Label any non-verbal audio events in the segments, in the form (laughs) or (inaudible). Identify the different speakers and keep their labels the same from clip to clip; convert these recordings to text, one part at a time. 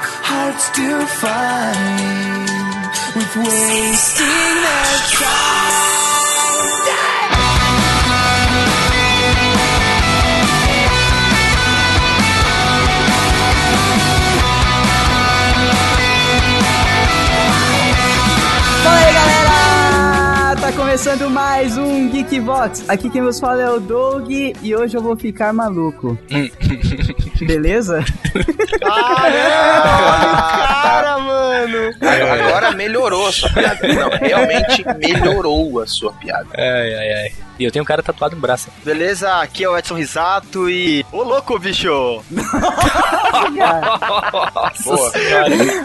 Speaker 1: heart's still fine with wasting their time.
Speaker 2: Fala aí, galera! Tá começando mais um Geekbox. Aqui quem vos fala é o Doug e hoje eu vou ficar maluco. Beleza?
Speaker 3: cara, mano!
Speaker 4: Agora melhorou a sua piada. Não, realmente melhorou a sua piada.
Speaker 5: Ai, ai, ai. E eu tenho um cara tatuado no braço.
Speaker 3: Beleza? Aqui é o Edson Risato e. Ô louco, bicho!
Speaker 2: Cara,
Speaker 4: Boa.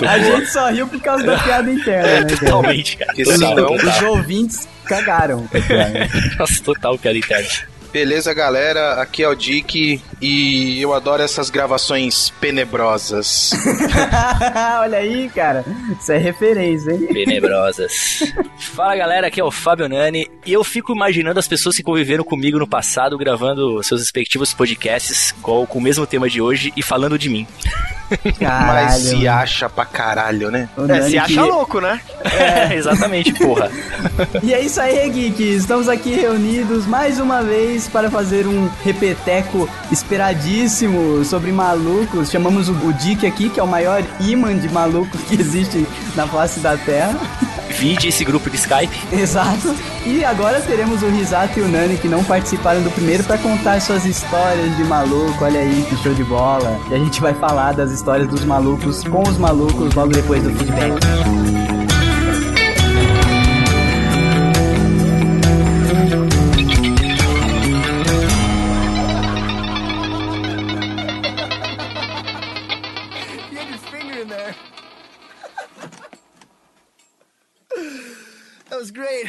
Speaker 5: é
Speaker 2: a gente só riu por causa da piada interna, né, cara?
Speaker 5: Totalmente, cara.
Speaker 4: Esse não.
Speaker 2: Os ouvintes cagaram. (laughs)
Speaker 5: Nossa, total piada interna.
Speaker 4: Beleza, galera? Aqui é o Dick e eu adoro essas gravações penebrosas.
Speaker 2: Olha aí, cara. Isso é referência, hein?
Speaker 5: Penebrosas. Fala galera, aqui é o Fábio Nani e eu fico imaginando as pessoas que conviveram comigo no passado gravando seus respectivos podcasts com, com o mesmo tema de hoje e falando de mim.
Speaker 2: Caralho.
Speaker 4: Mas se acha pra caralho, né?
Speaker 2: O
Speaker 3: É,
Speaker 2: Nani
Speaker 3: se acha
Speaker 2: que-
Speaker 3: louco, né?
Speaker 5: É, exatamente, porra.
Speaker 2: E é isso aí, Geek. Estamos aqui reunidos mais uma vez para fazer um repeteco esperadíssimo sobre malucos. Chamamos o, o Dick aqui, que é o maior imã de maluco que existe na face da Terra.
Speaker 5: Vide esse grupo de Skype.
Speaker 2: Exato. E agora teremos o Risato e o Nani, que não participaram do primeiro, para contar suas histórias de maluco. Olha aí, que show de bola. E a gente vai falar das histórias dos malucos com os malucos logo depois do feedback.
Speaker 1: That was great.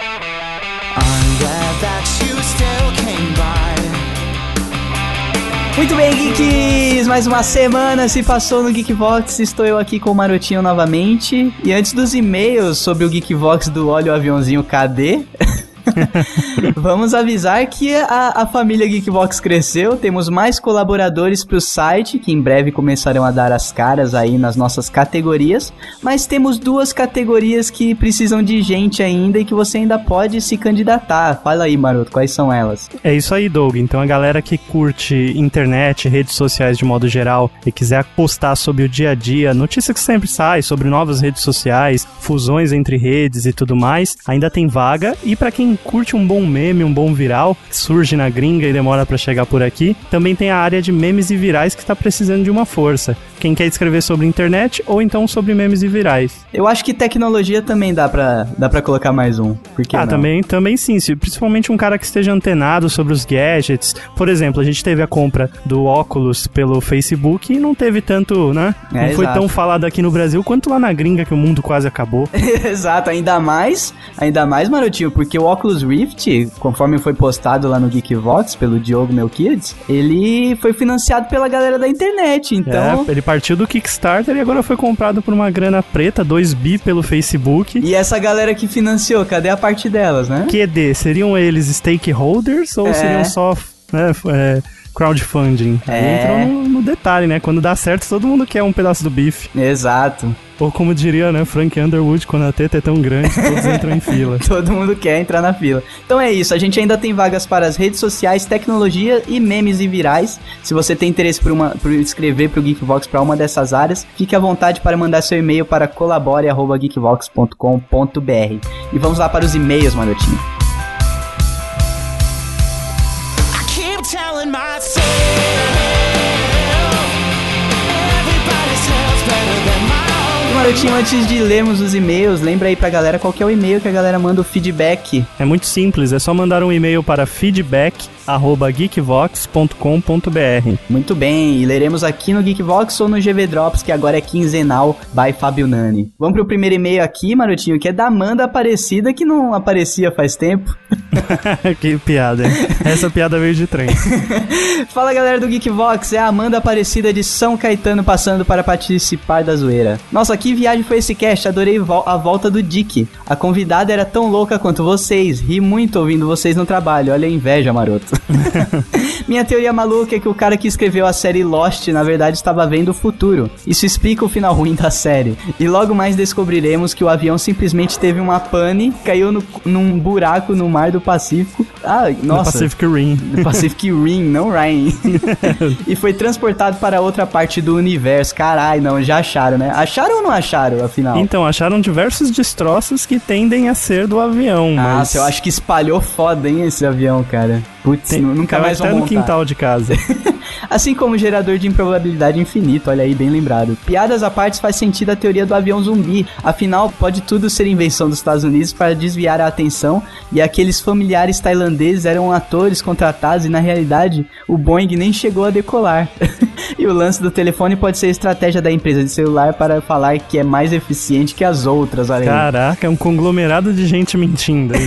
Speaker 1: I'm glad that you still came by.
Speaker 2: Muito bem, Geeks! Mais uma semana se passou no Geekvox, estou eu aqui com o Marotinho novamente. E antes dos e-mails sobre o Geekvox do Olha o Aviãozinho KD, (laughs) vamos avisar que a, a família Geekvox cresceu, temos mais colaboradores para o site, que em breve começarão a dar as caras aí nas nossas categorias. Mas temos duas categorias que precisam de gente ainda e que você ainda pode se candidatar. Fala aí, Maroto, quais são elas?
Speaker 6: É isso aí, Doug. Então a galera que curte internet, redes sociais de modo geral e quiser postar sobre o dia a dia, notícia que sempre sai sobre novas redes sociais, fusões entre redes e tudo mais, ainda tem vaga. E pra quem curte um bom meme, um bom viral, que surge na gringa e demora pra chegar por aqui, também tem a área de memes e virais que tá precisando de uma força. Quem quer escrever sobre internet ou então sobre memes e virais.
Speaker 2: Eu acho que tecnologia também dá pra, dá pra colocar mais um. Porque
Speaker 6: ah,
Speaker 2: não?
Speaker 6: também, também sim, se- principalmente um cara que esteja antenado sobre os gadgets. Por exemplo, a gente teve a compra do óculos pelo Facebook e não teve tanto, né?
Speaker 2: É,
Speaker 6: não foi
Speaker 2: exato.
Speaker 6: tão falado aqui no Brasil quanto lá na gringa que o mundo quase acabou.
Speaker 2: (laughs) Exato, ainda mais, ainda mais, Marotinho, porque o Oculus Rift, conforme foi postado lá no Geekvox pelo Diogo Meu Kids, ele foi financiado pela galera da internet, então.
Speaker 6: É, ele partiu do Kickstarter e agora foi comprado por uma grana preta, 2 bi pelo Facebook.
Speaker 2: E essa galera que financiou, cadê a parte delas, né?
Speaker 6: QD, seriam eles stakeholders ou
Speaker 2: É.
Speaker 6: seriam só né, f- é, crowdfunding? Aí
Speaker 2: É.
Speaker 6: entrou no, no detalhe, né? Quando dá certo, todo mundo quer um pedaço do bife.
Speaker 2: Exato.
Speaker 6: Ou como diria, né, Frank Underwood, quando a teta é tão grande, todos entram em fila.
Speaker 2: (laughs) Todo mundo quer entrar na fila. Então é isso, a gente ainda tem vagas para as redes sociais, tecnologia e memes e virais. Se você tem interesse por, uma, por escrever para o Geekvox para uma dessas áreas, fique à vontade para mandar seu e-mail para colabore.geekvox.com.br. E vamos lá para os e-mails, Marotinho.
Speaker 1: I keep telling myself everybody's hell's better than my own.
Speaker 2: E, Marotinho, antes de lermos os e-mails, lembra aí pra galera qual que é o e-mail que a galera manda o feedback.
Speaker 6: É muito simples, é só mandar um e-mail
Speaker 2: (laughs)
Speaker 6: para feedback@geekvox.com.br.
Speaker 2: Muito bem, e leremos aqui no Geekvox ou no GV Drops, que agora é quinzenal, by Fábio Nani. Vamos pro primeiro e-mail aqui, Marotinho, que é da Amanda Aparecida, que não aparecia faz tempo.
Speaker 6: que piada. hein? Essa piada veio de trem.
Speaker 2: Fala galera do Geekvox, é a Amanda Aparecida de São Caetano passando para participar da zoeira. Nossa, que viagem foi esse cast, adorei vo- a volta do Dick. A convidada era tão louca quanto vocês, ri muito ouvindo vocês no trabalho, olha a inveja, maroto. (laughs) Minha teoria maluca é que o cara que escreveu a série Lost, na verdade, estava vendo o futuro. Isso explica o final ruim da série. E logo mais descobriremos que o avião simplesmente teve uma pane, caiu no- num buraco no mar do Pacífico. Ah,
Speaker 6: No
Speaker 2: (laughs) nossa.
Speaker 6: Pacific Rim.
Speaker 2: (laughs) Pacific Rim, não Ryan. (laughs) e foi transportado para outra parte do universo. Carai, não, já acharam, né? Acharam ou não acharam, afinal?
Speaker 6: Então, acharam diversos destroços que tendem a ser do avião, mas...
Speaker 2: Nossa, Ah, eu acho que espalhou foda, hein, esse avião, cara. Putz,
Speaker 6: Tem-
Speaker 2: nu- nunca
Speaker 6: caiu
Speaker 2: mais
Speaker 6: até
Speaker 2: vão
Speaker 6: no
Speaker 2: montar.
Speaker 6: quintal de casa.
Speaker 2: Assim como o gerador de improbabilidade infinito, olha aí, bem lembrado. Piadas à parte faz sentido a teoria do avião zumbi. Afinal, pode tudo ser invenção dos Estados Unidos para desviar a atenção e aqueles familiares tailandeses eram atores contratados e na realidade o Boeing nem chegou a decolar. (laughs) e o lance do telefone pode ser estratégia da empresa de celular para falar que é mais eficiente que as outras, olha aí.
Speaker 6: Caraca, é um conglomerado de gente mentindo. aí.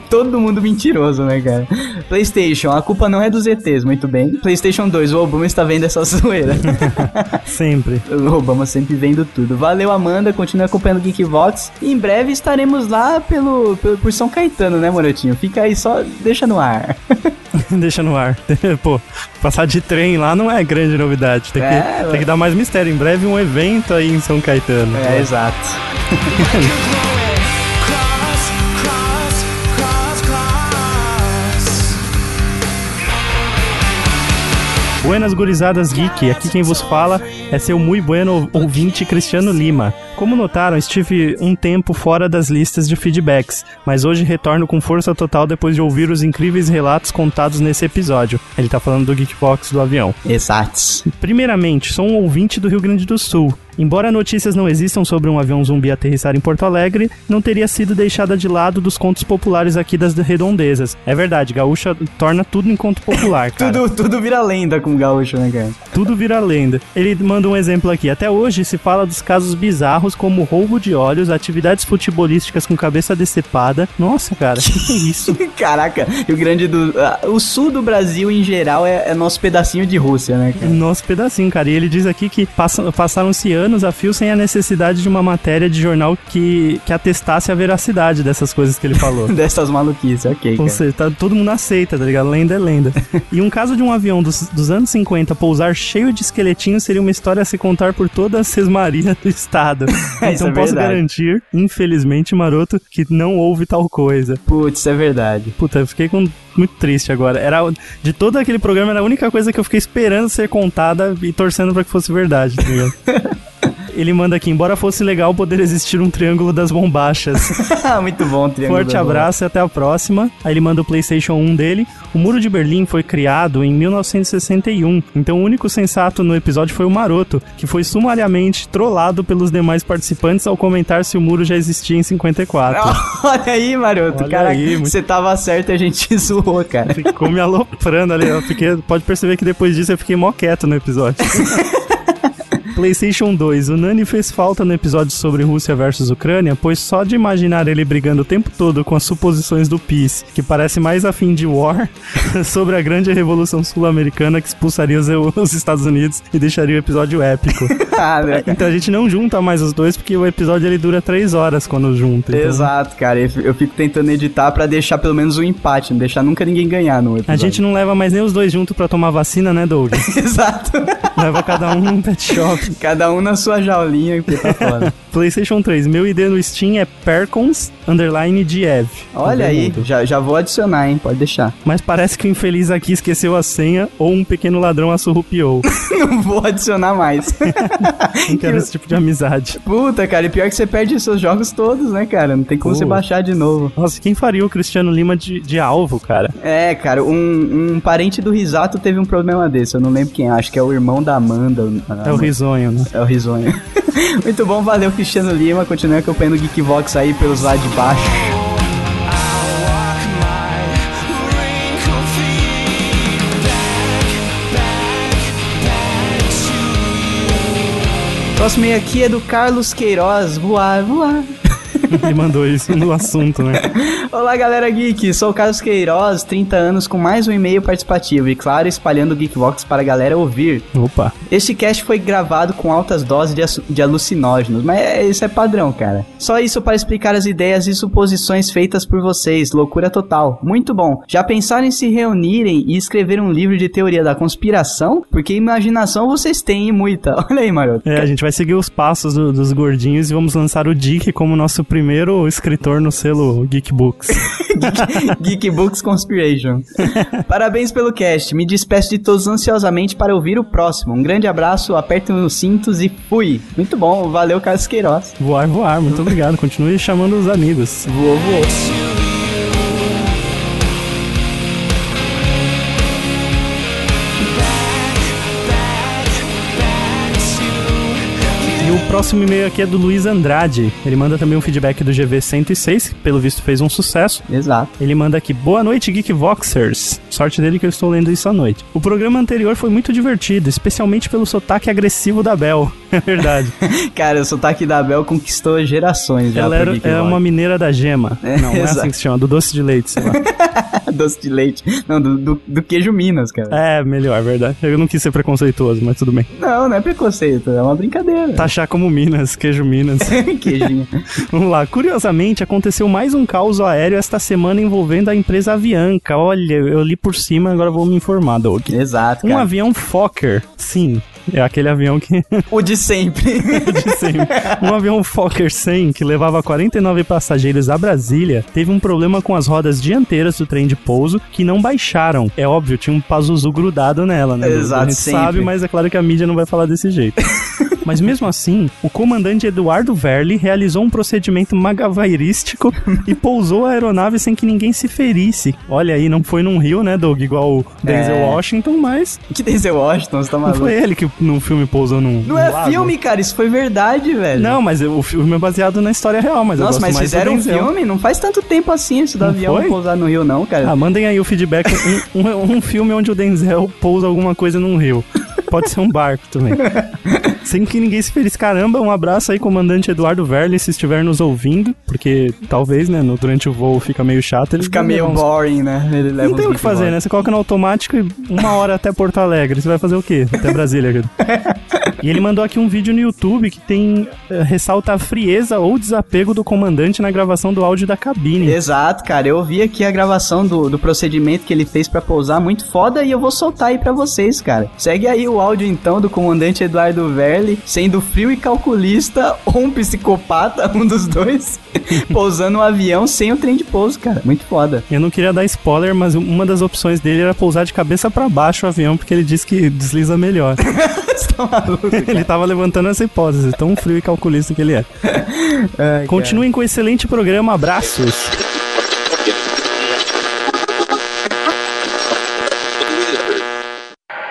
Speaker 2: (laughs) Todo mundo mentiroso, né, cara? PlayStation, a culpa não é dos ETs, muito bem. PlayStation 2, o Obama está vendo essa zoeira. (laughs)
Speaker 6: Sempre.
Speaker 2: O (laughs) Obama sempre vendo tudo. Valeu, Amanda. Continue acompanhando o Geekvox. E em breve estaremos lá pelo, pelo- por São Caetano, né, Morotinho? Fica aí só, deixa no ar.
Speaker 6: (laughs) Deixa no ar. Pô, passar de trem lá não é grande novidade. Tem,
Speaker 2: É,
Speaker 6: que,
Speaker 2: ué.
Speaker 6: tem que dar mais mistério. Em breve um evento aí em São Caetano.
Speaker 2: (laughs) É, exato.
Speaker 1: Cross, cross, cross, cross.
Speaker 6: Buenas gurizadas geek, aqui quem vos fala é seu muito bueno ouvinte Cristiano Lima. Como notaram, estive um tempo fora das listas de feedbacks, mas hoje retorno com força total depois de ouvir os incríveis relatos contados nesse episódio. Ele tá falando do Geekbox do avião.
Speaker 2: Exato.
Speaker 6: Primeiramente, sou um ouvinte do Rio Grande do Sul. Embora notícias não existam sobre um avião zumbi aterrissar em Porto Alegre, não teria sido deixada de lado dos contos populares aqui das redondezas. É verdade, gaúcha torna tudo em conto popular, cara.
Speaker 2: Tudo, tudo vira lenda com o gaúcho, né, (laughs) cara?
Speaker 6: Tudo vira lenda. Ele manda um exemplo aqui. Até hoje se fala dos casos bizarros como roubo de olhos, atividades futebolísticas com cabeça decepada. Nossa, cara, que que é isso?
Speaker 2: (laughs) Caraca, Rio Grande do... ah, o sul do Brasil, em geral, é, é nosso pedacinho de Rússia, né, (laughs) cara?
Speaker 6: Nosso pedacinho, cara. E ele diz aqui que passa- passaram-se anos a fio sem a necessidade de uma matéria de jornal que, que atestasse a veracidade dessas coisas que ele
Speaker 2: (laughs)
Speaker 6: falou.
Speaker 2: Dessas maluquices, ok,
Speaker 6: Ou
Speaker 2: cara.
Speaker 6: seja, tá- todo mundo aceita, tá ligado? Lenda
Speaker 2: (laughs)
Speaker 6: é lenda. e um caso de um avião dos, dos anos 50 pousar cheio de esqueletinhos seria uma história a se contar por toda a sesmaria do estado.
Speaker 2: (laughs) Isso
Speaker 6: então
Speaker 2: é
Speaker 6: posso
Speaker 2: verdade.
Speaker 6: garantir, infelizmente, maroto, que não houve tal coisa.
Speaker 2: Putz, é verdade. (laughs)
Speaker 6: Puta, eu fiquei com muito triste agora. Era de todo aquele programa era a única coisa que eu fiquei esperando ser contada e torcendo pra que fosse verdade, tá ligado? Ele manda aqui, embora fosse legal poder existir um triângulo das bombachas.
Speaker 2: Muito bom, Triângulo.
Speaker 6: Forte
Speaker 2: da Boa.
Speaker 6: abraço e até a próxima. Aí ele manda o PlayStation 1 dele. O Muro de Berlim foi criado em 1961, então o único sensato no episódio foi o Maroto, que foi sumariamente trollado pelos demais participantes ao comentar se o muro já existia em
Speaker 2: (laughs)
Speaker 6: 54.
Speaker 2: (laughs) Olha aí, maroto.
Speaker 6: Olha
Speaker 2: Caraca,
Speaker 6: aí, muito-
Speaker 2: você tava certo e a gente (laughs) zoou, cara.
Speaker 6: Ficou me aloprando ali. Eu fiquei, pode perceber que depois disso eu fiquei mó quieto no episódio. PlayStation 2. O Nani fez falta no episódio sobre Rússia versus Ucrânia, pois só de imaginar ele brigando o tempo todo com as suposições do PIS, que parece mais afim de war, (laughs) sobre a grande revolução sul-americana que expulsaria os, os Estados Unidos e deixaria o episódio épico.
Speaker 2: Ah, né, cara?
Speaker 6: Então a gente não junta mais os dois, porque o episódio ele dura três horas quando junta. então-
Speaker 2: Exato, cara. Eu fi- eu fico tentando editar pra deixar pelo menos um empate, não deixar nunca ninguém ganhar no episódio.
Speaker 6: A gente não leva mais nem os dois junto pra tomar vacina, né, Doug?
Speaker 2: (laughs) Exato.
Speaker 6: Leva cada um (laughs) num pet shop.
Speaker 2: Cada um na sua jaulinha que tá
Speaker 6: (laughs)
Speaker 2: fora.
Speaker 6: PlayStation 3, meu ID no Steam é Perkins underline Diev.
Speaker 2: Olha
Speaker 6: Todo
Speaker 2: aí,
Speaker 6: mundo.
Speaker 2: já, já vou adicionar, hein? Pode deixar. (laughs)
Speaker 6: Mas parece que o infeliz aqui esqueceu a senha ou um pequeno ladrão
Speaker 2: (laughs)
Speaker 6: a surrupiou.
Speaker 2: Não vou adicionar mais. (laughs)
Speaker 6: Não quero esse tipo de amizade.
Speaker 2: Puta, cara, e pior que você perde os seus jogos todos, né, cara? Não tem como
Speaker 6: Pô.
Speaker 2: você baixar de novo.
Speaker 6: Nossa, quem faria o Cristiano Lima de, de alvo, cara?
Speaker 2: É, cara, um, um parente do Risato teve um problema desse. Eu não lembro quem, acho que é o irmão da Amanda.
Speaker 6: É o risonho, né?
Speaker 2: É o risonho. (laughs) Muito bom, valeu Cristiano Lima. Continue acompanhando o Geekvox aí pelos lá de baixo.
Speaker 1: I'll walk my wrinkled feet back, back, back to you.
Speaker 2: Próximo e aqui é do Carlos Queiroz. Voar, voar.
Speaker 6: Ele mandou
Speaker 2: (laughs)
Speaker 6: isso no assunto, né?
Speaker 2: Olá, galera geek. Sou o Carlos Queiroz, 30 anos, com mais um e-mail participativo e, claro, espalhando o Geekbox para a galera ouvir.
Speaker 6: Opa.
Speaker 2: Este cast foi gravado com altas doses de, alu- de alucinógenos, mas é- isso é padrão, cara. Só isso para explicar as ideias e suposições feitas por vocês. Loucura total. Muito bom. Já pensaram em se reunirem e escrever um livro de teoria da conspiração? Porque imaginação vocês têm e muita. (laughs) Olha aí, maroto.
Speaker 6: É, a gente vai seguir os passos do- dos gordinhos e vamos lançar o Dick como nosso primeiro escritor no selo Geek Books.
Speaker 2: Geek Books Conspiration. Parabéns pelo cast. Me despeço de todos ansiosamente para ouvir o próximo. Um grande abraço, apertem os cintos e fui. Muito bom, valeu, Carlos Queiroz.
Speaker 6: Voar, voar. Muito obrigado. Continue chamando os amigos.
Speaker 2: Voou, voou.
Speaker 6: E o próximo e-mail aqui é do Luiz Andrade. Ele manda também um feedback do GV 106, que pelo visto fez um sucesso.
Speaker 2: Exato.
Speaker 6: Ele manda aqui: Boa noite, Geekvoxers. Sorte dele que eu estou lendo isso à noite. O programa anterior foi muito divertido, especialmente pelo sotaque agressivo da Bel. (laughs) É verdade.
Speaker 2: Cara, o sotaque da Bel conquistou gerações já.
Speaker 6: Ela
Speaker 2: pro
Speaker 6: era,
Speaker 2: Geek
Speaker 6: é
Speaker 2: Vox. (laughs)
Speaker 6: uma mineira da gema.
Speaker 2: É,
Speaker 6: não, não é
Speaker 2: exato.
Speaker 6: assim que se chama, do doce de leite, sei lá.
Speaker 2: (laughs) É Doce de leite. Não, do, do, do queijo Minas, cara.
Speaker 6: É, melhor, verdade. Eu não quis ser preconceituoso, mas tudo bem.
Speaker 2: Não, não é preconceito, é uma brincadeira. (laughs)
Speaker 6: Taxar como Minas, queijo Minas.
Speaker 2: Queijinho.
Speaker 6: Vamos lá. Curiosamente, aconteceu mais um caos aéreo esta semana envolvendo a empresa Avianca. Olha, eu li por cima, agora vou me informar, Doug.
Speaker 2: Exato,
Speaker 6: Um
Speaker 2: cara.
Speaker 6: avião Fokker, sim, é aquele avião que
Speaker 2: O de sempre. (laughs)
Speaker 6: de (laughs) sempre. Um avião Fokker 100 que levava 49 passageiros a Brasília teve um problema com as rodas dianteiras do trem de pouso que não baixaram. É óbvio, tinha um Pazuzu grudado nela, né?
Speaker 2: Exato,
Speaker 6: a gente
Speaker 2: sempre.
Speaker 6: sabe, mas é claro que a mídia não vai falar
Speaker 2: (laughs)
Speaker 6: desse jeito. Mas mesmo assim, o comandante Eduardo Verli realizou um procedimento
Speaker 2: (laughs)
Speaker 6: magavairístico e pousou a aeronave sem que ninguém se ferisse. Olha aí, não foi num rio, né, Doug? Igual o Denzel
Speaker 2: É.
Speaker 6: Washington, mas
Speaker 2: que tem seu Washington, você tá
Speaker 6: não
Speaker 2: maluco?
Speaker 6: foi ele que num filme pousou num.
Speaker 2: Não
Speaker 6: num
Speaker 2: é
Speaker 6: lago.
Speaker 2: filme, cara, isso foi verdade, velho.
Speaker 6: Não, mas eu- o filme é baseado na história real, mas eu
Speaker 2: Nossa,
Speaker 6: gosto
Speaker 2: mas
Speaker 6: mais do
Speaker 2: fizeram um
Speaker 6: Denzel.
Speaker 2: filme? Não faz tanto tempo assim isso do
Speaker 6: Não
Speaker 2: avião
Speaker 6: foi?
Speaker 2: pousar no Rio, não, cara.
Speaker 6: Ah, mandem aí o feedback. um, um- um filme onde o Denzel pousa alguma coisa num rio. Pode ser um barco
Speaker 2: (laughs)
Speaker 6: também. Sem que ninguém se feliz. Caramba, um abraço aí, comandante Eduardo Verli, se estiver nos ouvindo. Porque talvez, né, no, durante o voo fica meio chato. Ele
Speaker 2: Fica
Speaker 6: vai
Speaker 2: meio
Speaker 6: levar Ah, um uns-
Speaker 2: boring, né? Ele leva
Speaker 6: Não tem
Speaker 2: uns
Speaker 6: o que fazer,
Speaker 2: Geek
Speaker 6: né? Você coloca no automático e uma hora até Porto Alegre. Você vai fazer o quê? Até Brasília.
Speaker 2: (laughs)
Speaker 6: cara. e ele mandou aqui um vídeo no YouTube que tem eh, ressalta a frieza ou desapego do comandante na gravação do áudio da cabine.
Speaker 2: Exato, cara. Eu ouvi aqui a gravação do, do procedimento que ele fez pra pousar, muito foda, e eu vou soltar aí pra vocês, cara. Segue aí o áudio então do comandante Eduardo Verli, sendo frio e calculista, ou um psicopata, (laughs) um dos dois, pousando um avião sem o trem de pouso, cara. Muito foda. (laughs)
Speaker 6: Eu não queria dar spoiler, mas uma das opções dele era pousar de cabeça pra baixo o avião, porque ele disse que
Speaker 2: (laughs)
Speaker 6: desliza melhor.
Speaker 2: Você tá maluco?
Speaker 6: ele tava levantando essa hipótese, tão frio e calculista que ele é.
Speaker 2: (laughs) Ai,
Speaker 6: Continuem com o excelente programa, abraços.
Speaker 2: (laughs)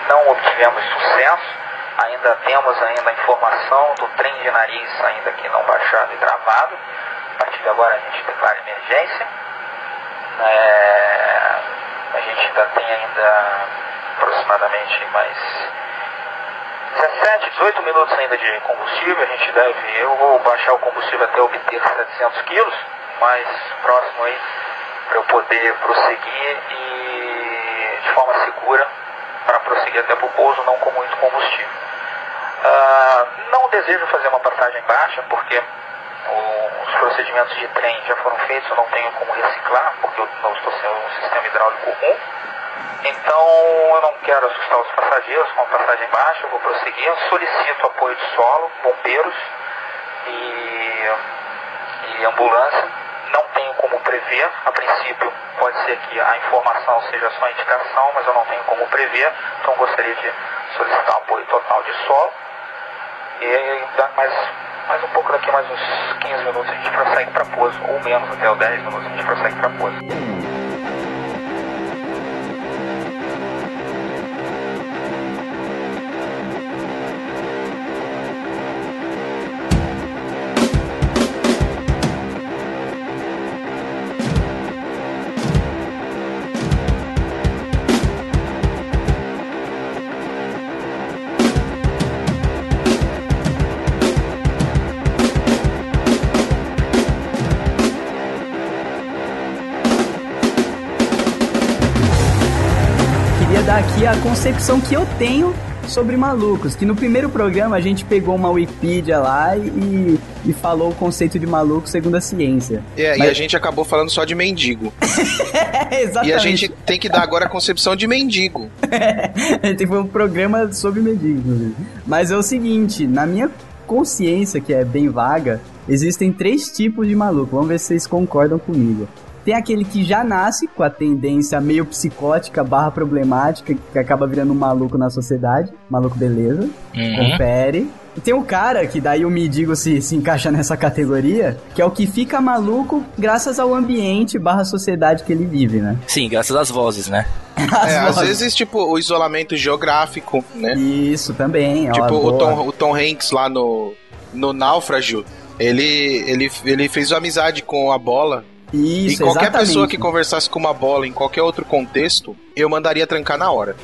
Speaker 7: não obtivemos sucesso. Ainda temos ainda a informação do trem de nariz ainda aqui não baixado e gravado. A partir de agora a gente declara emergência. É, a gente ainda tem ainda aproximadamente mais 17, 18 minutos ainda de combustível. A gente deve, eu vou baixar o combustível até obter 700 quilos, mais próximo aí, para eu poder prosseguir e de forma segura para prosseguir até para o pouso, não com muito combustível. Ah, não desejo fazer uma passagem baixa, porque o- os procedimentos de trem já foram feitos, eu não tenho como reciclar, porque eu não estou sem um sistema hidráulico comum. Então eu não quero assustar os passageiros com a passagem baixa, eu vou prosseguir, eu solicito apoio de solo, bombeiros e, e ambulância. Não tenho como prever, a princípio pode ser que a informação seja só indicação, mas eu não tenho como prever, então gostaria de solicitar apoio total de solo. E dá mais, mais um pouco daqui, mais uns 15 minutos a gente prossegue para pouso, ou menos até os 10 minutos a gente prossegue para pouso.
Speaker 2: aqui a concepção que eu tenho sobre malucos, que no primeiro programa a gente pegou uma Wikipedia lá e, e falou o conceito de maluco segundo a ciência. (laughs)
Speaker 4: É,
Speaker 2: Mas-
Speaker 4: E a gente acabou falando só de mendigo.
Speaker 2: É, exatamente.
Speaker 4: E a gente tem que dar agora a concepção de mendigo.
Speaker 2: (laughs) A gente foi um programa sobre mendigo, inclusive. Mas é o seguinte, na minha consciência, que é bem vaga, existem três tipos de maluco. Vamos ver se vocês concordam comigo. Tem aquele que já nasce com a tendência meio psicótica barra problemática, que acaba virando um maluco na sociedade. Maluco beleza.
Speaker 5: Uhum.
Speaker 3: Uhum.
Speaker 5: Hum.
Speaker 2: Confere. E tem um cara que daí o mendigo se, se encaixa nessa categoria, que é o que fica maluco graças ao ambiente barra sociedade que ele vive, né?
Speaker 5: Sim, graças às vozes, né?
Speaker 4: É, às
Speaker 2: Nossa.
Speaker 4: vezes, tipo, o isolamento geográfico, né?
Speaker 2: Isso também, ó.
Speaker 4: tipo, o
Speaker 2: é boa.
Speaker 4: Tom, o Tom Hanks lá no, no Náufragio, ele, ele, ele fez amizade com a bola.
Speaker 2: Isso,
Speaker 4: e qualquer
Speaker 2: exatamente.
Speaker 4: pessoa que conversasse com uma bola em qualquer outro contexto, eu mandaria trancar na hora.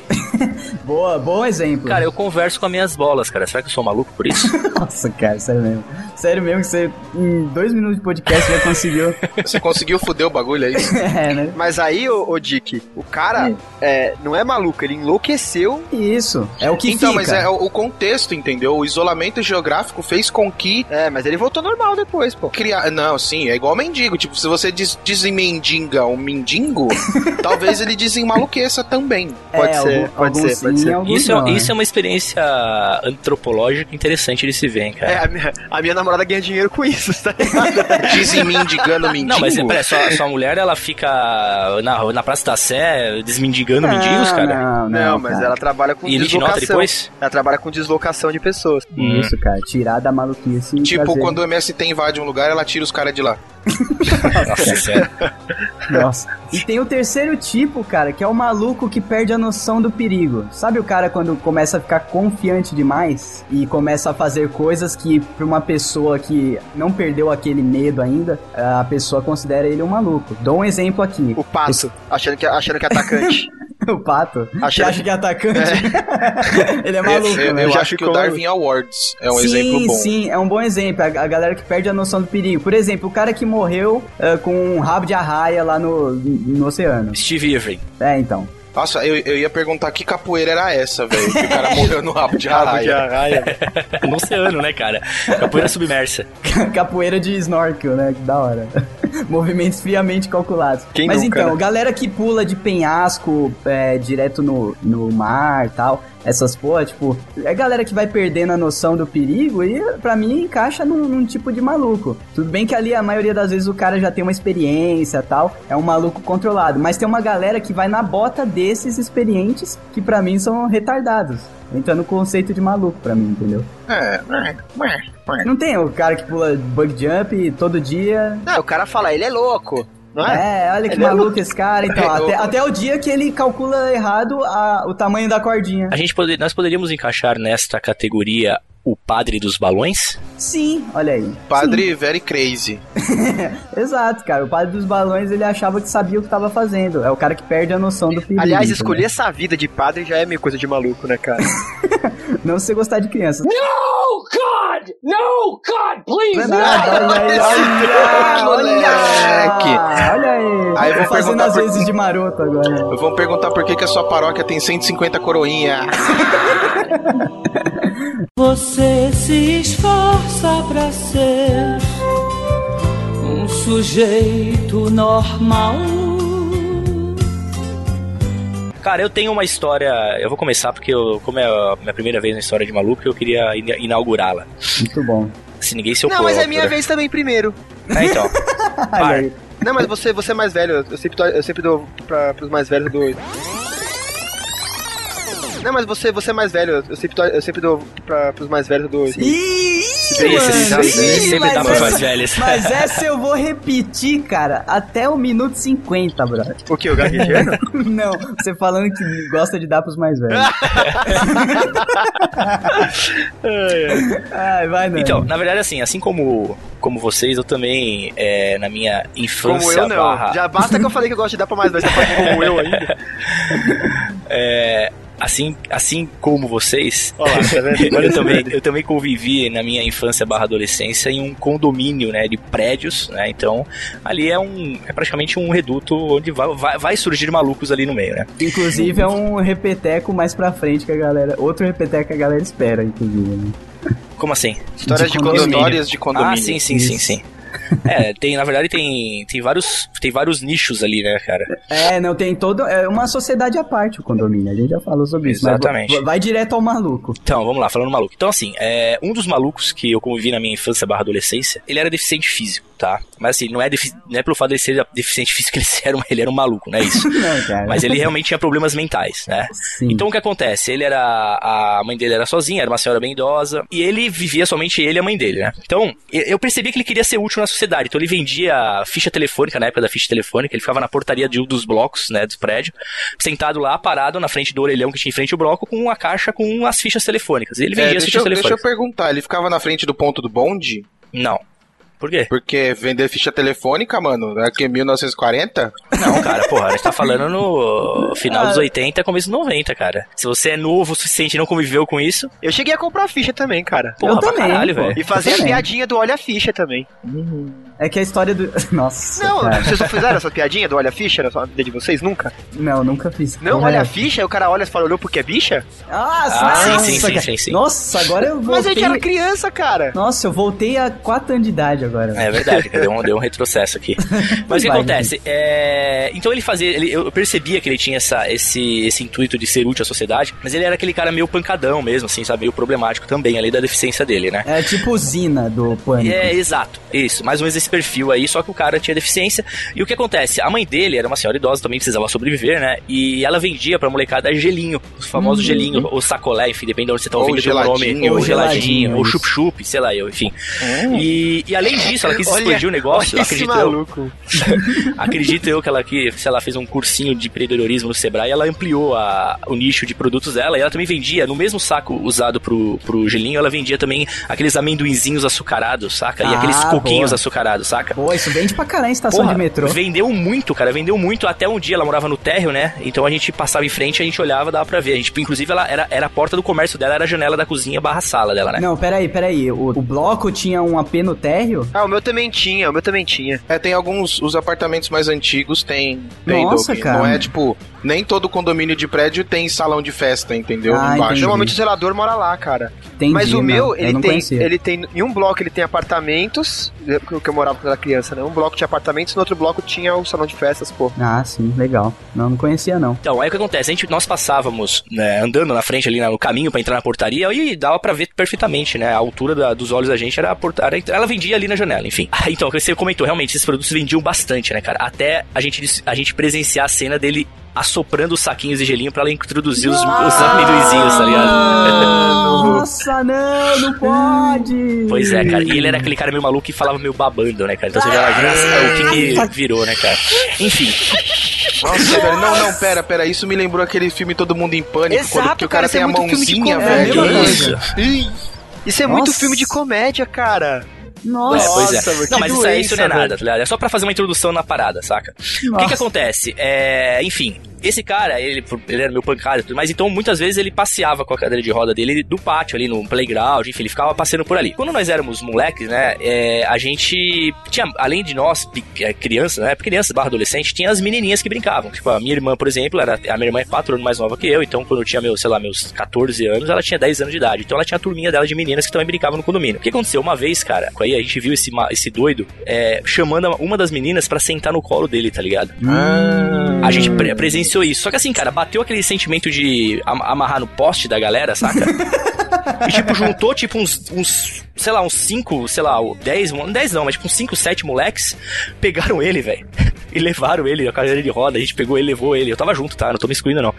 Speaker 2: Boa, bom
Speaker 3: Uhum.
Speaker 2: exemplo.
Speaker 5: Cara, eu converso com as minhas bolas, cara. Será que eu sou um maluco por isso?
Speaker 2: Nossa, cara, sério mesmo. Sério mesmo que você, em dois minutos de podcast, já conseguiu.
Speaker 3: (laughs)
Speaker 4: Você conseguiu foder o bagulho, é isso?
Speaker 2: é, né?
Speaker 3: Mas aí, ô, ô Dick, o cara é, não é maluco, ele enlouqueceu.
Speaker 2: Isso, é o (laughs) que
Speaker 4: então,
Speaker 2: fica.
Speaker 4: mas é o o contexto, entendeu? O isolamento geográfico fez com que
Speaker 3: É, mas ele voltou normal depois, pô.
Speaker 4: criar. Não, sim, é igual mendigo. Tipo, se você des desemendinga
Speaker 2: (laughs)
Speaker 4: um mendigo, talvez ele desenmaluqueça também.
Speaker 3: pode
Speaker 2: É,
Speaker 3: ser,
Speaker 2: algum-
Speaker 3: pode
Speaker 2: alguns
Speaker 3: ser, pode
Speaker 2: sim,
Speaker 3: ser.
Speaker 2: alguns
Speaker 5: Isso,
Speaker 2: não,
Speaker 5: é,
Speaker 2: né?
Speaker 5: isso é uma experiência antropológica interessante de se ver, hein, cara.
Speaker 3: É, a minha, a minha namorada ganha dinheiro com isso, tá ligado? (laughs)
Speaker 4: Desemendigando um
Speaker 3: É,
Speaker 4: mendigo.
Speaker 5: Não, mas peraí, sua, sua mulher ela fica na, na Praça da Sé desmendigando mendigos, é cara.
Speaker 2: né? Não, não,
Speaker 3: Não, mas
Speaker 2: cara.
Speaker 3: ela trabalha Ah, com
Speaker 5: E Lignota
Speaker 3: deslocação.
Speaker 5: depois?
Speaker 3: Ela trabalha com deslocação de pessoas.
Speaker 5: Hum.
Speaker 2: Isso, cara, tirar da maluquice. e
Speaker 4: Tipo,
Speaker 2: trazer-
Speaker 4: quando o MST invade um lugar, ela tira os caras de lá.
Speaker 5: Nossa, é sério.
Speaker 2: Nossa. E tem o terceiro tipo, cara, que é o maluco que perde a noção do perigo. Sabe o cara quando começa a ficar confiante demais e começa a fazer coisas que, pra uma pessoa que não perdeu aquele medo ainda, a pessoa considera ele um maluco. Dou um exemplo
Speaker 4: (laughs)
Speaker 2: aqui.
Speaker 3: O pato, achando que, achando que é atacante.
Speaker 2: O pato, que
Speaker 3: achando
Speaker 2: acha que é atacante, (laughs) ele é maluco,
Speaker 4: eu, eu
Speaker 2: né?
Speaker 4: eu
Speaker 3: Já
Speaker 4: acho que o
Speaker 3: ficou maluco.
Speaker 4: Darwin Awards é um
Speaker 2: sim,
Speaker 4: exemplo bom.
Speaker 2: Sim, é um bom exemplo. A, a galera que perde a noção do perigo. Por exemplo, o cara que morreu eh, com um rabo de arraia lá no, no oceano.
Speaker 5: Steve Irving.
Speaker 2: É, então.
Speaker 4: Nossa, eu, eu ia perguntar que capoeira era essa, velho. Que o
Speaker 3: (laughs)
Speaker 4: cara morreu no rabo de
Speaker 3: Rabo de
Speaker 4: arraia.
Speaker 5: (laughs)
Speaker 3: arraia.
Speaker 5: No oceano, né, cara? Capoeira submersa.
Speaker 2: (laughs) Capoeira de snorkel, né? Que da hora. (laughs) Movimentos friamente calculados.
Speaker 3: Quem
Speaker 2: Mas
Speaker 3: nunca,
Speaker 2: então,
Speaker 3: né?
Speaker 2: galera que pula de penhasco é, direto no, no mar e tal, essas porra, tipo, é galera que vai perdendo a noção do perigo e, pra mim, encaixa num, num tipo de maluco. Tudo bem que ali, a maioria das vezes, o cara já tem uma experiência e tal, é um maluco controlado. Mas tem uma galera que vai na bota desses experientes que, pra mim, são retardados. Entra no conceito de maluco pra mim, entendeu?
Speaker 4: É,
Speaker 2: Não tem o cara que pula bug jump todo dia.
Speaker 3: Não, o cara fala, ele é louco, não é?
Speaker 2: É, olha que
Speaker 3: Ele (laughs) é
Speaker 2: maluco esse cara. Então,
Speaker 4: É,
Speaker 2: até,
Speaker 4: eu-
Speaker 2: até o dia que ele calcula errado a- o tamanho da cordinha.
Speaker 5: A gente poder, nós poderíamos encaixar nesta categoria o padre dos balões?
Speaker 2: Sim, olha aí.
Speaker 4: Padre Very Crazy.
Speaker 2: Exato, cara. O padre dos balões, ele achava que sabia o que tava fazendo. É o cara que perde a noção do perigo. né?
Speaker 3: Aliás,
Speaker 2: entendeu?
Speaker 3: escolher essa vida de padre já é meio coisa de maluco, né, cara?
Speaker 2: (laughs) Não se você gostar de criança.
Speaker 3: Não,
Speaker 2: é olha aí, olha,
Speaker 4: moleque.
Speaker 2: olha, olha aí.
Speaker 4: Aí eu vou
Speaker 2: fazendo
Speaker 4: perguntar
Speaker 2: as
Speaker 4: por-
Speaker 2: vezes de maroto agora.
Speaker 4: Vão perguntar por que, que a sua paróquia tem 150 coroinha.
Speaker 3: Ah,
Speaker 1: Você se esforça pra ser um sujeito normal.
Speaker 5: Cara, eu tenho uma história. Eu vou começar porque, eu, como é a minha primeira vez na história de maluco, eu queria ina- inaugurá-la.
Speaker 2: Muito bom.
Speaker 5: Se ninguém se opor.
Speaker 3: mas
Speaker 5: à
Speaker 3: é minha
Speaker 5: altura.
Speaker 3: vez também primeiro.
Speaker 5: É,
Speaker 3: (laughs)
Speaker 5: então.
Speaker 2: Olha aí.
Speaker 3: Não, mas você, você é mais velho, eu sempre, dou- eu sempre dou pra, pros mais velhos do... Não, mas você, você é mais velho, eu sempre, dou- eu sempre dou pra, pros mais velhos do...
Speaker 2: Ih,
Speaker 5: Sim, sim,
Speaker 2: mano,
Speaker 5: sim,
Speaker 2: ih,
Speaker 5: sempre dá
Speaker 2: mas
Speaker 5: pra
Speaker 2: essa-
Speaker 5: mais velhas.
Speaker 2: Mas essa eu vou repetir, cara, até o minuto 50, brother.
Speaker 3: O que, o gaguejando?
Speaker 2: (laughs) Não, você falando que gosta de dar pros mais
Speaker 3: (laughs)
Speaker 2: velhos. Ai, vai, né? não.
Speaker 5: Então, na verdade, assim, assim como, como vocês, eu também, é, na minha
Speaker 3: Como
Speaker 5: infância
Speaker 3: eu não.
Speaker 5: barra
Speaker 3: Já basta que eu falei que eu gosto de dar pra mais velho, você fala como eu ainda.
Speaker 5: (laughs) É, assim, assim como vocês,
Speaker 8: Olha lá, tá vendo?
Speaker 5: (laughs) eu
Speaker 8: Olha
Speaker 5: também, eu também convivi na minha infância barra adolescência em um condomínio, né, de prédios, né, então ali é um, é praticamente um reduto onde vai, vai, vai surgir malucos ali no meio, né.
Speaker 2: Inclusive é um repeteco mais pra frente que a galera. Outro repeteco que a galera espera, inclusive. né?
Speaker 5: Como assim?
Speaker 4: Histórias
Speaker 2: De
Speaker 4: de,
Speaker 2: condomínio.
Speaker 4: condomínio. Histórias de condomínio.
Speaker 5: Ah, sim, sim, sim, sim. É, tem, na verdade tem, tem vários, tem vários nichos ali, né, cara.
Speaker 2: É, não tem todo. É uma sociedade à parte o condomínio. A gente já falou sobre isso. mas
Speaker 5: Exatamente.
Speaker 2: va- vai direto ao maluco.
Speaker 5: Então, vamos lá, falando maluco. Então, assim, é, um dos malucos que eu convivi na minha infância barra adolescência, ele era deficiente físico, tá? Mas assim, não é, defi- não é pelo fato de ele ser deficiente físico (laughs) que ele era, um, ele era um maluco, não é isso.
Speaker 2: Não, cara.
Speaker 5: Mas ele realmente tinha problemas mentais, né?
Speaker 2: Sim.
Speaker 5: Então o que acontece? Ele era. A mãe dele era sozinha, era uma senhora bem idosa. E ele vivia somente ele e a mãe dele, né? Então, e- eu percebi que ele queria ser útil na sociedade. Então ele vendia ficha telefônica, na época da ficha telefônica, ele ficava na portaria de um dos blocos, né? Do prédio, sentado lá, parado na frente do orelhão que tinha em frente ao bloco, com uma caixa com as fichas telefônicas. E ele
Speaker 4: É,
Speaker 5: vendia as
Speaker 4: deixa,
Speaker 5: fichas
Speaker 4: eu, deixa eu
Speaker 5: telefônicas.
Speaker 4: perguntar, ele ficava na frente do ponto do bonde?
Speaker 5: Não. Por quê?
Speaker 4: Porque vender ficha telefônica, mano, é que 1940?
Speaker 5: Não, cara, porra, a gente tá falando no final
Speaker 2: Ah.
Speaker 5: dos 80, começo dos 90, cara. Se você é novo o suficiente e não conviveu com isso,
Speaker 3: Eu cheguei a comprar ficha também, cara.
Speaker 5: porra, pra
Speaker 2: também,
Speaker 5: caralho,
Speaker 2: pô.
Speaker 5: velho.
Speaker 3: E fazer
Speaker 2: Eu
Speaker 3: a
Speaker 2: também.
Speaker 3: piadinha do olha a ficha também.
Speaker 2: É que a história do. (laughs) Nossa.
Speaker 3: Não,
Speaker 2: cara.
Speaker 3: vocês não fizeram essa piadinha do olha a ficha na sua vida de vocês? Nunca?
Speaker 2: Não, é. nunca fiz.
Speaker 3: Não, olha a ficha, aí o cara olha e fala, olhou porque é bicha?
Speaker 2: Nossa,
Speaker 5: Ah, sim,
Speaker 2: nossa,
Speaker 5: sim, sim,
Speaker 2: cara.
Speaker 5: sim, sim.
Speaker 2: Nossa, agora eu voltei.
Speaker 3: Mas a gente era criança, cara.
Speaker 2: Nossa, eu voltei a 4 anos de idade agora. velho.
Speaker 5: É verdade, deu um, deu um
Speaker 2: (laughs)
Speaker 5: retrocesso aqui. Mas o que
Speaker 2: Vai,
Speaker 5: acontece? É, Então ele fazia. ele- eu percebia que ele tinha essa, esse, esse intuito de ser útil à sociedade, mas ele era aquele cara meio pancadão mesmo, assim, sabe? Meio problemático também, além da deficiência dele, né?
Speaker 2: É tipo Zina do Pânico.
Speaker 5: É, exato. Isso, mais ou menos esse perfil aí, só que o cara tinha deficiência. E o que acontece? A mãe dele era uma senhora idosa, também precisava sobreviver, né? E ela vendia pra molecada gelinho, os famosos gelinho, ou sacolé, enfim, depende de onde você tá
Speaker 4: Ou
Speaker 5: ouvindo pelo nome.
Speaker 4: geladinho,
Speaker 5: Ou
Speaker 2: ou
Speaker 5: geladinho,
Speaker 2: geladinho,
Speaker 5: ou
Speaker 2: isso.
Speaker 5: chup-chup, sei lá eu, enfim. E, e além disso, ela quis
Speaker 3: Olha-
Speaker 5: expandir o negócio,
Speaker 3: olha esse
Speaker 5: acredito eu.
Speaker 3: maluco.
Speaker 5: Acredito eu que ela que, sei lá, fez um cursinho de empreendedorismo no Sebrae, ela ampliou a- o nicho de produtos dela e ela também vendia, no mesmo saco usado pro, pro gelinho, ela vendia também aqueles amendoinzinhos açucarados, saca? E
Speaker 2: Ah,
Speaker 5: aqueles coquinhos
Speaker 2: boa.
Speaker 5: açucarados, saca?
Speaker 2: Pô, isso vende pra caralho em estação
Speaker 5: Porra,
Speaker 2: de metrô.
Speaker 5: Vendeu muito, cara. Vendeu muito. Até um dia ela morava no térreo, né? Então a gente passava em frente, a gente olhava, dava pra ver. A gente, inclusive, ela era, era a porta do comércio dela, era a janela da cozinha barra sala dela, né?
Speaker 2: Não, peraí, peraí. O, o bloco tinha um AP no térreo?
Speaker 3: Ah, o meu também tinha, o meu também tinha.
Speaker 4: É, tem alguns. Os apartamentos mais antigos tem. tem
Speaker 2: Nossa,
Speaker 4: Doug.
Speaker 2: cara.
Speaker 4: Não é tipo. Nem todo condomínio de prédio tem salão de festa, entendeu?
Speaker 2: Ah,
Speaker 4: Embaixo.
Speaker 2: entendi.
Speaker 3: Normalmente o zelador mora lá, cara.
Speaker 2: Entendi,
Speaker 3: Mas o
Speaker 2: não, eu não
Speaker 3: meu, ele tem,
Speaker 2: conhecia.
Speaker 3: ele tem. Em um bloco ele tem apartamentos, que eu- que eu morava quando era criança, né? Um bloco tinha apartamentos, no outro bloco tinha o salão de festas, pô.
Speaker 2: Ah, sim, legal. Não, não conhecia, não.
Speaker 5: Então, aí o que acontece? A gente, nós passávamos né, andando na frente ali né, no caminho pra entrar na portaria e dava pra ver perfeitamente, né? A altura da- dos olhos da gente era a portaria. Ela vendia ali na janela, enfim. (laughs) Ah, Então, o que você comentou, realmente, esses produtos vendiam bastante, né, cara? Até a gente, dis- a gente presenciar a cena dele assoprando os saquinhos de gelinho pra ela introduzir os, os amendoizinhos, tá ligado? (laughs)
Speaker 2: Nossa, não,
Speaker 3: (laughs)
Speaker 2: não pode!
Speaker 5: Pois é, cara. E ele era aquele cara meio maluco que falava meio babando, né, cara? Então você já imagina o que, que virou, né, cara? Enfim,
Speaker 3: (laughs)
Speaker 4: Nossa, velho. Não, não, pera, pera. Isso me lembrou aquele filme Todo Mundo em Pânico.
Speaker 3: Exato,
Speaker 4: quando, que o cara,
Speaker 3: cara, isso
Speaker 4: tem
Speaker 3: é
Speaker 4: a
Speaker 3: muito filme de né?
Speaker 4: mãozinha,
Speaker 3: comédia.
Speaker 4: velho.
Speaker 2: É,
Speaker 5: que
Speaker 2: mesma
Speaker 5: isso?
Speaker 4: Ih,
Speaker 3: Isso é muito
Speaker 2: Nossa.
Speaker 3: filme de comédia, cara.
Speaker 5: É,
Speaker 2: Nossa,
Speaker 5: pois é.
Speaker 3: mano,
Speaker 5: não,
Speaker 3: que
Speaker 5: mas isso, aí, isso não é
Speaker 3: doença, velho.
Speaker 5: nada, tá ligado? É só pra fazer uma introdução na parada, saca? O que que acontece? É, enfim, esse cara, ele, ele era meu pancada e tudo mais, então muitas vezes ele passeava com a cadeira de roda dele do pátio ali no playground, enfim, ele ficava passeando por ali. Quando nós éramos moleques, né, é, a gente tinha, além de nós, pe- é, crianças, né, crianças barra adolescente, tinha as menininhas que brincavam. Tipo, a minha irmã, por exemplo, era, a minha irmã é 4 anos mais nova que eu, então quando eu tinha, meus, sei lá, meus 14 anos, ela tinha 10 anos de idade. Então ela tinha a turminha dela de meninas que também brincavam no condomínio. O que aconteceu? Uma vez, cara, aí a gente viu esse, ma- esse doido é, chamando uma das meninas pra sentar no colo dele, tá ligado? A gente pre- presenciou isso. Só que assim, cara, bateu aquele sentimento de am- amarrar no poste da galera, saca? E, tipo, juntou, tipo, uns, uns, sei lá, uns 5, sei lá, 10, 10 não, mas tipo, uns 5, 7 moleques pegaram ele, velho. (laughs) E levaram ele, a cadeira de roda, a gente pegou ele, levou ele. Eu tava junto, tá? Não tô me excluindo, não.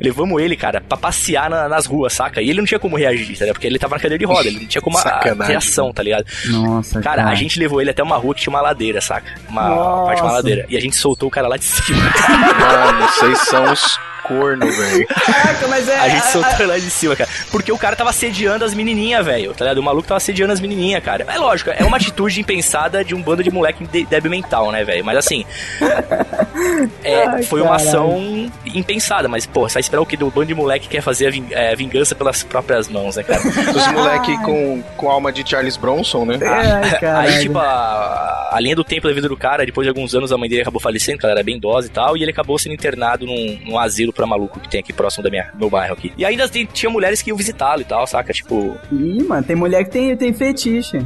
Speaker 5: Levamos ele, cara, pra passear na- nas ruas, saca? E ele não tinha como reagir, tá ligado? Porque ele tava na cadeira de roda, ele não tinha como a- a
Speaker 4: Sacanagem.
Speaker 5: reação, tá ligado?
Speaker 2: Nossa,
Speaker 5: Cara, a gente levou ele até uma rua que tinha uma ladeira, saca? Uma uma parte de uma
Speaker 2: Nossa.
Speaker 5: ladeira. E a gente soltou o cara lá de cima.
Speaker 4: mano, vocês são os corno, velho.
Speaker 2: Caraca, mas é.
Speaker 5: (laughs) A gente soltou lá de cima, cara. Porque o cara tava sediando as menininhas, velho. Tá ligado? O maluco tava sediando as menininhas, cara. É lógico, é uma atitude impensada de um bando de moleque de débil mental, né, velho? Mas assim. é,
Speaker 2: (laughs) Ai,
Speaker 5: foi uma
Speaker 2: caralho.
Speaker 5: ação impensada, mas, pô, você vai esperar o que? O bando de moleque que quer fazer a vin- é, vingança pelas próprias mãos, né, cara?
Speaker 4: Os moleque com, com alma de Charles Bronson, né?
Speaker 2: Ai, É, caralho.
Speaker 5: Aí, tipo, a, a linha do tempo da vida do cara, depois de alguns anos, a mãe dele acabou falecendo, que ela era bem idosa e tal, e ele acabou sendo internado num, num asilo pra maluco que tem aqui próximo da minha, do meu bairro aqui. E ainda tem- tinha mulheres que iam visitá-lo e tal, saca? Tipo.
Speaker 2: Ih, mano, tem mulher que tem, tem fetiche.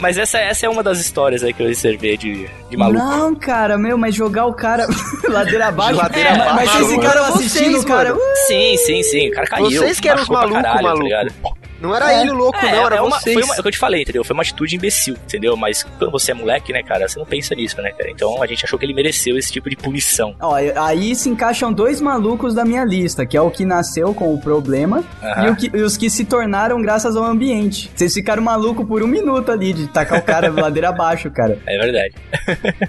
Speaker 5: Mas essa, essa é uma das histórias aí que eu observei de, de maluco.
Speaker 2: Não, cara, meu, mas jogar o cara (laughs) ladeira abaixo. É,
Speaker 3: Ladeira
Speaker 2: mas- Mas
Speaker 3: abaixo,
Speaker 2: vocês
Speaker 3: mano.
Speaker 2: ficaram
Speaker 3: Vocês,
Speaker 2: assistindo, o cara.
Speaker 3: mano.
Speaker 5: Sim, sim, sim. O cara caiu.
Speaker 3: Vocês que eram os
Speaker 5: machucou pra
Speaker 3: malucos,
Speaker 5: caralho, tá
Speaker 3: maluco.
Speaker 5: ligado?
Speaker 3: Não era ele o louco,
Speaker 5: É,
Speaker 3: não, era
Speaker 5: é uma,
Speaker 3: vocês.
Speaker 5: foi uma, é o que eu te falei, entendeu? Foi uma atitude imbecil, entendeu? Mas quando você é moleque, né, cara, você não pensa nisso, né, cara? Então a gente achou que ele mereceu esse tipo de punição.
Speaker 2: Ó, aí se encaixam dois malucos da minha lista, que é o que nasceu com o problema
Speaker 5: Aham.
Speaker 2: e, o que- e os que se tornaram graças ao ambiente. Vocês ficaram maluco por um minuto ali de tacar o
Speaker 4: (laughs)
Speaker 2: cara ladeira abaixo, cara.
Speaker 5: É verdade.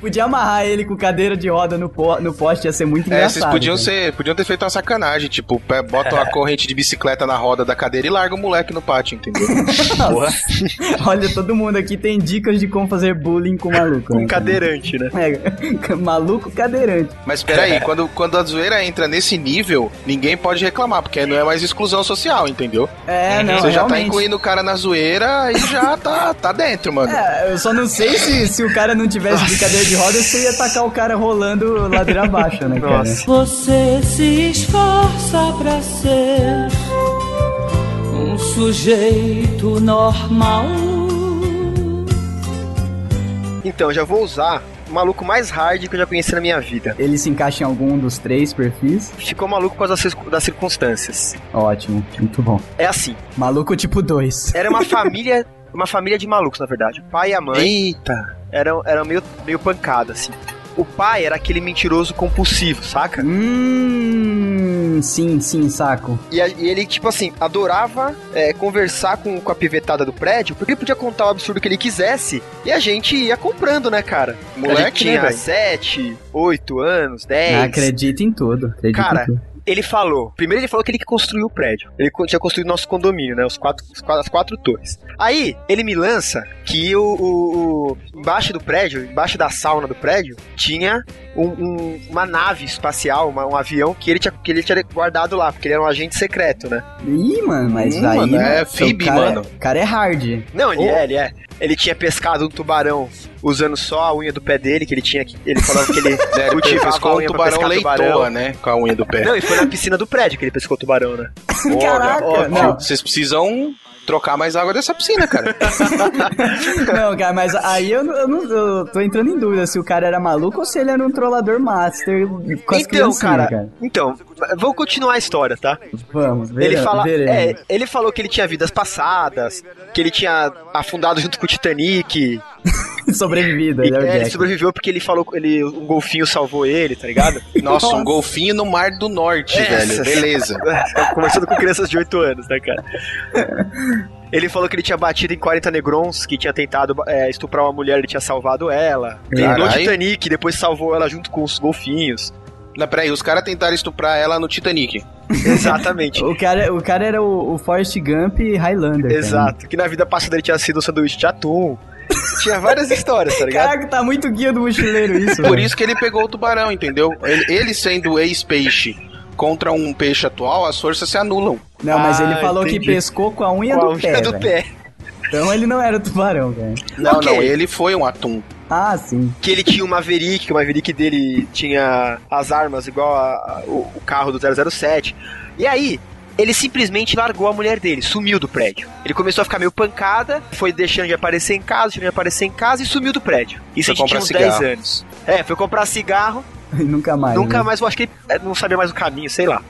Speaker 2: Podia amarrar ele com cadeira de roda no, po- no poste, ia ser muito
Speaker 4: É,
Speaker 2: engraçado.
Speaker 4: vocês podiam,
Speaker 2: cara.
Speaker 4: ser, podiam ter feito uma sacanagem, tipo, pe- botam
Speaker 3: (laughs)
Speaker 4: a corrente de bicicleta na roda da cadeira e larga o moleque no pátio, entendeu?
Speaker 5: Porra.
Speaker 2: (laughs) Olha, todo mundo aqui tem dicas de como fazer bullying com maluco.
Speaker 3: Com
Speaker 2: né, cara?
Speaker 3: (laughs) cadeirante, né?
Speaker 2: É, (laughs) maluco cadeirante.
Speaker 4: Mas
Speaker 3: (laughs)
Speaker 4: peraí, quando, quando a zoeira entra nesse nível, ninguém pode reclamar, porque aí não é mais exclusão social, entendeu?
Speaker 2: É, não,
Speaker 4: Você já tá
Speaker 2: realmente.
Speaker 4: incluindo o cara na zoeira e já tá, tá dentro, mano.
Speaker 2: É, eu só não sei se, se o cara não tivesse
Speaker 4: (laughs)
Speaker 2: de cadeira de roda, você ia tacar o cara rolando ladeira abaixo, né, cara?
Speaker 3: Nossa.
Speaker 1: Você se esforça pra ser um sujeito normal.
Speaker 3: Então, já vou usar o maluco mais hard que eu já conheci na minha vida.
Speaker 2: Ele se encaixa em algum dos três perfis?
Speaker 3: Ficou maluco por causa das circun- das circunstâncias.
Speaker 2: Ótimo, muito bom.
Speaker 3: É assim,
Speaker 2: Maluco tipo 2.
Speaker 3: era (laughs) uma família, uma família de malucos, na verdade. O pai e a mãe
Speaker 4: Eita!
Speaker 3: eram, eram meio, meio pancada, assim. O pai era aquele mentiroso compulsivo, saca?
Speaker 2: Hum, sim, sim, saco.
Speaker 3: E, a- e ele, tipo assim, adorava é, conversar com, com a pivetada do prédio, porque ele podia contar o absurdo que ele quisesse, e a gente ia comprando, né, cara? a gente
Speaker 4: Moleque, né,
Speaker 3: tinha
Speaker 4: velho?
Speaker 3: 7, 8 anos, 10.
Speaker 2: Acredita em tudo. Acredita
Speaker 3: Cara,
Speaker 2: em tudo.
Speaker 3: ele falou. Primeiro ele falou que ele que construiu o prédio. Ele co- tinha construído nosso condomínio, né? Os quatro, os qua- as quatro torres. Aí, ele me lança que o, o- o- embaixo do prédio, embaixo da sauna do prédio, tinha um- um- uma nave espacial, uma- um avião que ele, tinha, que ele tinha guardado lá, porque ele era um agente secreto, né?
Speaker 2: Ih, mano, mas
Speaker 4: Hum,
Speaker 2: aí.
Speaker 4: mano, é
Speaker 2: mano, o
Speaker 4: Phoebe,
Speaker 2: cara,
Speaker 4: mano.
Speaker 2: O cara é hard.
Speaker 3: Não, ele
Speaker 4: Oh.
Speaker 3: é, ele é. Ele tinha pescado um tubarão usando só a unha do pé dele, que ele tinha. que- Ele falava que ele
Speaker 4: (laughs) É, porque
Speaker 3: cultivava a
Speaker 4: pescou um
Speaker 3: unha pra
Speaker 4: tubarão
Speaker 3: Tipo, pescar
Speaker 4: leitoa,
Speaker 3: tubarão.
Speaker 4: né? Com a unha do pé.
Speaker 3: Não, e foi na piscina do prédio que ele pescou o tubarão, né?
Speaker 2: (laughs) Caraca,
Speaker 4: Ó,
Speaker 2: não.
Speaker 4: Tipo, Vocês precisam trocar mais água dessa
Speaker 2: (laughs)
Speaker 4: piscina, cara.
Speaker 2: Não, cara, mas aí eu, não- eu, não- eu tô entrando em dúvida se o cara era maluco ou se ele era um trollador master com as
Speaker 3: Então,
Speaker 2: criancinhas,
Speaker 3: cara, Então, vamos continuar a história, tá?
Speaker 2: Vamos,
Speaker 3: Ele,
Speaker 2: veremos,
Speaker 3: fala,
Speaker 2: veremos. (laughs)
Speaker 3: é, ele falou que ele tinha vidas passadas, que ele tinha afundado junto com o Titanic,
Speaker 2: Sobrevivida,
Speaker 3: e,
Speaker 2: ele é o
Speaker 3: é, ele
Speaker 2: Jack.
Speaker 3: sobreviveu porque ele falou ele um golfinho salvou ele, tá ligado? (laughs)
Speaker 4: Nossa, um golfinho no Mar do Norte,
Speaker 3: Essa.
Speaker 4: velho. Beleza.
Speaker 3: Tá Conversando com crianças de 8 anos, né, cara? Ele falou que ele tinha batido em 40 negrons, que tinha tentado é, estuprar uma mulher, ele tinha salvado ela. Ele o
Speaker 4: Caralho.
Speaker 3: Titanic, depois salvou ela junto com
Speaker 2: (laughs)
Speaker 3: os golfinhos.
Speaker 4: Não, peraí, os caras tentaram estuprar ela no Titanic.
Speaker 3: Exatamente.
Speaker 2: O cara, o cara era o, o Forrest Gump e Highlander. cara.
Speaker 3: Exato. Que na vida passada ele tinha sido um sanduíche de atum. Tinha várias histórias,
Speaker 2: (laughs)
Speaker 3: tá ligado?
Speaker 2: Caraca, tá muito guia do mochileiro
Speaker 3: (laughs)
Speaker 2: isso.
Speaker 4: Por
Speaker 2: velho.
Speaker 4: isso que ele pegou o tubarão, entendeu? Ele, ele sendo ex-peixe contra um peixe atual, as forças se anulam.
Speaker 2: Não, mas ele
Speaker 3: Ah,
Speaker 2: falou que
Speaker 3: entendi.
Speaker 2: pescou com a unha
Speaker 3: Com a
Speaker 2: do
Speaker 3: unha
Speaker 2: pé.
Speaker 3: do
Speaker 2: velho.
Speaker 3: pé.
Speaker 2: Então ele não era tubarão, cara.
Speaker 4: Não,
Speaker 3: Ok.
Speaker 4: não, ele foi um atum.
Speaker 2: Ah, sim. (laughs)
Speaker 3: que ele tinha o Maverick, que o Maverick dele tinha as armas igual a- a- o, o carro do 007. E aí, ele simplesmente largou a mulher dele, sumiu do prédio. Ele começou a ficar meio pancada, foi deixando de aparecer em casa, deixando de aparecer em casa e sumiu do prédio. Isso
Speaker 4: Foi
Speaker 3: a gente tinha
Speaker 4: comprar
Speaker 3: uns
Speaker 4: cigarro.
Speaker 3: 10 anos. É, foi comprar cigarro,
Speaker 2: E nunca mais.
Speaker 3: nunca
Speaker 2: né?
Speaker 3: mais, eu acho que ele é, não sabia mais o caminho, sei
Speaker 2: (laughs)
Speaker 3: lá.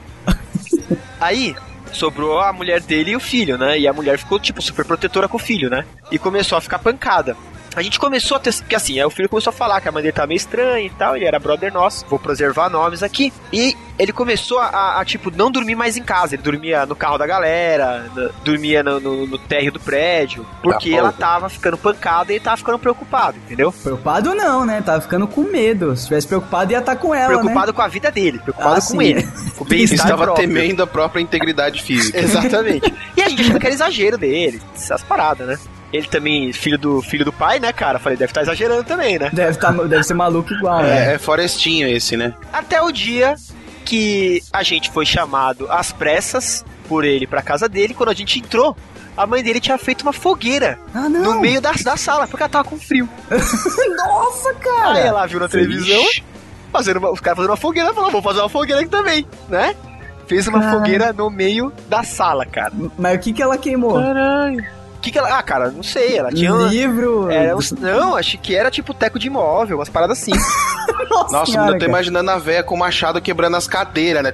Speaker 3: aí, sobrou a mulher dele e o filho, né? E a mulher ficou, tipo, super protetora com o filho, né? E começou a ficar pancada. a gente começou a ter. Porque assim, aí o filho começou a falar que a mãe dele tava meio estranha e tal, ele era brother nosso, vou preservar nomes aqui. E ele começou a, a, tipo, não dormir mais em casa. Ele dormia no carro da galera, na- dormia no, no, no térreo do prédio,
Speaker 2: Tá
Speaker 3: porque ela
Speaker 4: folga.
Speaker 3: tava ficando pancada e ele tava ficando preocupado, entendeu?
Speaker 2: Preocupado não, né? Tava ficando com medo. Se tivesse preocupado, ia estar com ela, né?
Speaker 3: preocupado com a vida dele, preocupado
Speaker 2: Ah,
Speaker 3: com
Speaker 2: sim. (laughs)
Speaker 3: ele. Com o bem-estar
Speaker 4: Estava
Speaker 3: próprio.
Speaker 4: temendo a própria integridade
Speaker 3: (laughs)
Speaker 4: física.
Speaker 3: Exatamente. e a gente achando que era exagero dele, essas paradas, né? Ele também, filho do filho do pai, né, cara? Falei, deve estar exagerando também, né?
Speaker 2: Deve, tá, deve ser maluco igual, né?
Speaker 4: É, é florestinho esse, né?
Speaker 3: Até o dia que a gente foi chamado às pressas por ele pra casa dele, quando a gente entrou, a mãe dele tinha feito uma fogueira
Speaker 2: Ah, não.
Speaker 3: no meio da, da sala, porque ela tava com frio.
Speaker 2: (laughs) Nossa,
Speaker 3: Aí
Speaker 2: cara!
Speaker 3: ela viu na televisão, fazendo uma, os caras fazendo uma fogueira, falou, "Ah, vou fazer uma fogueira aqui também, né? Fez uma
Speaker 2: Caralho.
Speaker 3: fogueira no meio da sala, cara.
Speaker 2: Mas o que que ela queimou?
Speaker 3: O que que ela... Ah, cara, não sei, ela tinha... é,
Speaker 2: Um livro?
Speaker 3: Era uns- não, acho que era tipo teco de imóvel, umas paradas assim.
Speaker 2: Nossa,
Speaker 4: Nossa,
Speaker 2: senhora,
Speaker 4: eu tô
Speaker 2: cara.
Speaker 4: imaginando a véia com o machado quebrando as cadeiras, né?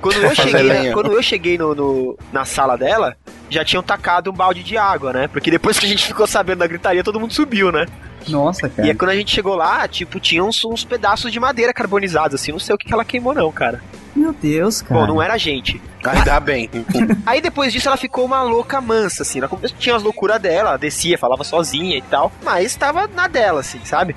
Speaker 3: Quando eu cheguei,
Speaker 4: Fazenha.
Speaker 3: quando eu cheguei no, no- na sala dela, já tinham tacado um balde de água, né? Porque depois que a gente (laughs) ficou sabendo da gritaria, todo mundo subiu, né?
Speaker 2: Nossa,
Speaker 3: E
Speaker 2: cara.
Speaker 3: aí, quando a gente chegou lá, tipo, tinha uns, uns pedaços de madeira carbonizados, assim, não sei o que que ela queimou não, cara.
Speaker 2: Meu Deus, cara.
Speaker 3: Bom, é- não é- era a gente.
Speaker 4: Ainda bem.
Speaker 3: (laughs) Aí depois disso ela ficou uma louca mansa, assim. Ela come- tinha as loucuras dela, ela descia, falava sozinha e tal. Mas tava na dela, assim, sabe?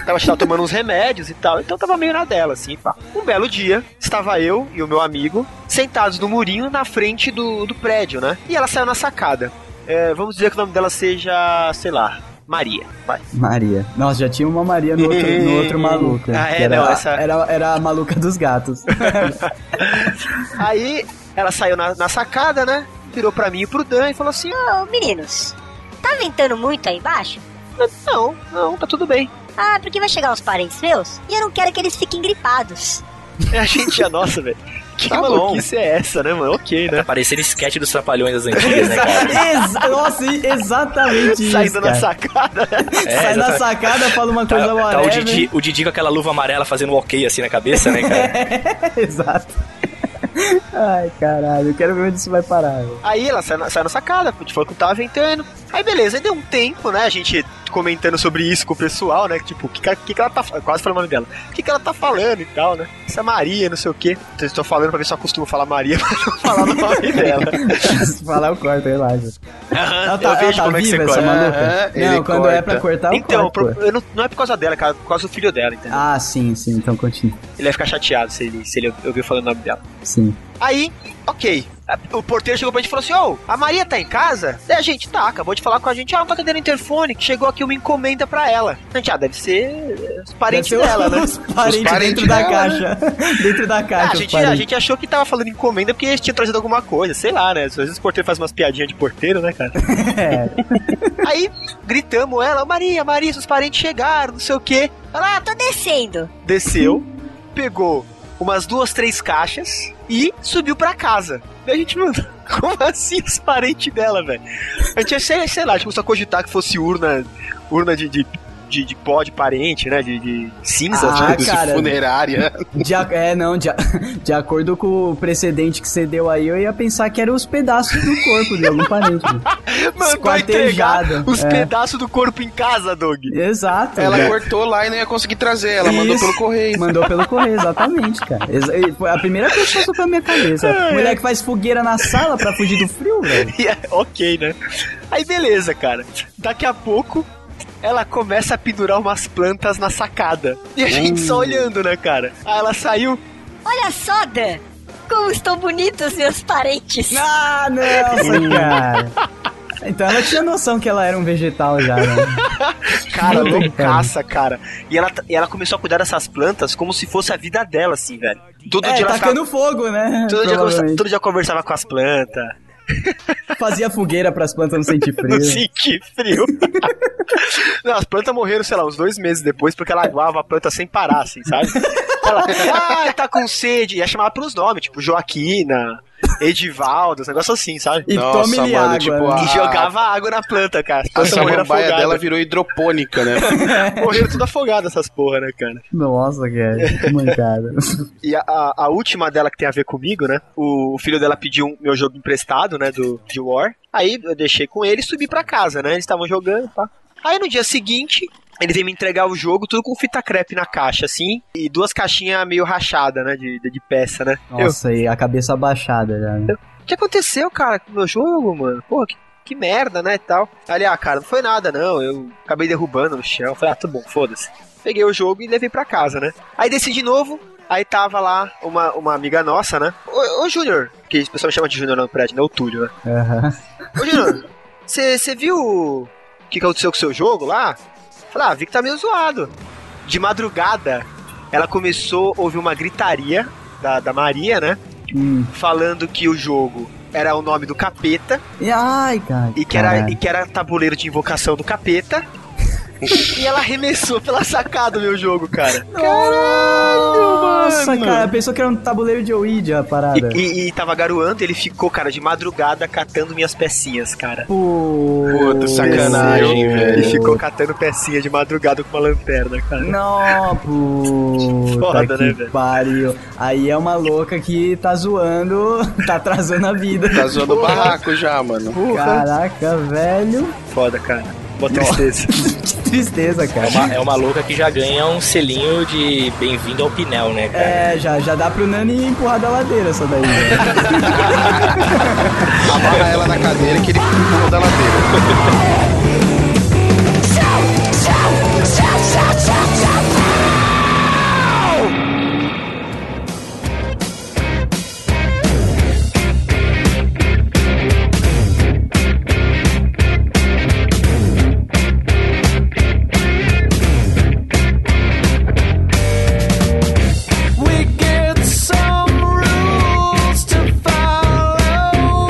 Speaker 3: Tava, acho que tava tomando uns remédios e tal, então tava meio na dela, assim, pá. Um belo dia, estava eu e o meu amigo sentados no murinho na frente do, do prédio, né? E ela saiu na sacada. É, vamos dizer que o nome dela seja, sei lá, Maria. Vai.
Speaker 2: Maria. Nossa, já tinha uma Maria no outro, no
Speaker 3: (laughs)
Speaker 2: outro maluco.
Speaker 3: Ah, é,
Speaker 2: que era,
Speaker 3: não, essa-
Speaker 2: era, era a maluca dos
Speaker 3: (laughs)
Speaker 2: gatos.
Speaker 3: Aí ela saiu na, na sacada, né? Virou pra mim e pro Dan e falou assim: ah,
Speaker 8: Ô, meninos, tá ventando muito aí embaixo?
Speaker 3: não, não, tá tudo bem.
Speaker 8: Ah, porque vai chegar uns parentes meus e eu não quero que eles fiquem gripados.
Speaker 3: É a gente, a nossa, velho. Que
Speaker 4: Tá bom.
Speaker 3: maluquice é essa, né, mano? Ok, né?
Speaker 5: Tá parecendo esquete dos Trapalhões das
Speaker 2: (laughs)
Speaker 5: antigas, né, cara?
Speaker 2: Ex- Nossa, e- exatamente isso.
Speaker 3: Saindo na
Speaker 2: cara.
Speaker 3: sacada. né?
Speaker 2: Sai na sacada, fala uma coisa
Speaker 5: Tá, tá o,
Speaker 2: whatever.
Speaker 5: Didi, o Didi com aquela luva amarela fazendo um ok assim na cabeça, né, cara?
Speaker 2: (laughs) Exato. Ai, caralho, eu quero ver onde isso vai parar. velho. (laughs)
Speaker 3: Aí ela sai na, sai na sacada, a gente falou que tava ventando. Aí beleza, aí deu um tempo, né? A gente comentando sobre isso com o pessoal, né? Tipo, o que, que, ela- que que ela tá falando? Quase falando o nome dela. O que, que ela tá falando e tal, né? Essa Maria, não sei o quê. Então, estou falando pra ver se eu acostumo a falar Maria, (laughs) mas não falar o nome dela.
Speaker 2: Se falar, eu corto, relaxa. Ela tá,
Speaker 3: eu
Speaker 2: ela
Speaker 3: vejo
Speaker 2: tá
Speaker 3: como é que
Speaker 2: viva
Speaker 3: você
Speaker 2: essa
Speaker 3: corta.
Speaker 2: maluca?
Speaker 4: Aham, ele
Speaker 2: não, quando é pra
Speaker 4: corta.
Speaker 2: cortar, eu
Speaker 3: Então,
Speaker 2: corto.
Speaker 3: pro- eu não, não é por causa dela, cara, é por causa do filho dela, entendeu?
Speaker 2: Ah, sim, sim, então continua.
Speaker 3: Ele vai ficar chateado se ele, se ele ouvir falando o nome dela.
Speaker 2: Sim.
Speaker 3: Aí, ok. É, O porteiro chegou pra gente e falou assim: Ô, a Maria tá em casa? É, a gente tá, acabou de falar com a gente. Ah, não tá atendendo o interfone, que chegou aqui uma encomenda pra ela. A gente, ah, deve ser eh, os parentes
Speaker 2: Deve ser (laughs)
Speaker 3: dela, né?
Speaker 2: Os parentes,
Speaker 4: parentes
Speaker 2: dentro da
Speaker 4: dela,
Speaker 2: caixa. (laughs) dentro da
Speaker 3: Ah,
Speaker 2: caixa,
Speaker 3: a,
Speaker 2: os
Speaker 3: gente, a
Speaker 2: parentes.
Speaker 3: gente achou que tava falando encomenda porque eles tinham trazido alguma coisa, sei lá, né? Às vezes o porteiro faz umas piadinhas de porteiro, né,
Speaker 2: (laughs)
Speaker 3: cara?
Speaker 2: É.
Speaker 3: Aí gritamos ela, Maria, Maria, seus parentes chegaram, não sei o quê. Ela
Speaker 8: Ah, tô descendo.
Speaker 3: desceu, pegou umas duas, três caixas e subiu pra casa. E a gente, mano, (laughs) como assim os parentes dela, velho? A gente, sei, sei lá, a gente começou a cogitar que fosse urna, urna de, de, de, de pó de parente, né? De, de cinza,
Speaker 2: Ah,
Speaker 3: né?
Speaker 4: Desse
Speaker 2: cara.
Speaker 4: funerária.
Speaker 2: De a- é, não, de, a- (laughs) de acordo com o precedente que você deu aí, eu ia pensar que eram os pedaços do corpo de algum parente.
Speaker 3: (laughs) Mandou entregar
Speaker 2: esquartejado,
Speaker 3: os
Speaker 2: é.
Speaker 3: pedaços do corpo em casa, Doug.
Speaker 2: Exato.
Speaker 4: Ela
Speaker 2: velho.
Speaker 4: cortou lá e não ia conseguir trazer. Ela mandou
Speaker 2: É. Isso.
Speaker 4: pelo correio.
Speaker 2: Mandou pelo correio, exatamente, cara. Exa- e Foi a primeira coisa que passou pela minha cabeça. Mulher que faz fogueira na sala pra fugir do frio, velho.
Speaker 3: E é ok, né? Aí beleza, cara. Daqui a pouco ela começa a pendurar umas plantas na sacada. E a gente
Speaker 2: Hum.
Speaker 3: só olhando, né, cara? Aí ela saiu.
Speaker 8: Olha só, Dan, como estão bonitos meus parentes.
Speaker 2: Ah, nossa, cara. Então ela tinha noção que ela era um vegetal já, né? (laughs)
Speaker 3: Cara,
Speaker 2: Sim,
Speaker 3: loucaça, cara. E ela, e ela começou a cuidar dessas plantas como se fosse a vida dela, assim, velho. Todo
Speaker 2: É,
Speaker 3: dia ela ficava,
Speaker 2: tacando fogo, né?
Speaker 3: todo, dia conversa,
Speaker 2: Provavelmente.
Speaker 3: todo dia conversava com as plantas.
Speaker 2: Fazia fogueira pras plantas não sentir frio.
Speaker 3: (laughs) Não senti
Speaker 2: (laughs)
Speaker 3: frio. Não, as plantas morreram, sei lá, uns dois meses depois, porque ela aguava a planta sem parar, assim, sabe? Ela, ah, tá com sede. E ela chamava pelos nomes, tipo Joaquina, Edivaldo, uns negócios assim, sabe?
Speaker 2: E
Speaker 4: Nossa,
Speaker 2: tome-lhe
Speaker 4: mano,
Speaker 2: água.
Speaker 4: tipo,
Speaker 2: né?
Speaker 4: a-
Speaker 3: E jogava água na planta, cara. As
Speaker 2: Então
Speaker 4: A
Speaker 3: plantas morreram
Speaker 4: samambaia
Speaker 3: afogadas.
Speaker 4: dela virou hidropônica, né?
Speaker 3: Morreram tudo afogadas essas porra, né, cara?
Speaker 2: Nossa, cara, que mancada.
Speaker 3: E a, a- a última dela que tem a ver comigo, né? O, o filho dela pediu um- meu jogo emprestado, né? Do de War. Aí eu deixei com ele e subi pra casa, né? Eles estavam jogando, pá. Aí no dia seguinte, ele veio me entregar o jogo, tudo com fita crepe na caixa, assim, e duas caixinhas meio rachadas, né, de, de, de peça, né? Eu,
Speaker 2: Nossa, e a cabeça abaixada já. né?
Speaker 3: o que aconteceu, cara, com o meu jogo, mano? Pô, que, que merda, né, e tal. Aí ele, ah, cara, não foi nada, não, eu acabei derrubando no chão. Falei, ah, tudo bom, foda-se. Peguei o jogo e levei pra casa, né? Aí desci de novo, aí tava lá uma, uma amiga nossa, né? Ô, ô Júnior, que o pessoal me chama de Júnior lá no prédio, né, o Túlio, né?
Speaker 2: Aham.
Speaker 3: Ô, Júnior, você viu o que que aconteceu com o seu jogo lá? Falei, ah, vi que tá meio zoado. De madrugada, ela começou a ouvir uma gritaria da, da Maria, né?
Speaker 2: Hum.
Speaker 3: Falando que o jogo era o nome do capeta
Speaker 2: E, ai, cara.
Speaker 3: e que era,
Speaker 2: caralho.
Speaker 3: e que era tabuleiro de invocação do capeta. e ela arremessou pela sacada o meu jogo, cara.
Speaker 2: Nossa,
Speaker 3: mano.
Speaker 2: cara, pensou que era um tabuleiro de Ouija a
Speaker 4: Ah,
Speaker 3: E,
Speaker 4: né?
Speaker 2: parada.
Speaker 3: e- e tava garoando, ele ficou, cara, de madrugada catando minhas pecinhas, cara.
Speaker 2: Puta,
Speaker 4: Puta, sacanagem,
Speaker 3: Ele
Speaker 4: velho.
Speaker 3: ficou catando pecinha de madrugada com uma lanterna, cara.
Speaker 2: Não, puta
Speaker 3: Foda,
Speaker 2: que
Speaker 3: né, velho?
Speaker 2: pariu. Aí é uma louca que tá zoando, (laughs) tá atrasando a vida.
Speaker 4: Tá zoando o barraco já, mano.
Speaker 2: Caraca, velho.
Speaker 3: Foda, cara. Uma tristeza.
Speaker 2: (laughs) Que tristeza,
Speaker 5: É
Speaker 2: cara.
Speaker 5: uma, é uma louca que já ganha um selinho de bem-vindo ao Pinel, né, cara?
Speaker 2: É, já, já dá pro Nani empurrar da ladeira essa daí. né? velho.
Speaker 4: Amarra ela na cadeira que ele pulou da ladeira.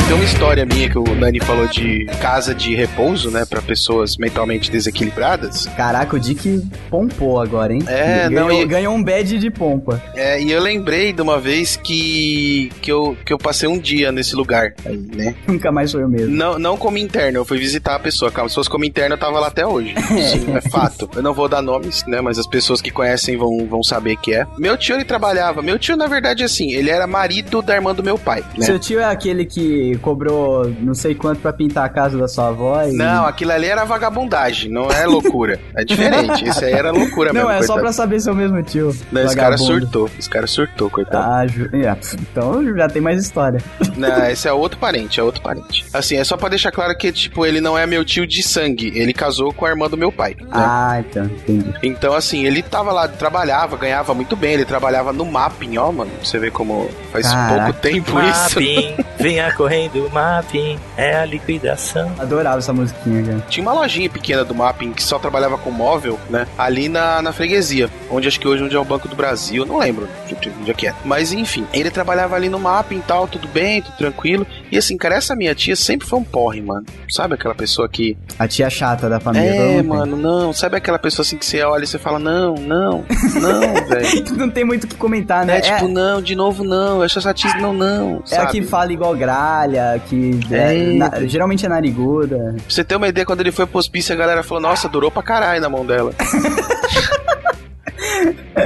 Speaker 4: Tem uma história minha que o Nani falou de casa de repouso, né, Pra pessoas mentalmente desequilibradas.
Speaker 2: Caraca, o Dick pompou agora, hein?
Speaker 4: É,
Speaker 2: ganhou,
Speaker 4: não, e-
Speaker 2: ganhou um badge de pompa. (laughs)
Speaker 4: É, e eu lembrei de uma vez que que eu, que eu passei um dia nesse lugar aí, né?
Speaker 2: Nunca mais foi o mesmo.
Speaker 4: Não, não como interno, eu fui visitar a pessoa. Calma, se fosse como interno, eu tava lá até hoje. Sim, é fato. Eu não vou dar nomes, né? Mas as pessoas que conhecem vão, vão saber que é. Meu tio, ele trabalhava. Meu tio, na verdade, assim, ele era marido da irmã do meu pai, né?
Speaker 2: Seu tio é aquele que cobrou não sei quanto pra pintar a casa da sua avó e...
Speaker 4: Não, aquilo ali era vagabundagem, não é loucura. É diferente. Isso aí era loucura
Speaker 2: Não,
Speaker 4: mesmo.
Speaker 2: é só
Speaker 4: coitado.
Speaker 2: pra saber se é o mesmo tio.
Speaker 4: Não, esse cara
Speaker 2: vagabundo.
Speaker 4: surtou. Esse cara surtou, coitado.
Speaker 2: Ah, ju- é, pf, então já tem mais história.
Speaker 4: Não, esse é outro parente, é outro parente. Assim, é só pra deixar claro que, tipo, ele não é meu tio de sangue. Ele casou com a irmã do meu pai. né?
Speaker 2: Ah, então, entendi.
Speaker 4: Então, assim, ele tava lá, trabalhava, ganhava muito bem. Ele trabalhava no mapping, ó, mano. Pra Você vê como faz
Speaker 2: Caraca.
Speaker 4: pouco tempo isso. né?
Speaker 5: Mapim, venha correndo, Mapim, é a liquidação.
Speaker 2: Adorava essa musiquinha, cara.
Speaker 4: Tinha uma lojinha pequena do mapping que só trabalhava com móvel, né? Ali na, na freguesia, onde acho que hoje onde é o Banco do Brasil, não lembro de- onde é que é. Mas enfim, ele trabalhava ali no mapping e tal, tudo bem, tudo tranquilo. E assim, cara, essa minha tia sempre foi um porre, mano. Sabe aquela pessoa que
Speaker 2: A tia chata da família. todo
Speaker 4: É,
Speaker 2: mundo tem.
Speaker 4: mano, não. Sabe aquela pessoa assim que você olha e você fala, não, não,
Speaker 2: (laughs)
Speaker 4: não, velho.
Speaker 2: (laughs) Não tem muito o que comentar, né?
Speaker 4: É, tipo, não, de novo não, eu sou satis, não, não.
Speaker 2: é a que
Speaker 4: Sabe?
Speaker 2: fala igual gralha, que é,
Speaker 4: É.
Speaker 2: na- geralmente é nariguda.
Speaker 4: Pra você ter uma ideia, quando ele foi pro hospício, a galera falou, nossa, durou pra caralho na mão dela. (laughs)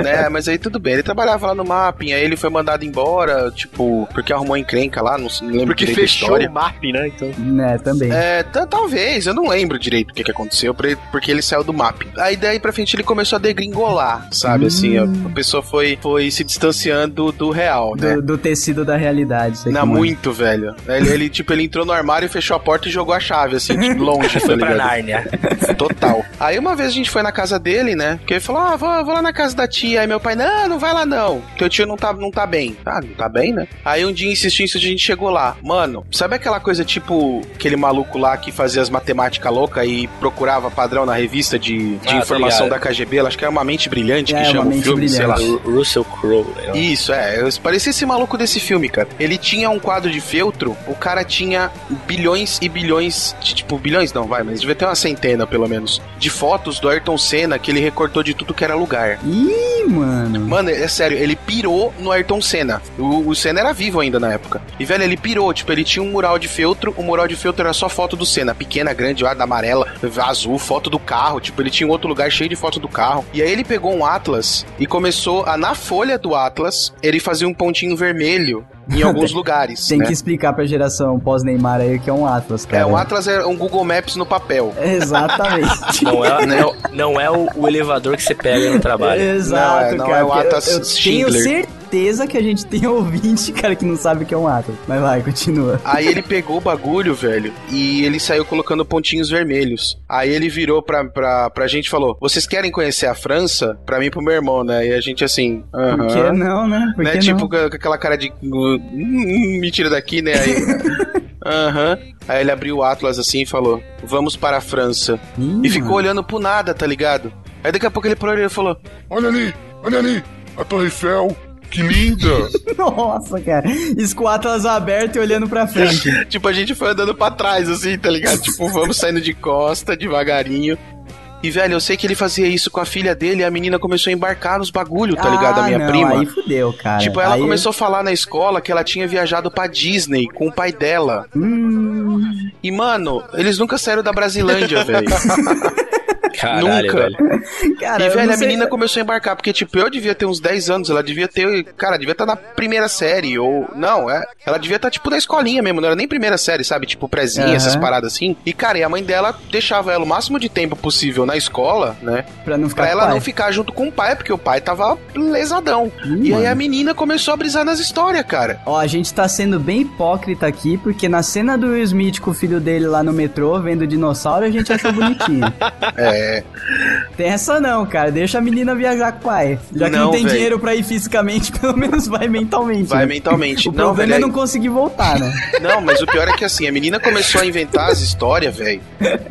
Speaker 4: né, mas aí tudo bem. Ele trabalhava lá no mapping, aí ele foi mandado embora, tipo, porque arrumou encrenca lá, não, não lembro
Speaker 3: (laughs) Porque
Speaker 4: direito a
Speaker 3: fechou
Speaker 4: história.
Speaker 3: o map, né? Então.
Speaker 2: Né, também.
Speaker 4: É, ta- talvez, eu não lembro direito o que, que aconteceu, pra ele- porque ele saiu do mapa. Aí daí pra frente ele começou a degringolar, sabe? Assim, a,
Speaker 2: Hum.
Speaker 4: a pessoa foi, foi se distanciando do real, né?
Speaker 2: do, do tecido da realidade. sei
Speaker 4: Na
Speaker 2: como é.
Speaker 4: muito, velho. Ele, ele, tipo, ele entrou no armário, fechou a porta e jogou a chave, assim, tipo, longe,
Speaker 5: (laughs)
Speaker 4: tá
Speaker 5: Foi pra
Speaker 4: ligado?
Speaker 5: Nárnia.
Speaker 4: (laughs) Total. Aí uma vez a gente foi na casa dele, né? Porque ele falou: Ah, vou, vou lá na casa da tia. Aí meu pai, não, não vai lá não. Teu tio não tá, não tá bem. Ah, não tá bem, né? Aí um dia insistiu, insistiu, a gente chegou lá. Mano, sabe aquela coisa tipo aquele maluco lá que fazia as matemáticas loucas e procurava padrão na revista de, de
Speaker 5: Ah, tô
Speaker 4: informação
Speaker 5: ligado.
Speaker 4: da KGB? Acho que era uma mente brilhante
Speaker 2: É,
Speaker 4: que
Speaker 2: Uma
Speaker 4: chama o
Speaker 2: Mente
Speaker 4: filme, sei lá.
Speaker 2: Brilhante.
Speaker 5: Ru- Russell Crowe. né?
Speaker 4: Isso, é. Eu parecia esse maluco desse filme, cara. Ele tinha um quadro de feltro, o cara tinha bilhões e bilhões, de, tipo, bilhões não, vai, mas devia ter uma centena, pelo menos, de fotos do Ayrton Senna que ele recortou de tudo que era lugar.
Speaker 2: Ih, mano.
Speaker 4: Mano, é sério, ele pirou no Ayrton Senna. O, o Senna era vivo ainda na época. E, velho, ele pirou, tipo, ele tinha um mural de feltro, o mural de feltro era só foto do Senna, pequena, grande, da amarela, azul, foto do carro, tipo, ele tinha um outro lugar cheio de foto do carro. E aí ele pegou um Atlas e começou a, na folha do Atlas, ele fazia um pontinho vermelho
Speaker 2: (laughs)
Speaker 4: em alguns lugares.
Speaker 2: Tem
Speaker 4: né?
Speaker 2: que explicar pra geração pós-Neymar aí que é um Atlas, cara.
Speaker 4: É, o Atlas é um Google Maps no papel.
Speaker 2: (laughs)
Speaker 4: (laughs)
Speaker 2: Exatamente.
Speaker 5: Não é, não, não é o, o elevador que você pega no trabalho.
Speaker 2: Exato,
Speaker 4: não é
Speaker 2: cara.
Speaker 4: o
Speaker 2: porque eu-
Speaker 4: Atlas
Speaker 2: eu, tenho
Speaker 4: Schindler.
Speaker 2: certeza que a gente tem (laughs) ouvinte, cara, que não sabe o que é um Atlas. Mas vai, continua.
Speaker 4: Aí ele pegou o bagulho, velho, e ele saiu colocando pontinhos vermelhos. Aí ele virou pra, pra, pra gente e falou: Vocês querem conhecer a França? Pra mim e pro meu irmão, né? E a gente assim. aham.
Speaker 2: Por que não, né? Por
Speaker 4: né?
Speaker 2: que
Speaker 4: Tipo,
Speaker 2: não?
Speaker 4: com com aquela cara de. "Hum, hum, Me tira daqui,
Speaker 2: (laughs)
Speaker 4: né? Aí. Aham. Aí ele abriu o Atlas assim e falou: Vamos para a França.
Speaker 2: Ih,
Speaker 4: E ficou
Speaker 2: mano.
Speaker 4: olhando pro nada, tá ligado? Aí daqui a pouco ele parou e falou:
Speaker 9: Olha ali, olha ali, a Torre Eiffel. Que linda!
Speaker 2: (laughs) Nossa, cara. Isso com o Atlas aberto e olhando pra
Speaker 4: (laughs)
Speaker 2: frente.
Speaker 4: Tipo, a gente foi andando pra trás, assim, tá ligado? Tipo, vamos saindo de costa, devagarinho. E, velho, eu sei que ele fazia isso com a filha dele e a menina começou a embarcar nos bagulho, tá ligado? A
Speaker 2: Ah,
Speaker 4: minha
Speaker 2: não,
Speaker 4: prima.
Speaker 2: Aí fudeu, cara.
Speaker 4: Tipo, ela
Speaker 2: Aí-
Speaker 4: começou a falar na escola que ela tinha viajado pra Disney com o pai dela.
Speaker 2: Hum,
Speaker 4: E, mano, eles nunca saíram
Speaker 2: (laughs)
Speaker 4: da Brasilândia, velho.
Speaker 5: Caralho,
Speaker 4: Nunca.
Speaker 5: velho.
Speaker 2: cara,
Speaker 4: E,
Speaker 2: eu
Speaker 4: velho,
Speaker 2: não
Speaker 4: a
Speaker 2: sei- é-
Speaker 4: menina começou a embarcar, porque, tipo, eu devia ter uns 10 anos, ela devia ter, cara, devia estar na primeira série, ou, não, é, ela devia estar, tipo, na escolinha mesmo, não era nem primeira série, sabe, tipo, prezinha,
Speaker 2: Aham.
Speaker 4: essas paradas assim. E, cara, e a mãe dela deixava ela o máximo de tempo possível na escola, né,
Speaker 2: Pra não ficar
Speaker 4: pra ela
Speaker 2: pai.
Speaker 4: não ficar junto com o pai, porque o pai tava lesadão.
Speaker 2: Hum,
Speaker 4: E aí
Speaker 2: mano.
Speaker 4: a menina começou a brisar nas histórias, cara.
Speaker 2: Ó, a gente tá sendo bem hipócrita aqui, porque na cena do Will Smith com o filho dele lá no metrô, vendo dinossauro, a gente achou bonitinho.
Speaker 4: (laughs) É,
Speaker 2: Tem essa não, cara. Deixa a menina viajar com o pai. Já que não,
Speaker 4: Não,
Speaker 2: tem
Speaker 4: velho.
Speaker 2: dinheiro pra ir fisicamente, (laughs) pelo menos vai mentalmente.
Speaker 4: vai
Speaker 2: né?
Speaker 4: mentalmente.
Speaker 2: O
Speaker 4: não,
Speaker 2: problema
Speaker 4: velho,
Speaker 2: é
Speaker 4: aí-
Speaker 2: não conseguir voltar, né?
Speaker 4: Não, mas o pior é que assim, a menina começou a inventar as histórias, velho.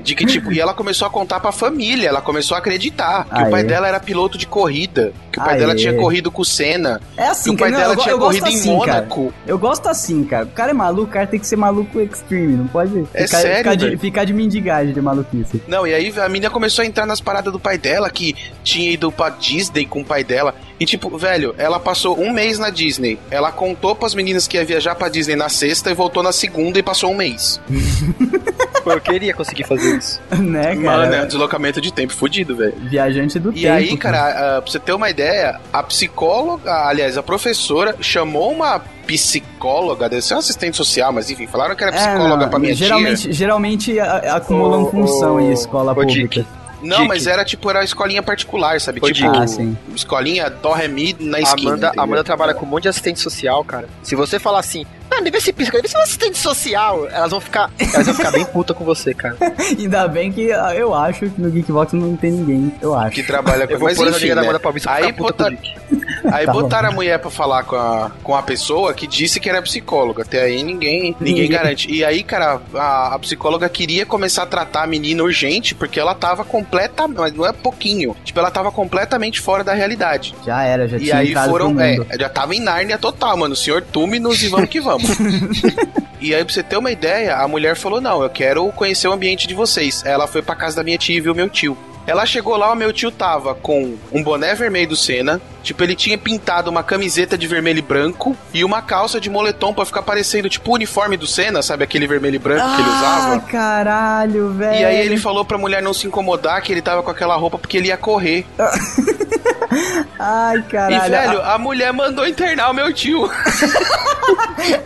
Speaker 4: De que tipo, e ela começou a contar pra família, ela começou a acreditar que
Speaker 2: Aê.
Speaker 4: o pai dela era piloto de corrida, que o pai
Speaker 2: Aê.
Speaker 4: dela tinha corrido com o Senna,
Speaker 2: É
Speaker 4: que
Speaker 2: assim,
Speaker 4: o pai
Speaker 2: cara. Não,
Speaker 4: dela
Speaker 2: eu, go-
Speaker 4: tinha
Speaker 2: eu gosto
Speaker 4: corrido em
Speaker 2: assim, cara.
Speaker 4: Mônaco.
Speaker 2: Eu gosto assim, cara. O cara é maluco, o cara tem que ser maluco extreme. Não pode ficar,
Speaker 4: É sério,
Speaker 2: ficar, de,
Speaker 4: velho?
Speaker 2: ficar de mendigagem de maluquice. (laughs)
Speaker 4: Não, e aí a menina começou a entrar nas paradas do pai dela, que tinha ido pra Disney com o pai dela. E tipo, velho, ela passou um mês na Disney. Ela contou pras meninas que ia viajar pra Disney na sexta e voltou na segunda e passou um mês.
Speaker 3: Pô, eu queria conseguir fazer isso.
Speaker 2: né, cara?
Speaker 4: Mano, é um deslocamento de tempo fudido, velho.
Speaker 2: Viajante do
Speaker 4: E
Speaker 2: tempo.
Speaker 4: aí, cara, ah, pra você ter uma ideia, a psicóloga, aliás, a professora chamou uma psicóloga, deve ser uma assistente social, mas enfim, falaram que era psicóloga
Speaker 2: não,
Speaker 4: pra minha
Speaker 2: É, geralmente,
Speaker 4: tia.
Speaker 2: Geralmente a- a- acumulam
Speaker 3: Ô,
Speaker 2: função
Speaker 3: ô,
Speaker 2: em escola
Speaker 3: ô,
Speaker 2: pública.
Speaker 4: Não,
Speaker 3: Dick.
Speaker 4: mas era tipo, era escolinha particular, sabe?
Speaker 3: Ô,
Speaker 4: tipo,
Speaker 3: Dick.
Speaker 2: Ah, sim. (laughs)
Speaker 4: escolinha Dó Ré Mi na esquina.
Speaker 3: Amanda,
Speaker 4: entendeu?
Speaker 3: Amanda trabalha com um monte de assistente social, cara. Se você falar assim, ah, deve ser pisca, deve ser um assistente social, elas vão ficar, elas vão ficar bem puta com você, cara.
Speaker 2: Ainda bem que ah, eu acho que no Geekbox não tem ninguém, eu acho.
Speaker 4: que
Speaker 3: (laughs)
Speaker 4: trabalha com
Speaker 3: Eu vou
Speaker 4: mas
Speaker 3: pôr na
Speaker 4: enfim,
Speaker 3: Liga da
Speaker 4: né?
Speaker 3: Amanda Paulista pra
Speaker 4: Aí
Speaker 3: ficar puta com o
Speaker 4: botaram,
Speaker 3: Dick.
Speaker 4: (laughs) aí
Speaker 2: Tá bom.
Speaker 4: botaram a mulher pra falar com a, com a pessoa que disse que era psicóloga. Até aí ninguém, ninguém
Speaker 2: Ninguém.
Speaker 4: garante. E aí, cara, a, a psicóloga queria começar a tratar a menina urgente, porque ela tava completamente. Mas não é pouquinho. Tipo, ela tava completamente fora da realidade.
Speaker 2: Já era, já
Speaker 4: E
Speaker 2: tinha
Speaker 4: aí
Speaker 2: entrado pro
Speaker 4: foram. É,
Speaker 2: mundo.
Speaker 4: já tava em Nárnia total, mano. Senhor Túminos e vamos
Speaker 2: (laughs)
Speaker 4: que vamos. E aí, pra você ter uma ideia, a mulher falou: Não, eu quero conhecer o ambiente de vocês. Ela foi pra casa da minha tia e viu meu tio. Ela chegou lá, o meu tio tava com um boné vermelho do Senna. Tipo, ele tinha pintado uma camiseta de vermelho e branco e uma calça de moletom pra ficar parecendo, tipo, o uniforme do Senna, sabe? Aquele vermelho e branco que ele usava.
Speaker 2: Ah, caralho, velho.
Speaker 4: E aí ele falou pra mulher não se incomodar que ele tava com aquela roupa porque ele ia correr.
Speaker 2: Ai, caralho.
Speaker 4: e, velho, a mulher mandou internar o meu tio.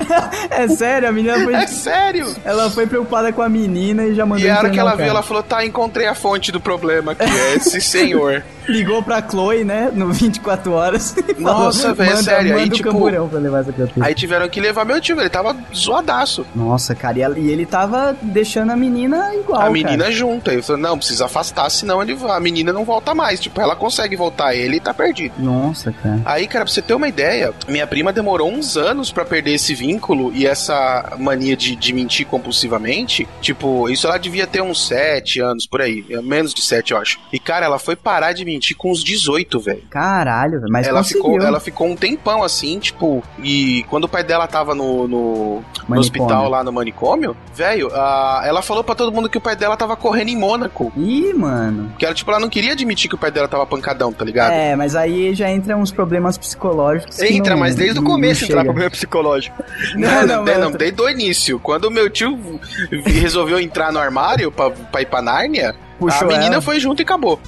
Speaker 2: Ah, É sério, a menina foi.
Speaker 4: É sério?
Speaker 2: ela foi preocupada com a menina e já mandou
Speaker 4: E a hora que
Speaker 2: internar o
Speaker 4: ela viu,
Speaker 2: cara.
Speaker 4: ela falou: tá, encontrei a fonte do problema, que
Speaker 2: (laughs)
Speaker 4: é esse senhor.
Speaker 2: Ligou pra Chloe, né? No (laughs) 24 horas. e
Speaker 4: Nossa,
Speaker 2: falou,
Speaker 4: velho, é
Speaker 2: manda-
Speaker 4: sério,
Speaker 2: Manda
Speaker 4: aí,
Speaker 2: o
Speaker 4: tipo-
Speaker 2: camburão pra levar essa criatura.
Speaker 4: Aí tiveram que levar meu tio, ele tava zoadaço.
Speaker 2: Nossa, cara, e, ela- e ele tava deixando a menina igual.
Speaker 4: a
Speaker 2: cara.
Speaker 4: menina junto. Aí eu falei, não, precisa afastar, senão ele, a menina não volta mais. Tipo, ela consegue voltar, ele tá perdido.
Speaker 2: Nossa, cara.
Speaker 4: Aí, cara, pra você ter uma ideia, minha prima demorou uns anos pra perder esse vínculo e essa mania de, de mentir compulsivamente. Tipo, isso ela devia ter uns 7 anos por aí, menos de 7, eu acho. E, cara, ela foi parar de mentir com uns 18, velho.
Speaker 2: Caralho, velho. Mas
Speaker 4: Ela
Speaker 2: conseguiu.
Speaker 4: ficou, ela ficou um tempão assim, tipo, e quando o pai dela tava no, no, no
Speaker 2: Manicômio.
Speaker 4: hospital lá no manicômio, velho, ah, ela falou pra todo mundo que o pai dela tava correndo em Mônaco.
Speaker 2: Ih, mano.
Speaker 4: Que ela, tipo, ela não queria admitir que o pai dela tava pancadão, tá ligado? (laughs)
Speaker 2: É, mas aí já entra uns problemas psicológicos. que
Speaker 3: Entra,
Speaker 2: não-
Speaker 3: mas desde o
Speaker 2: não-
Speaker 3: começo
Speaker 2: não
Speaker 3: entrar
Speaker 2: (laughs) chega.
Speaker 3: problema psicológico.
Speaker 4: Não, não,
Speaker 2: mas-
Speaker 4: não, desde o início. Quando o meu tio resolveu entrar no armário pra, pra ir pra Nárnia,
Speaker 2: Puxou
Speaker 4: a menina
Speaker 2: ela.
Speaker 4: foi junto e acabou.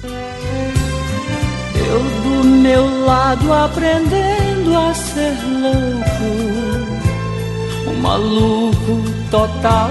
Speaker 1: Eu do meu lado aprendendo a ser louco. Um maluco total.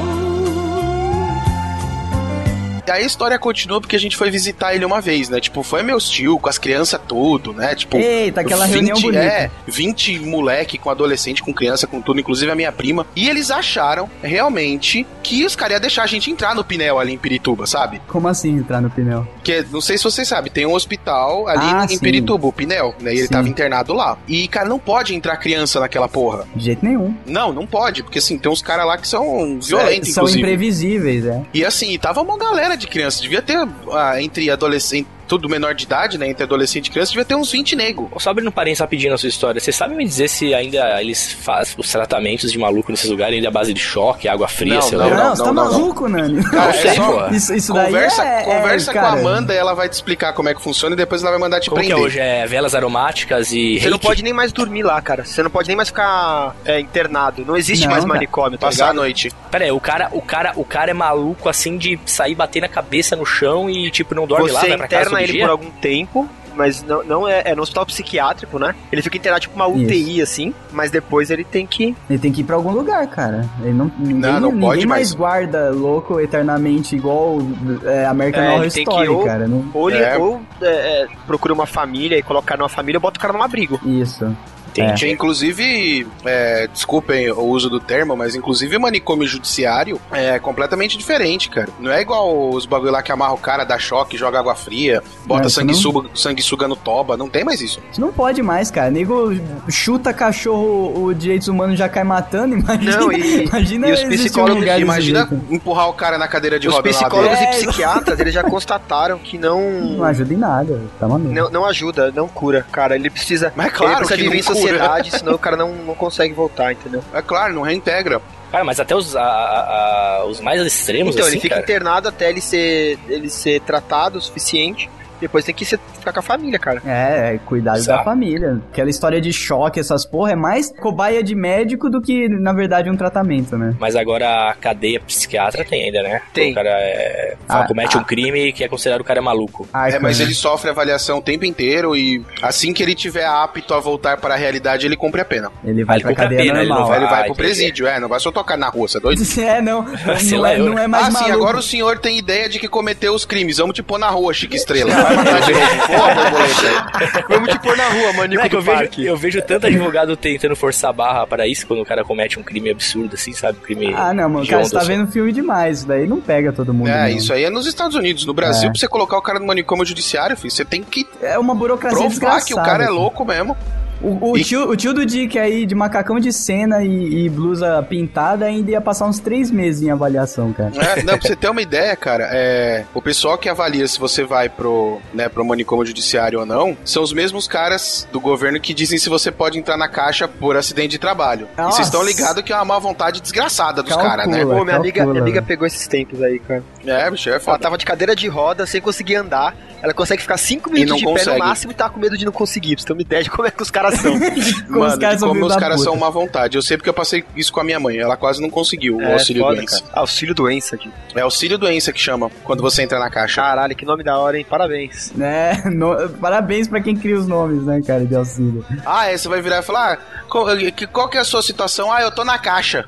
Speaker 4: E aí a história continua porque a gente foi visitar ele uma vez, né? Tipo, foi meus tio, com as crianças tudo, né? Tipo,
Speaker 2: Eita, aquela reunião bonita.
Speaker 4: É, 20 moleque com adolescente, com criança, com tudo, inclusive a minha prima. E eles acharam, realmente, que os caras iam deixar a gente entrar no Pinel ali em Pirituba, sabe?
Speaker 2: Como assim entrar no pneu?
Speaker 4: Porque, não sei se vocês sabem, tem um hospital ali
Speaker 2: Ah,
Speaker 4: em
Speaker 2: sim.
Speaker 4: Pirituba, o Pinel, né? E ele
Speaker 2: Sim.
Speaker 4: tava internado lá. E, cara, não pode entrar criança naquela porra.
Speaker 2: De jeito nenhum.
Speaker 4: Não, não pode, porque, assim, tem uns caras lá que são violentos,
Speaker 2: É, São
Speaker 4: inclusive.
Speaker 2: imprevisíveis, é.
Speaker 4: E assim, e tava uma galera de criança, devia ter ah, entre adolescente, tudo menor de idade, né? Entre adolescente e criança, devia ter uns 20 nego.
Speaker 5: Só abrindo um parênteses rapidinho na sua história, você sabe me dizer se ainda eles fazem os tratamentos de maluco nesses lugares ainda à base de choque, água fria,
Speaker 4: Não,
Speaker 5: sei
Speaker 2: Não,
Speaker 5: lá?
Speaker 4: não,
Speaker 2: você
Speaker 4: não,
Speaker 2: tá
Speaker 4: não, não.
Speaker 2: maluco, Nani?
Speaker 4: Cara,
Speaker 5: sei,
Speaker 4: é só
Speaker 5: pô.
Speaker 2: Isso, isso daí
Speaker 4: conversa
Speaker 2: é- é,
Speaker 4: conversa com a
Speaker 2: cara,
Speaker 4: Amanda e ela vai te explicar como é que funciona e depois ela vai mandar te
Speaker 5: Como que é
Speaker 4: prender.
Speaker 5: hoje? É velas aromáticas e.
Speaker 3: Tipo, Você não
Speaker 5: reiki?
Speaker 3: pode nem mais dormir lá, cara. Você não pode nem mais ficar é, internado. Não existe
Speaker 2: Não,
Speaker 3: mais
Speaker 2: cara.
Speaker 3: manicômio, tá
Speaker 4: Passar a
Speaker 3: ligado?
Speaker 4: noite.
Speaker 5: Pera aí, o cara, o, cara, o cara é maluco assim de sair bater na cabeça no chão e tipo não dorme lá,
Speaker 3: Você
Speaker 5: vai pra casa todo
Speaker 3: interna ele
Speaker 5: dia?
Speaker 3: por algum tempo, mas não, não é, é no hospital psiquiátrico, né? Ele fica internado tipo uma UTI, assim, mas depois ele tem que.
Speaker 2: Ele tem que ir pra algum lugar, cara. Ele não, ninguém,
Speaker 4: Não, não
Speaker 2: ninguém
Speaker 4: pode
Speaker 2: mais guarda louco eternamente igual é, American
Speaker 3: É,
Speaker 2: Horror
Speaker 3: ele tem que
Speaker 2: Story,
Speaker 3: ou-
Speaker 2: cara. Não...
Speaker 3: Ou, ele,
Speaker 4: É.
Speaker 3: ou é, é, procura uma família e coloca numa família e bota o cara
Speaker 2: (laughs)
Speaker 3: num abrigo.
Speaker 2: Isso.
Speaker 5: Entendi.
Speaker 2: É.
Speaker 4: Tinha, inclusive, é, desculpem o uso do termo, mas inclusive o manicômio judiciário é completamente diferente, cara. Não é igual os bagulho lá que amarra o cara, dá choque, joga água fria,
Speaker 2: É,
Speaker 4: bota
Speaker 2: Não,
Speaker 4: sanguessuga, sanguessuga no toba. Não tem mais isso.
Speaker 2: Isso não pode mais, cara. Nego chuta cachorro, o direitos humanos já cai matando, (laughs) imagina.
Speaker 3: Não, e-
Speaker 2: imagina
Speaker 3: e os
Speaker 2: existir um
Speaker 3: psicólogos-
Speaker 2: lugar desse
Speaker 4: Imagina
Speaker 2: jeito.
Speaker 4: empurrar o cara na cadeira de
Speaker 3: Os
Speaker 4: roda lá dentro.
Speaker 3: psicólogos
Speaker 2: É.
Speaker 3: e psiquiatras,
Speaker 4: (laughs)
Speaker 3: eles já constataram que
Speaker 2: Não ajuda em nada, tá maluco.
Speaker 3: Não, não ajuda, não cura, cara. Ele precisa.
Speaker 4: Mas é claro
Speaker 3: ele precisa
Speaker 4: que
Speaker 3: viver em
Speaker 4: não cura.
Speaker 3: sociedade, senão o cara não, não consegue voltar, entendeu?
Speaker 4: É claro, não reintegra.
Speaker 5: Cara, mas até os, a- a- a- os mais extremos
Speaker 3: então,
Speaker 5: assim,
Speaker 3: ele fica
Speaker 5: cara.
Speaker 3: internado até ele ser, ele ser tratado o suficiente. Depois tem que ser- ficar com a família, cara.
Speaker 2: É, é cuidado
Speaker 5: Exato.
Speaker 2: da família. Aquela história de choque, essas porra, é mais cobaia de médico do que, na verdade, um tratamento, né?
Speaker 5: Mas agora a cadeia psiquiatra tem ainda, né?
Speaker 3: Tem.
Speaker 5: O cara é, fala-
Speaker 2: Ah,
Speaker 5: comete um crime que é considerado o cara é maluco.
Speaker 2: Arca,
Speaker 4: É, mas
Speaker 2: né?
Speaker 4: ele sofre avaliação o tempo inteiro e assim que ele tiver apto a voltar para a realidade, ele cumpre a pena.
Speaker 2: Ele vai
Speaker 5: Ele
Speaker 2: pra
Speaker 5: cumpre a
Speaker 2: cadeia
Speaker 5: pena, ele não
Speaker 2: (laughs) normal.
Speaker 4: Aí ele
Speaker 5: Ah,
Speaker 4: vai pro
Speaker 5: entendi.
Speaker 4: presídio, é, não vai só tocar na rua, você é doido?
Speaker 2: É, não.
Speaker 5: Sei
Speaker 2: não,
Speaker 5: lá,
Speaker 2: é,
Speaker 5: eu-
Speaker 2: não é mais
Speaker 4: ah, sim,
Speaker 2: maluco.
Speaker 4: agora o senhor tem ideia de que cometeu os crimes. Vamos te pôr na rua,
Speaker 2: (laughs)
Speaker 4: Chico Estrela. Vai matar né? de novo. Porra, borboleta.
Speaker 3: Vamos te pôr na rua, manico
Speaker 5: Não, é que
Speaker 3: do
Speaker 5: eu, vejo,
Speaker 3: parque.
Speaker 5: eu vejo tanto advogado tentando forçar a barra para isso quando o cara comete um crime absurdo, assim, sabe? Um crime.
Speaker 2: Ah, não, mano. Cara,
Speaker 5: hediondo,
Speaker 2: você tá
Speaker 5: assim.
Speaker 2: vendo filme demais. Isso daí não pega todo mundo.
Speaker 4: É,
Speaker 2: não.
Speaker 4: isso aí é nos Estados Unidos. No Brasil,
Speaker 2: É.
Speaker 4: pra você colocar o cara no manicômio judiciário, filho, você tem que
Speaker 2: É uma burocracia
Speaker 4: provar
Speaker 2: desgraçada.
Speaker 4: que o cara é louco mesmo.
Speaker 2: O, o
Speaker 4: E-
Speaker 2: tio, o tio do Dick aí, de macacão de cena e, e blusa pintada, ainda ia passar uns três meses em avaliação, cara.
Speaker 4: É, não, pra você ter uma ideia, cara, é, o pessoal que avalia se você vai pro, né, pro manicômio judiciário ou não, são os mesmos caras do governo que dizem se você pode entrar na caixa por acidente de trabalho. E
Speaker 2: Nossa.
Speaker 4: vocês estão ligados que é uma má vontade desgraçada dos
Speaker 2: Calcula.
Speaker 4: caras, né?
Speaker 3: Pô, minha
Speaker 2: Calcula,
Speaker 3: amiga, minha amiga
Speaker 2: velho.
Speaker 3: pegou esses tempos aí, cara.
Speaker 4: É, bicho, é
Speaker 3: Ela
Speaker 4: foda.
Speaker 3: tava de cadeira de roda, sem conseguir andar. Ela consegue ficar 5 minutos
Speaker 4: não
Speaker 3: de pé
Speaker 4: consegue.
Speaker 3: no máximo e tá com medo de não conseguir. Pra você ter uma ideia de como é que os
Speaker 4: (laughs)
Speaker 3: caras são.
Speaker 2: Como
Speaker 4: Mano, de como
Speaker 2: filhos
Speaker 4: os
Speaker 2: da
Speaker 4: caras
Speaker 2: puta.
Speaker 4: são má vontade. Eu sei porque eu passei isso com a minha mãe. Ela quase não conseguiu o auxílio
Speaker 3: É, foda,
Speaker 4: doença.
Speaker 3: cara. Auxílio doença, Di.
Speaker 4: É auxílio doença que chama quando você entra na caixa.
Speaker 3: Caralho, que nome da hora, hein? Parabéns.
Speaker 2: É, no- parabéns pra quem cria os nomes, né, cara, de
Speaker 4: (laughs)
Speaker 2: auxílio.
Speaker 4: Ah, é, você vai virar e falar, ah, qual, que- qual que é a sua situação? Ah, eu tô
Speaker 2: (laughs)
Speaker 4: na caixa.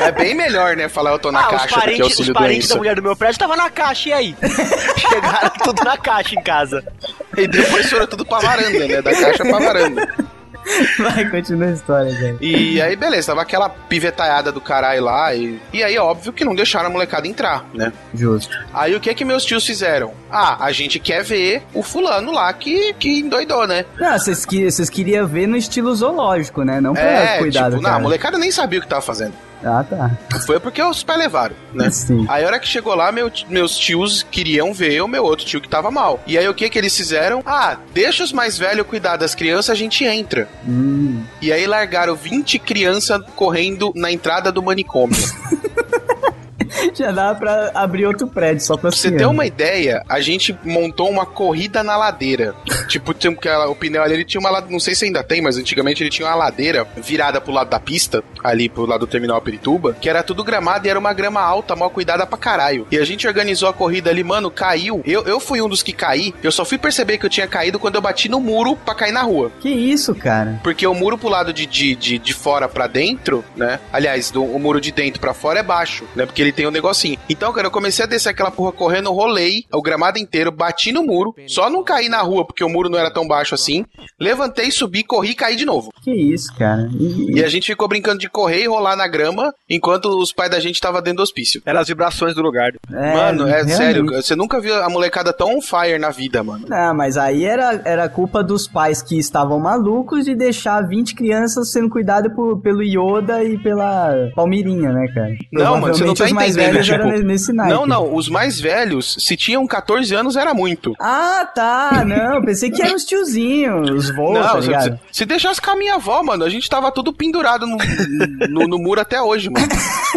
Speaker 4: é bem melhor, né, falar eu tô na
Speaker 3: ah, os
Speaker 4: caixa do que
Speaker 3: parentes, os
Speaker 4: auxílio
Speaker 3: parentes da
Speaker 4: doença.
Speaker 3: mulher do meu prédio tava na caixa, e aí? Chegaram tudo na caixa em casa.
Speaker 4: E depois foram tudo pra varanda, né, da caixa pra varanda.
Speaker 2: Vai, continua a história, cara.
Speaker 3: (laughs)
Speaker 4: E aí, beleza, tava aquela pivetaiada do caralho lá, e, e aí, óbvio que não deixaram a molecada entrar, né.
Speaker 2: Justo.
Speaker 4: Aí o que que meus tios fizeram? Ah, a gente quer ver o fulano lá que, que endoidou, né.
Speaker 2: Não, vocês que- vocês queriam ver no estilo zoológico, né? Não pra
Speaker 4: É,
Speaker 2: cuidar
Speaker 4: tipo,
Speaker 2: do cara.
Speaker 4: não, a molecada nem sabia o que tava fazendo.
Speaker 2: Ah, tá.
Speaker 4: Foi porque os pais levaram, né.
Speaker 2: Sim.
Speaker 4: Aí a hora que chegou lá, meu- meus tios queriam ver o meu outro tio que tava mal. E aí o que que eles fizeram? Ah, deixa os mais velhos cuidar das crianças, a gente entra.
Speaker 2: Hum.
Speaker 4: E aí largaram 20 crianças correndo na entrada do manicômio.
Speaker 2: (laughs) Já dá pra abrir outro prédio só pra
Speaker 4: Pra você ter uma ideia, a gente montou uma corrida na ladeira. (laughs) tipo, tem aquela- o pneu ali, ele tinha uma ladeira, não sei se ainda tem, mas antigamente ele tinha uma ladeira virada pro lado da pista, ali pro lado do terminal Pirituba, que era tudo gramado e era uma grama alta, mal cuidada pra caralho. E a gente organizou a corrida ali, mano, caiu. Eu, eu fui um dos que caí, eu só fui perceber que eu tinha caído quando eu bati no muro pra cair na rua.
Speaker 2: Que isso, cara?
Speaker 4: Porque o muro pro lado de, de, de, de fora pra dentro, né? Aliás, do, o muro de dentro pra fora é baixo, né? Porque ele tem um negocinho. Então, cara, eu comecei a descer aquela porra correndo, rolei o gramado inteiro, bati no muro, só não caí na rua porque o muro não era tão baixo assim. Levantei, subi, corri e caí de novo.
Speaker 2: Que isso, cara? E-
Speaker 4: E a gente ficou brincando de correr e rolar na grama enquanto os pais da gente estavam dentro do hospício.
Speaker 3: Eram as vibrações do lugar.
Speaker 2: é,
Speaker 4: mano, é
Speaker 2: realmente.
Speaker 4: sério, você nunca viu a molecada tão on fire na vida, mano.
Speaker 2: Não, Ah, mas aí era, era culpa dos pais que estavam malucos de deixar 20 crianças sendo cuidadas por- pelo Yoda e pela Palmirinha, né, cara?
Speaker 4: Não, mano, você não
Speaker 2: Provavelmente
Speaker 4: tá
Speaker 2: os mais
Speaker 4: entendendo,
Speaker 2: velhos
Speaker 4: tipo,
Speaker 2: eram ne- nesse naipe.
Speaker 4: Não, não, os mais velhos, se tinham 14 anos, era muito.
Speaker 2: Ah, tá, não, pensei que eram os tiozinhos, os voos, tá
Speaker 4: Não, se,
Speaker 2: ligado?
Speaker 4: se, se deixasse com a minha avó, mano, a gente tava tudo pendurado no, no, no muro até hoje, mano.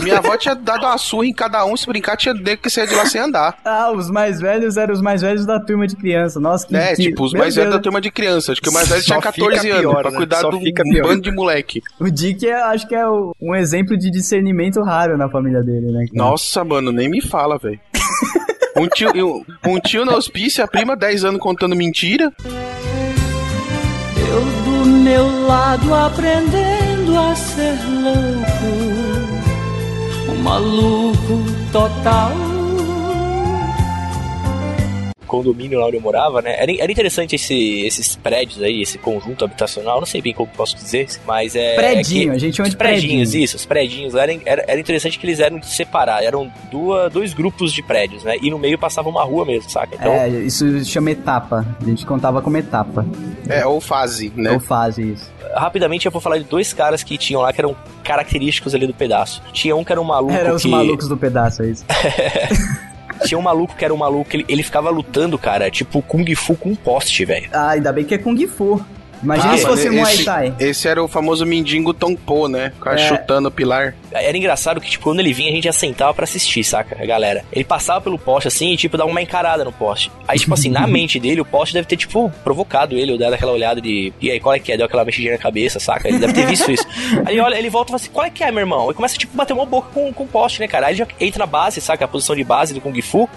Speaker 4: Minha avó tinha dado uma surra em cada um, se brincar, tinha nego que sair de lá sem andar.
Speaker 2: Ah, os mais velhos eram os mais velhos da turma de criança, nossa, que...
Speaker 4: Né?
Speaker 2: que-
Speaker 4: Tipo, os
Speaker 2: Meu
Speaker 4: mais velhos da
Speaker 2: Deus,
Speaker 4: turma de criança. Acho que o mais velho
Speaker 3: Só
Speaker 4: tinha 14
Speaker 3: fica
Speaker 4: anos,
Speaker 3: pior,
Speaker 4: pra
Speaker 3: né?
Speaker 4: cuidar
Speaker 3: Só
Speaker 4: do
Speaker 3: fica pior.
Speaker 4: bando de moleque.
Speaker 2: O Dick, é, acho que é o- um exemplo de discernimento raro na família dele, né? cara?
Speaker 4: Nossa, mano, nem me fala, velho. Um tio, eu- um tio na hospício, a prima 10 anos contando mentira.
Speaker 1: Eu do meu lado aprendendo a ser louco, um maluco total.
Speaker 5: condomínio lá onde eu morava, né? Era, era interessante esse- esses prédios aí, esse conjunto habitacional, não sei bem como posso dizer, mas é.
Speaker 2: Predinho,
Speaker 5: é
Speaker 2: a gente
Speaker 5: que-
Speaker 2: chama
Speaker 5: assim, os
Speaker 2: de predinho.
Speaker 5: predinhos, isso, os predinhos lá eram- era, era interessante que eles eram separados, eram duas, dois grupos de prédios, né? E no meio passava uma rua mesmo, saca? Então,
Speaker 2: É, isso chama etapa. A gente contava como etapa.
Speaker 4: É, ou fase, né?
Speaker 2: Ou fase isso.
Speaker 5: rapidamente eu vou falar de dois caras que tinham lá que eram característicos ali do pedaço. Tinha um que era um maluco
Speaker 2: Era os
Speaker 5: que.
Speaker 2: malucos do pedaço, é isso.
Speaker 5: Tinha um maluco que era um maluco, ele, ele ficava lutando, cara, tipo Kung Fu com um poste, velho.
Speaker 2: Ah, ainda bem que é Kung Fu. Imagina
Speaker 4: Ah,
Speaker 2: se
Speaker 4: mano,
Speaker 2: fosse Muay
Speaker 4: esse-
Speaker 2: Thai.
Speaker 4: Esse era o famoso mendigo Tompo, né? Ficava
Speaker 2: É.
Speaker 4: chutando o pilar.
Speaker 5: Era engraçado que, tipo, quando ele vinha, a gente já sentava pra assistir, saca? A galera. Ele passava pelo poste, assim, e, tipo, dava uma encarada no poste. Aí, tipo assim, na mente dele, o poste deve ter, tipo, provocado ele, ou dado aquela olhada de... E aí, qual é que é? Deu aquela mexidinha na cabeça, saca? Ele deve ter visto isso. Aí ele olha, ele volta e fala assim, qual é que é, meu irmão? E começa, tipo, a bater uma boca com, com o poste, né, cara? Aí ele já entra na base, saca? A posição de base do Kung Fu.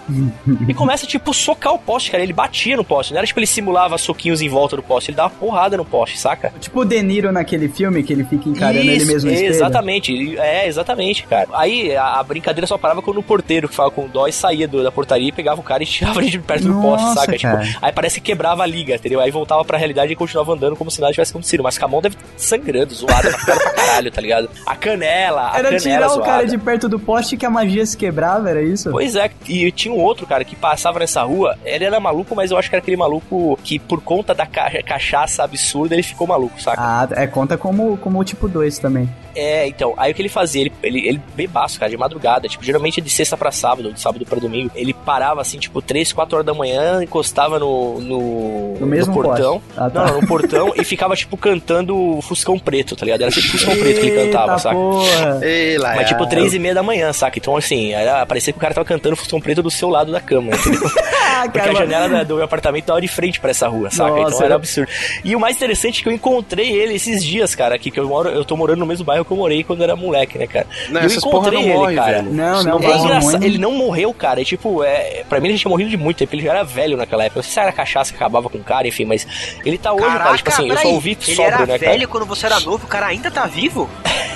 Speaker 5: e começa, tipo, socar o poste, cara. Ele batia no poste. Não era, tipo, ele simulava soquinhos em volta do poste. Ele dava porrada no poste, saca?
Speaker 2: Tipo o De Niro naquele filme que ele fica encarando
Speaker 5: Isso,
Speaker 2: né, ele mesmo no
Speaker 5: é,
Speaker 2: espelho.
Speaker 5: Exatamente, ele- é, exatamente, cara. Aí a, a brincadeira só parava quando o porteiro que falava com dó e saía do- da portaria e pegava o cara e (laughs) tirava ele de perto do poste,
Speaker 2: Nossa,
Speaker 5: saca? Tipo,
Speaker 2: cara.
Speaker 5: aí parece que quebrava a liga, entendeu? Aí voltava pra realidade e continuava andando como se nada tivesse acontecido. Mas com a mão deve sangrando, zoada na cara pra caralho, tá ligado? A canela, a
Speaker 2: Era
Speaker 5: canela
Speaker 2: tirar o
Speaker 5: Ah, zoada.
Speaker 2: cara de perto do poste que a magia se quebrava, era isso?
Speaker 5: Pois é, e tinha um outro cara que passava nessa rua, ele era maluco, mas eu acho que era aquele maluco que, por conta da ca- cachaça absurda, ele ficou maluco, saca?
Speaker 2: Ah, é, conta como, como o tipo 2 também.
Speaker 5: É, então, aí o que ele fazia? Ele, ele, ele bebaço, cara, de madrugada, tipo, geralmente de sexta pra sábado, ou de sábado pra domingo. Ele parava assim, tipo, três quatro horas da manhã, encostava no. No,
Speaker 2: No mesmo
Speaker 5: portão.
Speaker 2: poste. Ah, tá.
Speaker 5: Não, no portão e ficava, tipo, cantando o Fuscão Preto, tá ligado? Era sempre Fuscão Preto que ele cantava,
Speaker 2: Eita
Speaker 5: saca?
Speaker 2: porra.
Speaker 4: Ei, lá,
Speaker 5: Mas tipo três e meia da manhã, saca? Então assim, era, parecia que o cara tava cantando Fuscão Preto do seu lado da cama, entendeu?
Speaker 2: Ah,
Speaker 5: Porque
Speaker 2: cara,
Speaker 5: a janela da- do meu apartamento tava de frente pra essa rua, saca?
Speaker 2: Nossa,
Speaker 5: então era
Speaker 2: era-
Speaker 5: absurdo. E o mais interessante é que eu encontrei ele esses dias, cara, aqui, que eu moro, eu tô morando no mesmo bairro que eu morei quando era moleque, né, cara?
Speaker 4: Não,
Speaker 5: eu
Speaker 4: essas porra
Speaker 5: encontrei
Speaker 4: não
Speaker 5: ele,
Speaker 4: morre,
Speaker 5: cara.
Speaker 4: velho.
Speaker 2: Não,
Speaker 4: Isso
Speaker 2: não,
Speaker 4: não
Speaker 5: É
Speaker 2: mas
Speaker 4: morre.
Speaker 5: engraçado,
Speaker 2: muito-
Speaker 5: ele não morreu, cara. É tipo, é, pra mim ele tinha morrido de muito tempo, ele já era velho naquela época. Não sei se era cachaça que acabava com o cara, enfim, mas ele tá hoje, cara. Tipo assim, eu só
Speaker 7: peraí,
Speaker 5: ouvi
Speaker 7: Ele
Speaker 5: sóbrio,
Speaker 7: era
Speaker 5: né, cara?
Speaker 7: velho quando você era novo, o cara ainda tá vivo?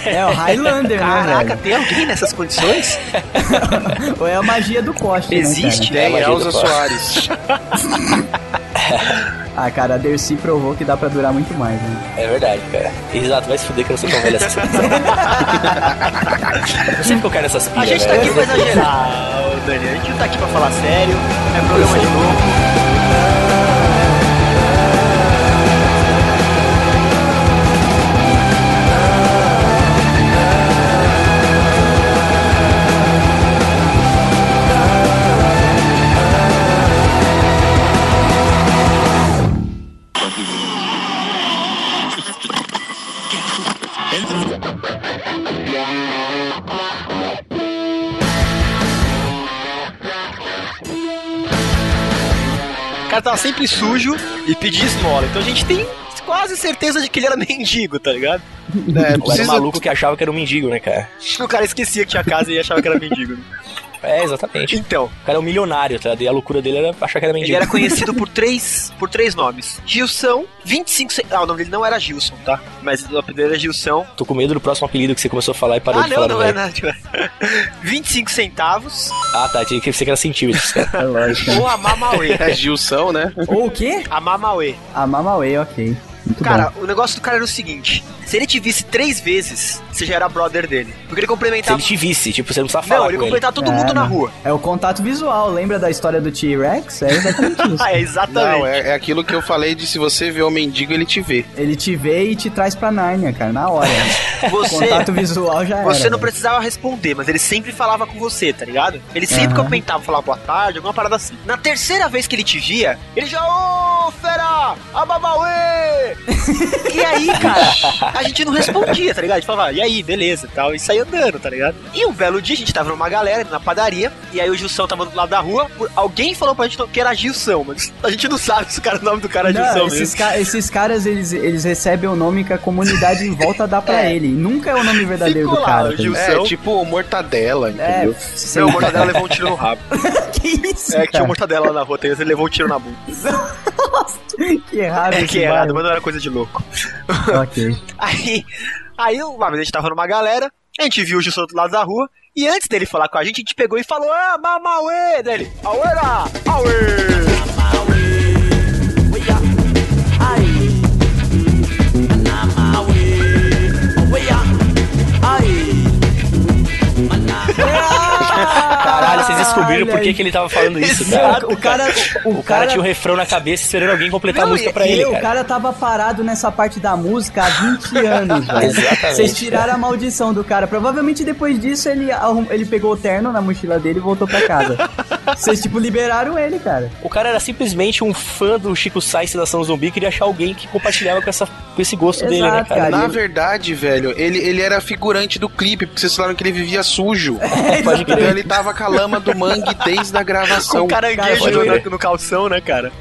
Speaker 2: É o Highlander,
Speaker 7: Caraca,
Speaker 2: né,
Speaker 7: tem alguém nessas condições?
Speaker 2: velho? Ou é a magia do poste, né,
Speaker 7: Existe?
Speaker 5: É,
Speaker 4: Tem
Speaker 5: imagina,
Speaker 4: Elza
Speaker 5: pô.
Speaker 4: Soares.
Speaker 2: cara? Ah, cara, a Dercy provou que dá pra durar muito mais, né?
Speaker 5: É verdade, cara. Exato, vai se fuder que eu não sou tão velho assim. (laughs) eu sempre que eu quero essas pilhas, né?
Speaker 7: A gente tá aqui
Speaker 5: velho.
Speaker 7: pra exagerar,
Speaker 3: Ah,
Speaker 7: ô, Dani. A gente não tá aqui pra falar sério. É programa de novo.
Speaker 1: Eu
Speaker 3: cara tava sempre sujo e pedia esmola. Então a gente tem quase certeza de que ele era (laughs) mendigo, tá
Speaker 4: É,
Speaker 3: ligado?
Speaker 5: Ou era um
Speaker 4: precisa...
Speaker 5: maluco que achava que era um mendigo, né, cara?
Speaker 3: O cara esquecia que tinha casa e achava que era mendigo. né?
Speaker 5: É, exatamente.
Speaker 3: Então,
Speaker 5: O cara é um milionário, tá? ligado? E a loucura dele era achar que era mendigo.
Speaker 3: ele era conhecido por três, por três nomes. Gilson, 25... cen- Ah, o nome dele não era Gilson, tá? Mas o apelido era Gilson.
Speaker 5: Tô com medo do próximo apelido que você começou a falar e parou
Speaker 3: ah,
Speaker 5: de
Speaker 3: não,
Speaker 5: falar.
Speaker 3: não
Speaker 5: né?
Speaker 3: é nada. (laughs)
Speaker 5: (laughs)
Speaker 3: 25 centavos
Speaker 5: Ah, tá. Tinha que você que era centímetros,
Speaker 3: (laughs)
Speaker 5: cara.
Speaker 3: ou a Mamauê.
Speaker 4: É Gilson, né?
Speaker 2: Ou o quê?
Speaker 3: A Mamauê.
Speaker 2: A Mamaway, ok. Muito
Speaker 3: Cara,
Speaker 2: bom.
Speaker 3: o negócio do cara era o seguinte: se ele te visse três vezes, você já era brother dele. Porque
Speaker 5: Se
Speaker 3: ele cumprimentava.
Speaker 5: ele te visse, tipo, você não precisava falar
Speaker 3: Não, ele
Speaker 5: com ele.
Speaker 3: cumprimentava todo
Speaker 2: É,
Speaker 3: mundo na
Speaker 2: né?
Speaker 5: (laughs)
Speaker 3: rua. (laughs)
Speaker 2: É o contato visual, lembra da história do T-Rex? É exatamente
Speaker 3: (laughs)
Speaker 2: isso.
Speaker 3: Ah, é, exatamente.
Speaker 4: Não, é, é aquilo que eu falei de se você vê o mendigo, ele te vê.
Speaker 2: Ele te vê e te traz pra Nárnia, cara, na hora. O
Speaker 3: Você.
Speaker 2: contato visual já era.
Speaker 3: Você não
Speaker 2: velho.
Speaker 3: precisava responder, mas ele sempre falava com você, tá ligado? Ele sempre
Speaker 2: Aham.
Speaker 3: comentava, falava boa tarde, alguma parada assim. Na terceira vez que ele te via, ele já, ô, fera,
Speaker 2: (laughs)
Speaker 3: ababauê! e aí, cara, a gente não respondia, tá ligado? A gente falava, e aí, beleza, tal, e saía andando, tá ligado? E um belo dia, a gente tava numa galera, na padaria, e aí o Gilson tava do lado da rua, por- alguém falou pra gente que era Gilson, mas a gente não sabe se o cara, o nome do cara é Gilson
Speaker 2: Não,
Speaker 3: mesmo.
Speaker 2: esses, ca- esses caras, eles, eles recebem o nome que a comunidade em volta dá
Speaker 3: (laughs)
Speaker 2: pra ele. Nunca é o nome verdadeiro
Speaker 3: Ficou
Speaker 2: do
Speaker 3: lá,
Speaker 2: cara.
Speaker 3: o
Speaker 2: tá ligado?
Speaker 4: É
Speaker 3: Gilson.
Speaker 4: tipo o mortadela,
Speaker 2: É,
Speaker 4: entendeu?
Speaker 2: (laughs) sei
Speaker 3: Não, o
Speaker 2: lá.
Speaker 3: Mortadela levou um tiro no rabo.
Speaker 2: que isso,
Speaker 3: É, que tinha
Speaker 2: cara?
Speaker 3: um Mortadela lá na rua, tá ligado? ele levou um tiro na bunda.
Speaker 2: (laughs) que errado.
Speaker 3: É
Speaker 2: esse
Speaker 3: que é errado, mas
Speaker 2: bairro.
Speaker 3: não era coisa de louco.
Speaker 2: Ok.
Speaker 3: Aí, aí uma vez a gente tava numa galera, a gente viu o Gilson do outro lado da rua, e antes dele falar com a gente, a gente pegou e falou, ah, mamauê, dele, auera, auê.
Speaker 2: (laughs)
Speaker 5: Caralho, vocês descobriram
Speaker 2: Olha
Speaker 5: por que,
Speaker 2: aí.
Speaker 5: que ele tava falando isso, cara.
Speaker 2: Não, O cara, o,
Speaker 5: (laughs) O cara tinha um refrão na cabeça esperando alguém completar a
Speaker 2: Não,
Speaker 5: música
Speaker 2: e-
Speaker 5: pra
Speaker 2: e
Speaker 5: ele,
Speaker 2: O
Speaker 5: cara.
Speaker 2: cara tava parado nessa parte da música há 20
Speaker 5: (laughs)
Speaker 2: anos, velho.
Speaker 5: Exatamente,
Speaker 2: Vocês tiraram a maldição do cara. Provavelmente depois disso ele, arrum- ele pegou o terno na mochila dele e voltou pra casa. Vocês, tipo, liberaram ele, cara.
Speaker 5: O cara era simplesmente um fã do Chico Sainz Nação Zumbi e queria achar alguém que compartilhava com, essa, com esse gosto
Speaker 2: Exato,
Speaker 5: dele, né, cara?
Speaker 2: cara.
Speaker 4: Na
Speaker 2: ele-
Speaker 4: verdade, velho, ele, ele era figurante do clipe, porque vocês falaram que ele vivia sujo.
Speaker 5: Pode
Speaker 4: Então
Speaker 5: crer.
Speaker 4: ele tava com a lama do mangue desde a
Speaker 3: Com
Speaker 4: gravação.
Speaker 3: o caranguejo
Speaker 2: cara, foi-
Speaker 3: no, no- no calção, né, cara?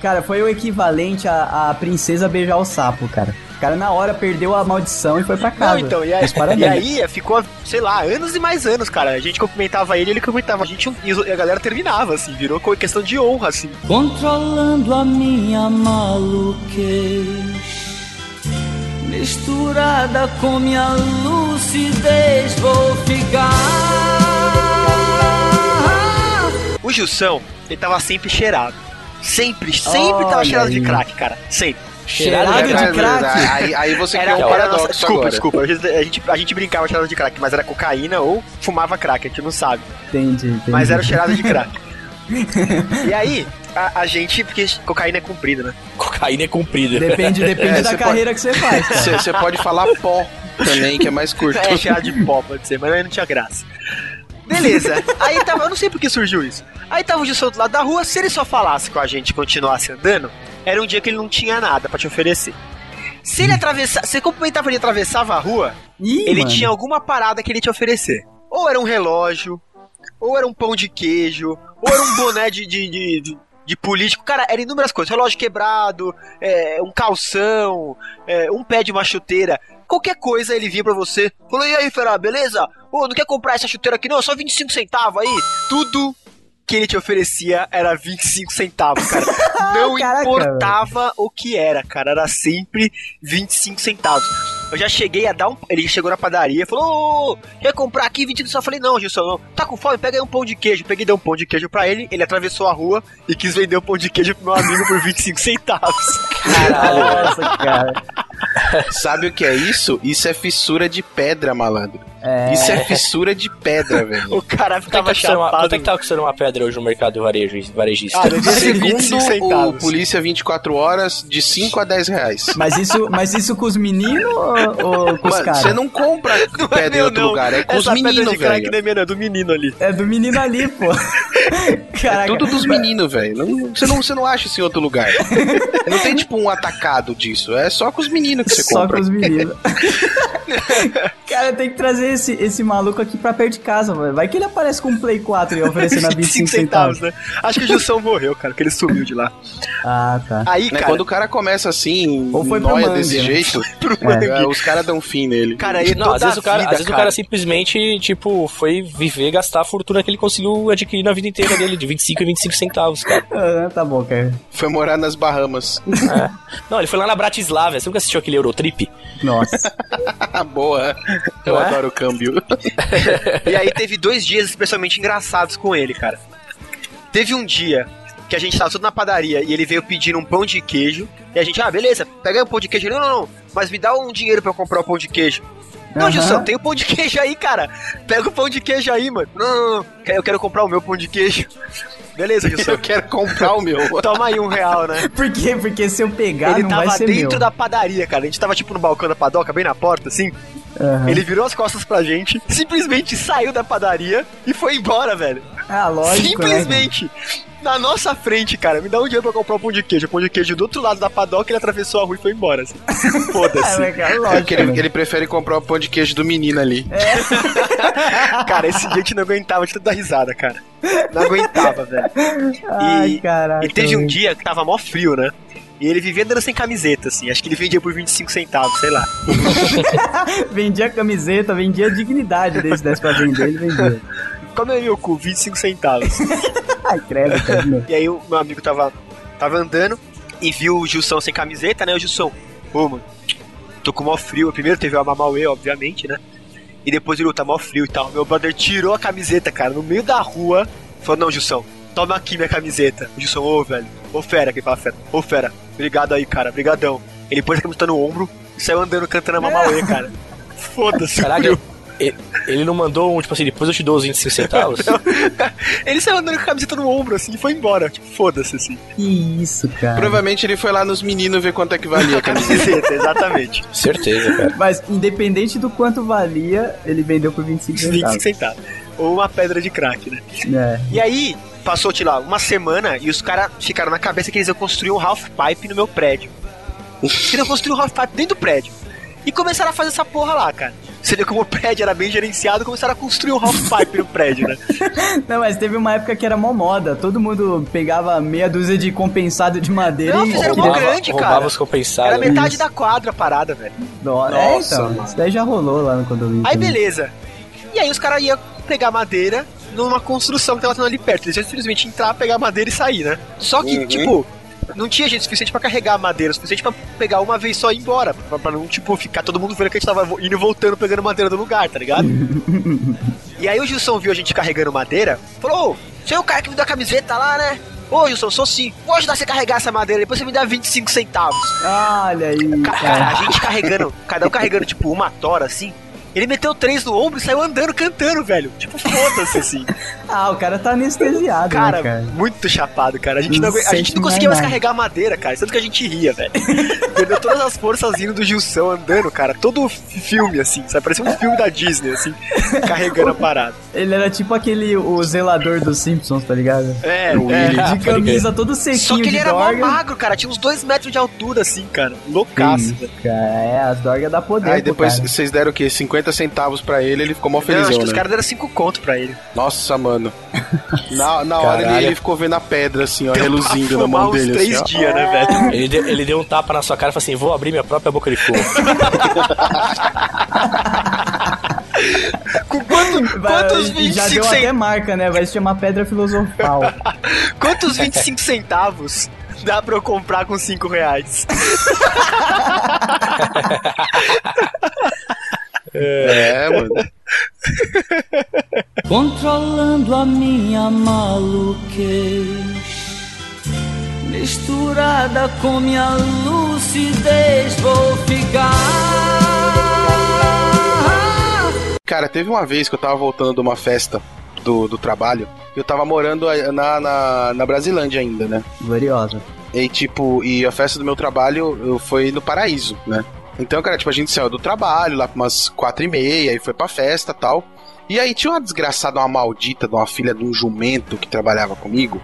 Speaker 2: Cara, foi o equivalente a, a princesa beijar o sapo, cara. O cara na hora perdeu a maldição e foi pra casa.
Speaker 3: Não, então, e aí,
Speaker 2: Mas parabéns.
Speaker 3: e aí ficou, sei lá, anos e mais anos, cara. A gente cumprimentava ele, ele cumprimentava a gente, e a galera terminava, assim, virou co- questão de honra, assim.
Speaker 1: Controlando a minha maluquez, misturada com minha lucidez, vou ficar.
Speaker 3: O Gilson, ele tava sempre cheirado. Sempre, sempre
Speaker 2: Olha
Speaker 3: tava cheirado
Speaker 2: aí.
Speaker 3: de crack, cara. Sempre.
Speaker 2: Cheirado
Speaker 4: É,
Speaker 2: de
Speaker 4: é
Speaker 2: crack.
Speaker 4: verdade. Aí, aí você
Speaker 3: Era,
Speaker 4: criou um
Speaker 3: era a
Speaker 4: paradoxo
Speaker 3: nossa, é desculpa,
Speaker 4: agora.
Speaker 3: desculpa. A gente, a gente- a gente brincava cheirado de crack, mas era cocaína ou fumava crack, a gente não sabe.
Speaker 2: Entendi, entendi.
Speaker 3: Mas era cheirado
Speaker 2: (laughs)
Speaker 3: de crack. e aí, a, a gente, porque cocaína é comprida, né?
Speaker 5: Cocaína é comprida.
Speaker 2: Depende, depende
Speaker 4: É,
Speaker 2: da
Speaker 4: você
Speaker 2: carreira que você faz, cara.
Speaker 4: Você pode falar pó também, que é mais curto.
Speaker 3: (laughs) É cheirado de pó, pode ser, mas aí não tinha graça. Beleza. Aí tava, eu não sei por que surgiu isso. Aí tava um o Gilson do lado da rua, se ele só falasse com a gente e continuasse andando, era um dia que ele não tinha nada pra te oferecer. Se ele atravessasse, você cumprimentava ele e atravessava a rua,
Speaker 2: Ih,
Speaker 3: ele
Speaker 2: mano.
Speaker 3: tinha alguma parada que ele ia te oferecer. Ou era um relógio, ou era um pão de queijo, ou era um boné de, de, de- de- de político. Cara, era inúmeras coisas. Relógio quebrado, é, um calção, é, um pé de uma chuteira. Qualquer coisa ele vinha pra você. Falou, e aí, Ferá, beleza? Ô, não quer comprar essa chuteira aqui não? Só 25 centavos aí. Tudo que ele te oferecia era 25 centavos, cara. Não
Speaker 2: Caraca,
Speaker 3: importava o que era, cara. Era sempre 25 centavos. Eu já cheguei a dar um. Ele chegou na padaria e falou: Ô, quer comprar aqui 25 centavos? Eu falei: Não, Gilson, não. Tá com fome? Pega aí um pão de queijo. Peguei e dei um pão de queijo pra ele. Ele atravessou a rua e quis vender o pão de queijo pro meu amigo por 25 centavos.
Speaker 2: Nossa, cara.
Speaker 4: Sabe o que é isso? Isso é fissura de pedra, malandro. Isso é fissura de pedra, velho.
Speaker 3: O
Speaker 5: Quanto é
Speaker 3: cara
Speaker 5: que
Speaker 3: ficava
Speaker 5: tá custando uma- Quanto
Speaker 3: chapado.
Speaker 5: é que tá custando uma pedra hoje no mercado varejo, varejista?
Speaker 3: Ah, deve ser 25
Speaker 4: Segundo o
Speaker 3: centavos.
Speaker 4: Polícia 24 Horas, de 5 a 10 reais.
Speaker 2: Mas isso, mas isso com os meninos ou, ou com os
Speaker 4: Mano, você
Speaker 2: caras?
Speaker 4: não compra
Speaker 3: é
Speaker 4: pedra em
Speaker 3: (laughs) meu,
Speaker 4: outro
Speaker 3: (laughs) não.
Speaker 4: lugar, é com os
Speaker 3: Essa pedra
Speaker 4: meninos,
Speaker 3: de crack
Speaker 4: velho.
Speaker 3: não é minha, não, é do menino ali.
Speaker 2: É do menino ali,
Speaker 3: (laughs)
Speaker 2: pô.
Speaker 3: É
Speaker 2: Caraca.
Speaker 4: É Tudo dos meninos, velho. Não- Você não, você não acha isso em outro lugar. Não tem, tipo, um atacado disso. É só com os meninos que você
Speaker 2: Só
Speaker 4: compra.
Speaker 3: (laughs)
Speaker 2: com os meninos. Cara, tem que trazer esse, esse maluco aqui pra perto de casa, mano. Vai que ele aparece com um Play 4 e oferecendo a 25 centavos.
Speaker 3: né? Acho que o Jussão morreu, cara, que ele sumiu de lá.
Speaker 2: Ah, tá.
Speaker 3: Aí,
Speaker 4: Né,
Speaker 3: cara,
Speaker 4: Quando o cara começa assim,
Speaker 2: Ou foi pro
Speaker 4: nóia
Speaker 2: mangue,
Speaker 4: desse
Speaker 2: né?
Speaker 4: jeito, é, os caras dão fim nele.
Speaker 3: cara, aí
Speaker 5: Não,
Speaker 3: toda
Speaker 5: às vezes,
Speaker 3: a
Speaker 5: o cara,
Speaker 3: vida,
Speaker 5: às vezes o cara simplesmente, tipo, foi viver, gastar a fortuna que ele conseguiu adquirir na vida inteira dele, de 25 e 25 centavos, cara.
Speaker 2: Ah, tá bom, cara.
Speaker 4: Foi morar nas Bahamas. (laughs)
Speaker 5: É. Não, ele foi lá na Bratislava, você nunca assistiu aquele Eurotrip?
Speaker 2: Nossa.
Speaker 3: (laughs)
Speaker 4: Ah, boa. Eu
Speaker 5: Não é?
Speaker 4: adoro o câmbio.
Speaker 3: E aí teve dois dias especialmente engraçados com ele, cara. Teve um dia que a gente tava tudo na padaria e ele veio pedindo um pão de queijo. E a gente, ah, beleza, pega aí o pão de queijo. Ele, não, não, não, mas me dá um dinheiro pra eu comprar o pão de queijo. Não,
Speaker 2: Aham.
Speaker 3: Gilson, tem o pão de queijo aí, cara. Pega o pão de queijo aí, mano. Não, não, não, eu quero comprar o meu pão de queijo. Beleza, Gilson.
Speaker 4: (laughs) Eu quero comprar o meu.
Speaker 3: Toma aí um real,
Speaker 2: (laughs)
Speaker 3: né?
Speaker 2: Por quê? Porque se eu pegar,
Speaker 3: ele
Speaker 2: Ah, não vai
Speaker 3: tava
Speaker 2: ser
Speaker 3: dentro
Speaker 2: meu.
Speaker 3: da padaria, cara. A gente tava tipo no balcão da padoca, bem na porta, assim.
Speaker 2: Aham.
Speaker 3: Ele virou as costas pra gente, simplesmente saiu da padaria e foi embora, velho.
Speaker 2: Ah, lógico, né,
Speaker 3: Simplesmente. Na nossa frente, cara, me dá um dinheiro pra eu comprar um pão de queijo. O pão de queijo do outro lado da padoca, ele atravessou a rua e foi embora, assim.
Speaker 2: cara?
Speaker 3: Foda-se.
Speaker 2: É,
Speaker 3: (laughs)
Speaker 2: cara,
Speaker 4: É
Speaker 2: lógico.
Speaker 4: que ele,
Speaker 2: né?
Speaker 4: ele prefere comprar o pão de queijo do menino ali.
Speaker 3: cara, esse dia a gente não aguentava de tanta risada, cara. Não aguentava, velho.
Speaker 2: Ai,
Speaker 3: e-
Speaker 2: caraca.
Speaker 3: E teve um
Speaker 2: velho.
Speaker 3: dia que tava mó frio, né? E ele vivia andando sem camiseta, assim. Acho que ele vendia por 25 centavos, sei lá.
Speaker 2: (laughs) Vendia camiseta, vendia a dignidade desse, desse pra vender, ele vendia.
Speaker 3: Como é meu cu? 25 centavos.
Speaker 2: Ai, credo, cara. meu.
Speaker 3: E aí o meu amigo tava, tava andando e viu o Gilson sem camiseta, né? O Gilson, ô, mano, tô com mó frio. Primeiro teve a Mamauê, obviamente, né? E depois ele, ô, tá mó frio e tal. Meu brother tirou a camiseta, cara, no meio da rua. Falou, não, Gilson, toma aqui minha camiseta. O Gilson, ô, velho, ô, fera, que ele fala fera. Ô, fera, obrigado aí, cara, brigadão. Ele pôs a camiseta no ombro e saiu andando cantando a Mamauê,
Speaker 4: (laughs)
Speaker 3: cara. Foda-se, o
Speaker 5: Caralho,
Speaker 3: frio.
Speaker 5: ele, ele não mandou um, tipo assim, depois eu te dou os 25
Speaker 3: (laughs)
Speaker 5: centavos?
Speaker 3: Ele saiu andando com a camiseta no ombro, assim, e foi embora. Tipo, foda-se, assim.
Speaker 2: Que isso,
Speaker 3: Ah.
Speaker 2: cara.
Speaker 4: Provavelmente ele foi lá nos meninos ver quanto é que
Speaker 3: (laughs)
Speaker 4: valia a camiseta.
Speaker 3: Camiseta, exatamente.
Speaker 5: Certeza, cara.
Speaker 2: Mas independente do quanto valia, ele vendeu por 25
Speaker 3: 25
Speaker 2: centavos.
Speaker 3: centavos. Ou uma pedra de crack, né?
Speaker 2: É.
Speaker 3: E aí, passou, sei lá, uma semana e os caras ficaram na cabeça que eles iam construir um half-pipe no meu prédio. Eles iam construir um half-pipe dentro do prédio. E começaram a fazer essa porra lá, cara. Você vê como o prédio era bem gerenciado, começaram a construir um half-pipe no prédio, né?
Speaker 2: Não, mas teve uma época que era mó moda. Todo mundo pegava meia dúzia de compensado de madeira
Speaker 3: Não,
Speaker 2: e.
Speaker 3: fizeram
Speaker 2: queria-
Speaker 3: mó um grande, cara.
Speaker 5: roubava os
Speaker 3: Era
Speaker 5: compensados. né?
Speaker 3: metade da quadra a parada, velho.
Speaker 2: Nossa, é, então, isso daí já rolou lá no condomínio.
Speaker 3: Aí
Speaker 2: também.
Speaker 3: beleza. E aí os caras iam pegar madeira numa construção que tava tendo ali perto. Eles iam simplesmente entrar, pegar madeira e sair, né? Só que, tipo, não tinha gente suficiente pra carregar a madeira, suficiente pra pegar uma vez só e ir embora. Pra, pra não, tipo, ficar todo mundo vendo que a gente tava vo- indo e voltando pegando madeira do lugar, tá ligado? e aí o Gilson viu a gente carregando madeira, falou: Ô, você é o cara que me deu a camiseta lá, né? Ô, Gilson, sou sim. Vou ajudar você a carregar essa madeira, depois você me dá 25 centavos.
Speaker 2: Olha aí,
Speaker 3: Ca- Cara, a
Speaker 2: cara.
Speaker 3: gente carregando, cada um carregando tipo uma tora assim. Ele meteu três no ombro e saiu andando cantando, velho. Tipo,
Speaker 2: (laughs)
Speaker 3: foda-se assim.
Speaker 2: Ah, o cara tá anestesiado,
Speaker 3: Cara,
Speaker 2: né, cara?
Speaker 3: muito chapado, cara. A gente não,
Speaker 2: Não
Speaker 3: aguen- a gente
Speaker 2: sente
Speaker 3: não conseguia mais
Speaker 2: mais nada.
Speaker 3: carregar madeira, cara. Tanto que a gente ria,
Speaker 2: (laughs)
Speaker 3: velho. Perdeu todas as forças indo do Gilson andando, cara. Todo f- filme, assim, sabe? Parecia um filme da Disney, assim, carregando a parada.
Speaker 2: Ele era tipo aquele o zelador dos Simpsons, tá ligado?
Speaker 3: É,
Speaker 2: (laughs)
Speaker 5: Ah,
Speaker 3: é.
Speaker 2: De
Speaker 5: pode
Speaker 2: camisa todo sequinho
Speaker 3: Só que ele
Speaker 2: de
Speaker 3: era mó
Speaker 2: dorga.
Speaker 3: magro, cara. Tinha uns dois metros de altura, assim, cara. Loucaço, velho.
Speaker 2: Cara, é, as dorgas dá poder,
Speaker 4: Aí
Speaker 2: pô,
Speaker 4: depois
Speaker 2: cara.
Speaker 4: vocês deram o quê? 50 centavos pra ele, ele ficou mó
Speaker 3: Não, acho
Speaker 4: felizão,
Speaker 3: que os
Speaker 4: né?
Speaker 3: caras deram cinco conto pra ele.
Speaker 4: Nossa,
Speaker 3: (laughs)
Speaker 4: mano. Na, na hora ele,
Speaker 5: Caralho.
Speaker 4: ele ficou vendo a pedra, assim, ó, reluzindo na
Speaker 3: Fumar
Speaker 4: mão
Speaker 3: uns
Speaker 4: dele,
Speaker 3: três
Speaker 4: assim, ó.
Speaker 3: dias, né, velho?
Speaker 5: Ele deu, ele deu um tapa na sua cara e falou assim: vou abrir minha própria boca de fumo.
Speaker 3: Com quanto-
Speaker 2: Vai-
Speaker 3: quantos,
Speaker 2: e Já deu
Speaker 3: 25
Speaker 2: até marca, né? Vai se chamar Pedra
Speaker 4: (laughs)
Speaker 2: Filosofal.
Speaker 3: cen- quantos 25 centavos dá (laughs) pra eu comprar com 5 reais?
Speaker 4: É, mano.
Speaker 1: Controlando a minha maluquez, misturada com minha lucidez, vou ficar.
Speaker 4: Cara, teve uma vez que eu tava voltando de uma festa do, do trabalho. Eu tava morando a- na, na, na Brasilândia ainda, né?
Speaker 2: Gloriosa. (laughs)
Speaker 4: E tipo, e a festa do meu trabalho eu foi no Paraíso, né? Então, cara, tipo, a gente saiu do trabalho lá pra umas quatro e meia, aí foi pra festa tal. E aí tinha uma desgraçada, uma maldita, de uma filha de um jumento que trabalhava comigo.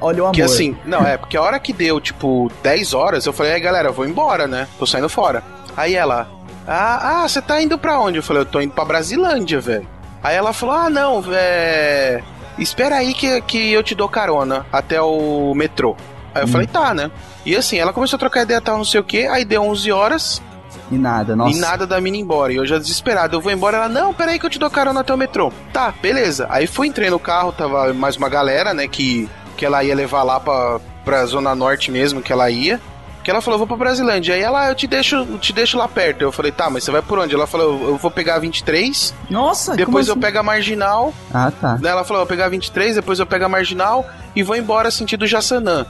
Speaker 2: Olha o amor.
Speaker 4: Que assim, não, é, porque a hora que deu, tipo, 10 horas, eu falei, aí galera, eu vou embora, né? Tô saindo fora. Aí ela, Ah, ah, você tá indo pra onde? Eu falei, eu tô indo pra Brasilândia, velho. Aí ela falou, ah, não, é... Espera aí que, que eu te dou carona até o metrô. Aí eu falei, tá, né? E assim, ela começou a trocar ideia, tal, não sei o que, aí deu 11 horas,
Speaker 2: E nada, nossa.
Speaker 4: e nada da mina embora. E eu já desesperado, eu vou embora. Ela, não, peraí que eu te dou carona até o metrô. Tá, beleza. Aí fui, entrei no carro, tava mais uma galera, né, que, que ela ia levar lá pra, pra Zona Norte mesmo, que ela ia. Que ela falou, vou pra Brasilândia. Aí ela, eu te deixo, eu te deixo lá perto. Eu falei, tá, mas você vai por onde? Ela falou, eu- eu vou pegar a 23,
Speaker 2: Nossa,
Speaker 4: depois eu
Speaker 2: como assim?
Speaker 4: pego a Marginal.
Speaker 2: Ah, tá.
Speaker 4: Daí ela falou, eu vou pegar a 23, depois eu pego a Marginal e vou embora sentido Jaçanã.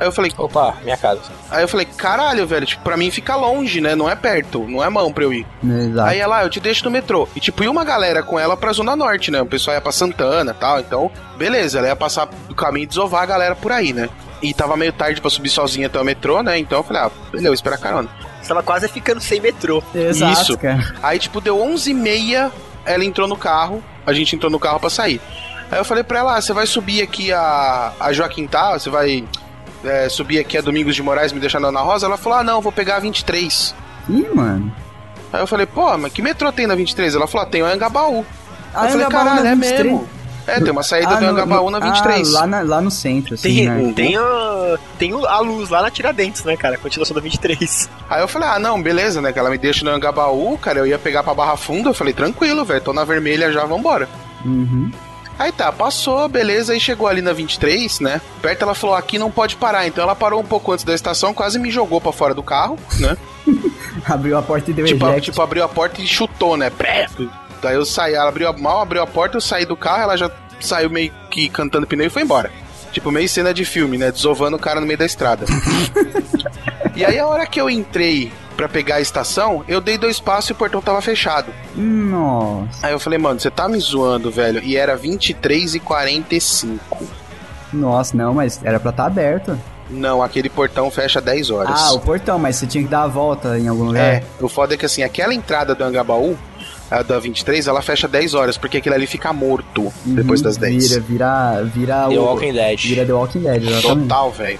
Speaker 4: Aí eu falei,
Speaker 5: Opa, minha casa.
Speaker 4: aí eu falei, caralho, velho, tipo, pra mim fica longe, né? Não é perto, não é mão pra eu ir.
Speaker 2: Exato.
Speaker 4: Aí ela, "Ah, eu te deixo no metrô. E tipo, ia uma galera com ela pra Zona Norte, né? O pessoal ia pra Santana e tal. Então, beleza, ela ia passar do caminho e desovar a galera por aí, né? E tava meio tarde pra subir sozinha até o metrô, né? Então eu falei, ah, beleza, vou esperar a carona.
Speaker 3: Você tava quase ficando sem metrô.
Speaker 2: Exato,
Speaker 4: isso.
Speaker 2: cara.
Speaker 4: Aí, tipo, deu 11h30, ela entrou no carro, a gente entrou no carro pra sair. Aí eu falei pra ela, ah, você vai subir aqui a, a Joaquim Tá, você vai é, subir aqui a Domingos de Moraes e me deixar na Ana Rosa? Ela falou, ah, não, eu vou pegar a 23.
Speaker 2: Ih, mano.
Speaker 4: Aí eu falei, pô, mas que metrô tem na 23? Ela falou, ah, tem o Angabaú.
Speaker 2: Ah,
Speaker 4: eu falei,
Speaker 2: Angabaú na
Speaker 4: caralho, é
Speaker 2: 23?
Speaker 4: mesmo. É, tem uma saída
Speaker 2: Ah,
Speaker 4: do
Speaker 2: no-
Speaker 4: Angabaú na
Speaker 2: no-
Speaker 4: 23.
Speaker 2: Ah, lá, na- lá no centro, assim,
Speaker 3: Tem,
Speaker 4: um,
Speaker 2: né?
Speaker 3: tem, um, a, tem o- a luz lá na Tiradentes, né, cara? Continuação da 23.
Speaker 4: Aí eu falei, ah, não, beleza, né? Que ela me deixa no Angabaú, cara, eu ia pegar pra Barra Funda. Eu falei, tranquilo, velho, tô na vermelha já, vambora.
Speaker 2: Uhum. (laughs)
Speaker 4: Aí tá, passou, beleza, aí chegou ali na 23, né? Perto ela falou, aqui não pode parar. Então ela parou um pouco antes da estação, quase me jogou pra fora do carro, né?
Speaker 2: Abriu a porta e deu
Speaker 4: tipo, a-
Speaker 2: eject.
Speaker 4: tipo, abriu a porta e chutou, né? Pré! Daí eu saí, ela abriu, a- mal abriu a porta, eu saí do carro, ela já saiu meio que cantando pneu e foi embora. Tipo, meio cena de filme, né? Desovando o cara no meio da estrada. e aí a hora que eu entrei pra pegar a estação, eu dei dois passos e o portão tava fechado.
Speaker 2: Nossa,
Speaker 4: Aí eu falei, mano, você tá me zoando, velho. E era 23 e 45
Speaker 2: nossa, não, mas era pra estar aberto.
Speaker 4: Não, aquele portão fecha 10 horas.
Speaker 2: Ah, o portão, mas você tinha que dar a volta em algum lugar.
Speaker 4: É, o foda é que assim, aquela entrada do Angabaú, a da 23, ela fecha 10 horas, porque aquilo ali fica morto
Speaker 2: Uhum,
Speaker 4: depois das 10.
Speaker 2: Vira, vira, vira
Speaker 4: Ah,
Speaker 5: The
Speaker 2: o...
Speaker 5: Walking Dead.
Speaker 2: Vira The Walking Dead, exatamente.
Speaker 4: Total, velho.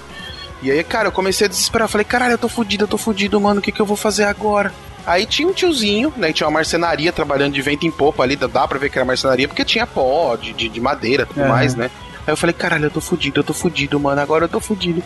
Speaker 4: E aí, cara, eu comecei a desesperar. Falei, caralho, eu tô fudido, eu tô fudido, mano, o que, que eu vou fazer agora? Aí tinha um tiozinho, né? Tinha uma marcenaria trabalhando de vento em popa ali, dá- dá pra ver que era marcenaria, porque tinha pó de, de, de madeira e tudo
Speaker 2: Aham.
Speaker 4: mais, né? Aí eu falei, caralho, eu tô fudido, eu tô fudido, mano, agora eu tô fudido.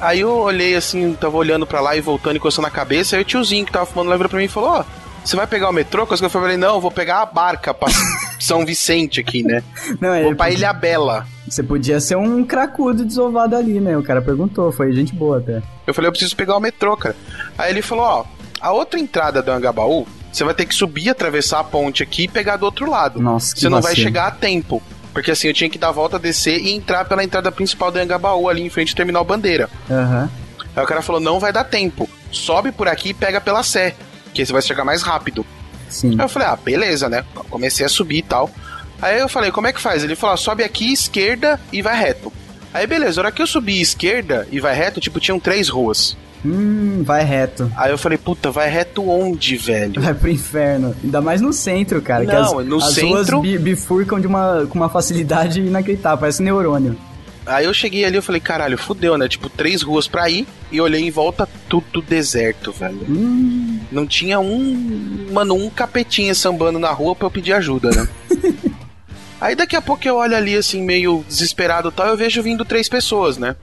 Speaker 4: Aí eu olhei assim, tava olhando pra lá e voltando e coçando a cabeça, aí o tiozinho que tava fumando lá virou pra mim e falou, ó, você vai pegar o metrô? Coisa que eu falei, não, eu vou pegar a barca pra (laughs) São Vicente aqui, né?
Speaker 2: Não,
Speaker 4: Vou
Speaker 2: ele,
Speaker 4: pra Ilha Bela.
Speaker 2: você podia ser um cracudo desovado ali, né? O cara perguntou, foi gente boa até.
Speaker 4: Eu falei, eu preciso pegar o metrô, cara. Aí ele falou, ó, a outra entrada do Angabaú, você vai ter que subir, atravessar a ponte aqui e pegar do outro lado.
Speaker 2: Nossa, que
Speaker 4: você não vai
Speaker 2: vacilo.
Speaker 4: chegar a tempo. Porque assim, eu tinha que dar a volta, descer e entrar pela entrada principal do Angabaú, ali em frente ao Terminal Bandeira.
Speaker 2: Aham.
Speaker 4: Aí o cara falou, não vai dar tempo. Sobe por aqui e pega pela Sé, que aí você vai chegar mais rápido.
Speaker 2: Sim.
Speaker 4: Aí eu falei, ah, beleza, né? Comecei a subir e tal. Aí eu falei, como é que faz? Ele falou, ah, sobe aqui, esquerda e vai reto. Aí beleza, a hora que eu subi esquerda e vai reto, tipo, tinham três ruas.
Speaker 2: Hum, vai reto. (laughs)
Speaker 4: Aí eu falei, puta, vai reto onde, velho?
Speaker 2: Vai pro inferno. Ainda mais no centro, cara.
Speaker 4: Não,
Speaker 2: que as,
Speaker 4: no
Speaker 2: as
Speaker 4: centro-
Speaker 2: ruas bi- bifurcam de uma, com uma facilidade (laughs) inacreditável, parece neurônio.
Speaker 4: Aí eu cheguei ali, eu falei, caralho, fudeu, né? Tipo, três ruas pra ir, e olhei em volta, tudo deserto, velho.
Speaker 2: Hum,
Speaker 4: Não tinha um, mano, um capetinha sambando na rua pra eu pedir ajuda, né? Aí daqui a pouco eu olho ali, assim, meio desesperado e tal, eu vejo vindo três pessoas, né?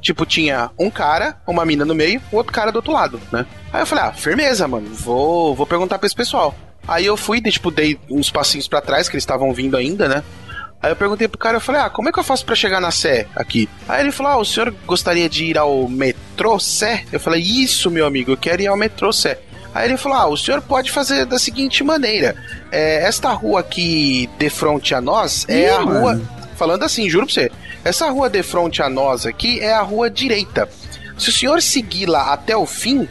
Speaker 4: Tipo, tinha um cara, uma mina no meio, o outro cara do outro lado, né? Aí eu falei, ah, firmeza, mano, vou, vou perguntar pra esse pessoal. Aí eu fui, dei, tipo, dei uns passinhos pra trás, que eles estavam vindo ainda, né? Aí eu perguntei pro cara, eu falei, ah, como é que eu faço pra chegar na Sé aqui? Aí ele falou, ah, o senhor gostaria de ir ao metrô Sé? Eu falei, isso, meu amigo, eu quero ir ao metrô Sé. Aí ele falou, ah, o senhor pode fazer da seguinte maneira, é, esta rua aqui de fronte a nós é
Speaker 2: Ih,
Speaker 4: a
Speaker 2: mano.
Speaker 4: rua, falando assim, juro pra você, essa rua de fronte a nós aqui é a rua direita. Se o senhor seguir lá até o fim,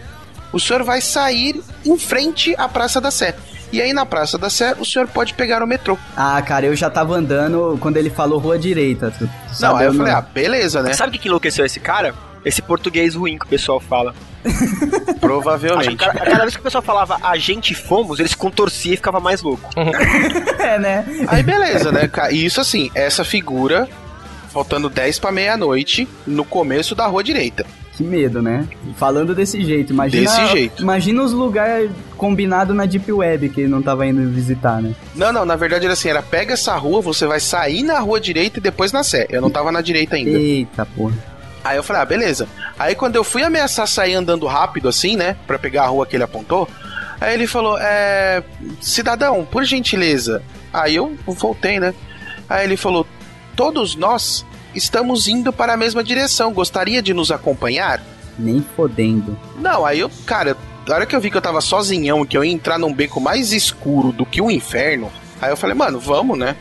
Speaker 4: o senhor vai sair em frente à Praça da Sé. E aí na Praça da Sé, o senhor pode pegar o metrô.
Speaker 2: Ah, cara, eu já tava andando quando ele falou rua direita. tu- tu
Speaker 4: Não,
Speaker 2: sabe,
Speaker 4: aí eu falei, ah, beleza, né?
Speaker 3: Sabe o que que enlouqueceu esse cara? Esse português ruim que o pessoal fala. Acho que
Speaker 4: (laughs) Provavelmente.
Speaker 3: cada, cada vez que o pessoal falava a gente fomos, eles contorcia e ficava mais louco.
Speaker 2: (laughs) É, né?
Speaker 4: Aí beleza, né? ca- E isso assim, essa figura, faltando 10 pra meia-noite, no começo da rua direita.
Speaker 2: Que medo, né? Falando desse jeito, imagina.
Speaker 4: Desse jeito.
Speaker 2: Imagina os lugares combinados na Deep Web que ele não tava indo visitar, né?
Speaker 4: Não, não, na verdade era assim, era pega essa rua, você vai sair na rua direita e depois na Sé. Eu não tava na direita ainda.
Speaker 2: Eita porra.
Speaker 4: Aí eu falei, ah, beleza. Aí quando eu fui ameaçar sair andando rápido assim, né, Pra pegar a rua que ele apontou, aí ele falou, é, cidadão, por gentileza. Aí eu voltei, né? Aí ele falou, todos nós estamos indo para a mesma direção, gostaria de nos acompanhar?
Speaker 2: Nem fodendo.
Speaker 4: Não, aí eu, cara, na hora que eu vi que eu tava sozinhão, que eu ia entrar num beco mais escuro do que o inferno, aí eu falei, mano, vamos, né?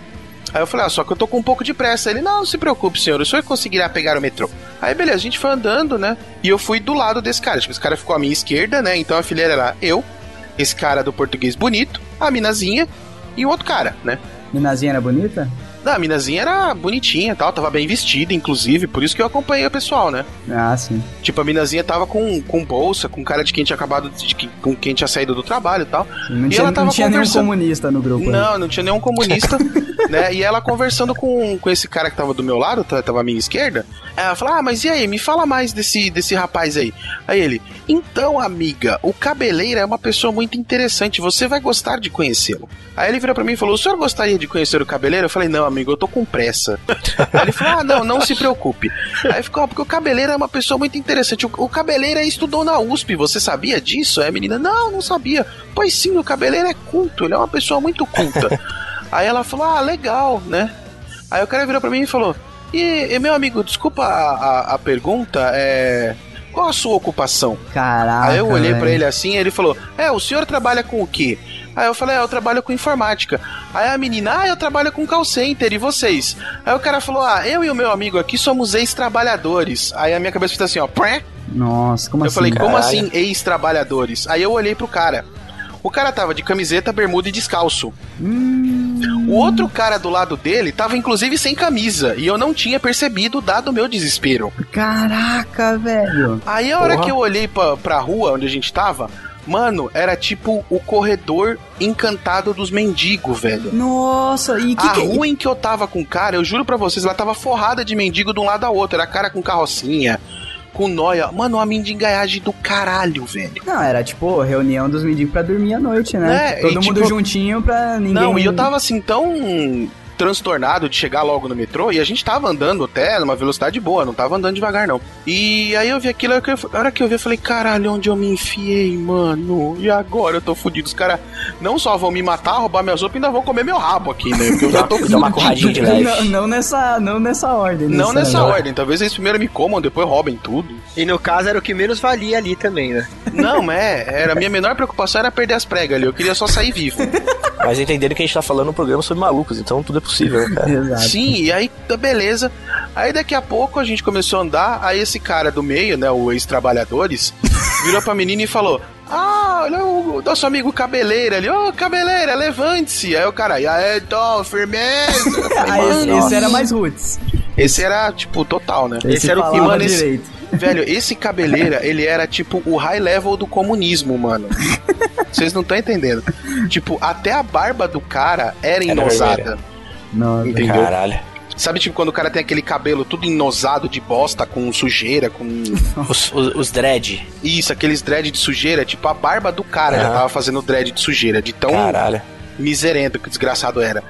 Speaker 4: Aí eu falei, ah, só que eu tô com um pouco de pressa. Ele, não, se preocupe, senhor, o senhor conseguirá pegar o metrô. Aí, beleza, a gente foi andando, né? E eu fui do lado desse cara. Tipo, esse cara ficou à minha esquerda, né? Então a fileira era eu, esse cara do português bonito, a minazinha e o outro cara, né?
Speaker 2: Minazinha era bonita?
Speaker 4: Não, a minazinha era bonitinha e tal, tava bem vestida, inclusive, por isso que eu acompanhei o pessoal, né?
Speaker 2: Ah, sim.
Speaker 4: Tipo, a minazinha tava com, com bolsa, com cara de quem tinha acabado, de, que- com quem tinha saído do trabalho e tal.
Speaker 2: Não
Speaker 4: E
Speaker 2: tinha,
Speaker 4: ela
Speaker 2: não
Speaker 4: tava
Speaker 2: tinha nenhum
Speaker 4: conversando.
Speaker 2: comunista no grupo. né?
Speaker 4: Não, não tinha nenhum comunista, né? E ela conversando com, com esse cara que tava do meu lado, tá- tava à minha esquerda, ela falou, ah, mas e aí, me fala mais desse, desse rapaz aí. Aí ele, então, amiga, o cabeleira é uma pessoa muito interessante, você vai gostar de conhecê-lo. Aí ele virou pra mim e falou, o senhor gostaria de conhecer o cabeleiro? Eu falei, não, amigo, eu tô com pressa. Aí ele falou: Ah, não, não se preocupe. Aí ficou, ah, porque o cabeleiro é uma pessoa muito interessante. O, o cabeleiro estudou na USP, você sabia disso? Aí a menina, não, não sabia. Pois sim, o cabeleiro é culto, ele é uma pessoa muito culta. Aí ela falou: Ah, legal, né? Aí o cara virou pra mim e falou: E, e, meu amigo, desculpa a, a- a pergunta, é. Qual a sua ocupação?
Speaker 2: Caraca.
Speaker 4: Aí eu olhei pra
Speaker 2: velho.
Speaker 4: ele assim, ele falou: "É, o senhor trabalha com o quê?" Aí eu falei: "Ah, eu trabalho com informática". Aí a menina: "Ah, eu trabalho com call center e vocês?". Aí o cara falou: "Ah, eu e o meu amigo aqui somos ex-trabalhadores". Aí a minha cabeça fez assim, ó, "Pré".
Speaker 2: Nossa, como
Speaker 4: Eu
Speaker 2: assim?
Speaker 4: falei:
Speaker 2: cara?
Speaker 4: "Como assim ex-trabalhadores?". Aí eu olhei pro cara. O cara tava de camiseta, bermuda e descalço.
Speaker 2: Hum,
Speaker 4: O outro cara do lado dele tava inclusive sem camisa e eu não tinha percebido dado o meu desespero.
Speaker 2: Caraca, velho.
Speaker 4: Aí a hora
Speaker 5: Porra.
Speaker 4: que eu olhei pra, pra rua onde a gente tava, mano, era tipo o corredor encantado dos mendigos, velho.
Speaker 2: Nossa, e que é
Speaker 4: a
Speaker 2: que...
Speaker 4: rua em que eu tava com Ah, o cara, eu juro pra vocês, ela tava forrada de mendigo de um lado a outro. Era cara com carrocinha, com noia. Mano, uma mendigaiagem do caralho, velho.
Speaker 2: Não, era tipo reunião dos mendigos pra dormir à noite, né?
Speaker 4: Né?
Speaker 2: Todo
Speaker 4: E,
Speaker 2: mundo
Speaker 4: tipo,
Speaker 2: juntinho pra ninguém.
Speaker 4: Não, e
Speaker 2: (laughs)
Speaker 4: eu tava assim tão transtornado de chegar logo no metrô e a gente tava andando até numa velocidade boa, não tava andando devagar não. E aí eu vi aquilo, a hora que eu, a hora que eu vi eu falei, caralho, onde eu me enfiei, mano? E agora eu tô fudido, os caras não só vão me matar, roubar minhas roupas, ainda vão comer meu rabo aqui, né? Porque eu já tô
Speaker 5: Dá Tá, é uma corradinha de leve.
Speaker 2: Não, não nessa, não nessa ordem.
Speaker 4: (laughs) Não nessa
Speaker 2: ordem.
Speaker 4: ordem, talvez eles primeiro me comam, depois roubem tudo.
Speaker 3: E no caso era o que menos valia ali também, né?
Speaker 4: Não, mas é, era a minha menor preocupação era perder as pregas ali, eu queria só sair vivo.
Speaker 5: Mas entenderam que a gente tá falando um programa sobre malucos, então tudo é possível, né, cara?
Speaker 2: Exato.
Speaker 4: Sim, e aí, tá, beleza. Aí daqui a pouco a gente começou a andar, aí esse cara do meio, né, o ex-trabalhadores, virou pra menina e falou: Ah, olha o o nosso amigo cabeleira ali, ô cabeleira, levante-se. Aí o cara, e aí, então, firmeza. Eu falei,
Speaker 2: Ah, esse,
Speaker 4: "Mano,
Speaker 2: esse era mais roots.
Speaker 4: esse era, tipo, total, né?
Speaker 2: Esse, era o que
Speaker 4: mano, esse-
Speaker 2: direito.
Speaker 4: Velho, esse cabeleira, ele era tipo o high level do comunismo, mano. Vocês não estão entendendo. Tipo, até a barba do cara era
Speaker 5: vermelha.
Speaker 4: enosada.
Speaker 2: Nossa.
Speaker 4: Entendeu?
Speaker 5: Caralho.
Speaker 4: Sabe, tipo, quando o cara tem aquele cabelo tudo enosado de bosta, com
Speaker 2: (laughs)
Speaker 4: sujeira, com.
Speaker 5: Os, os, os dread.
Speaker 4: Isso, aqueles dread de sujeira, tipo, a barba do cara já
Speaker 5: Ah.
Speaker 4: tava fazendo dread de sujeira, de tão
Speaker 5: Caralho.
Speaker 4: miserento que o desgraçado era.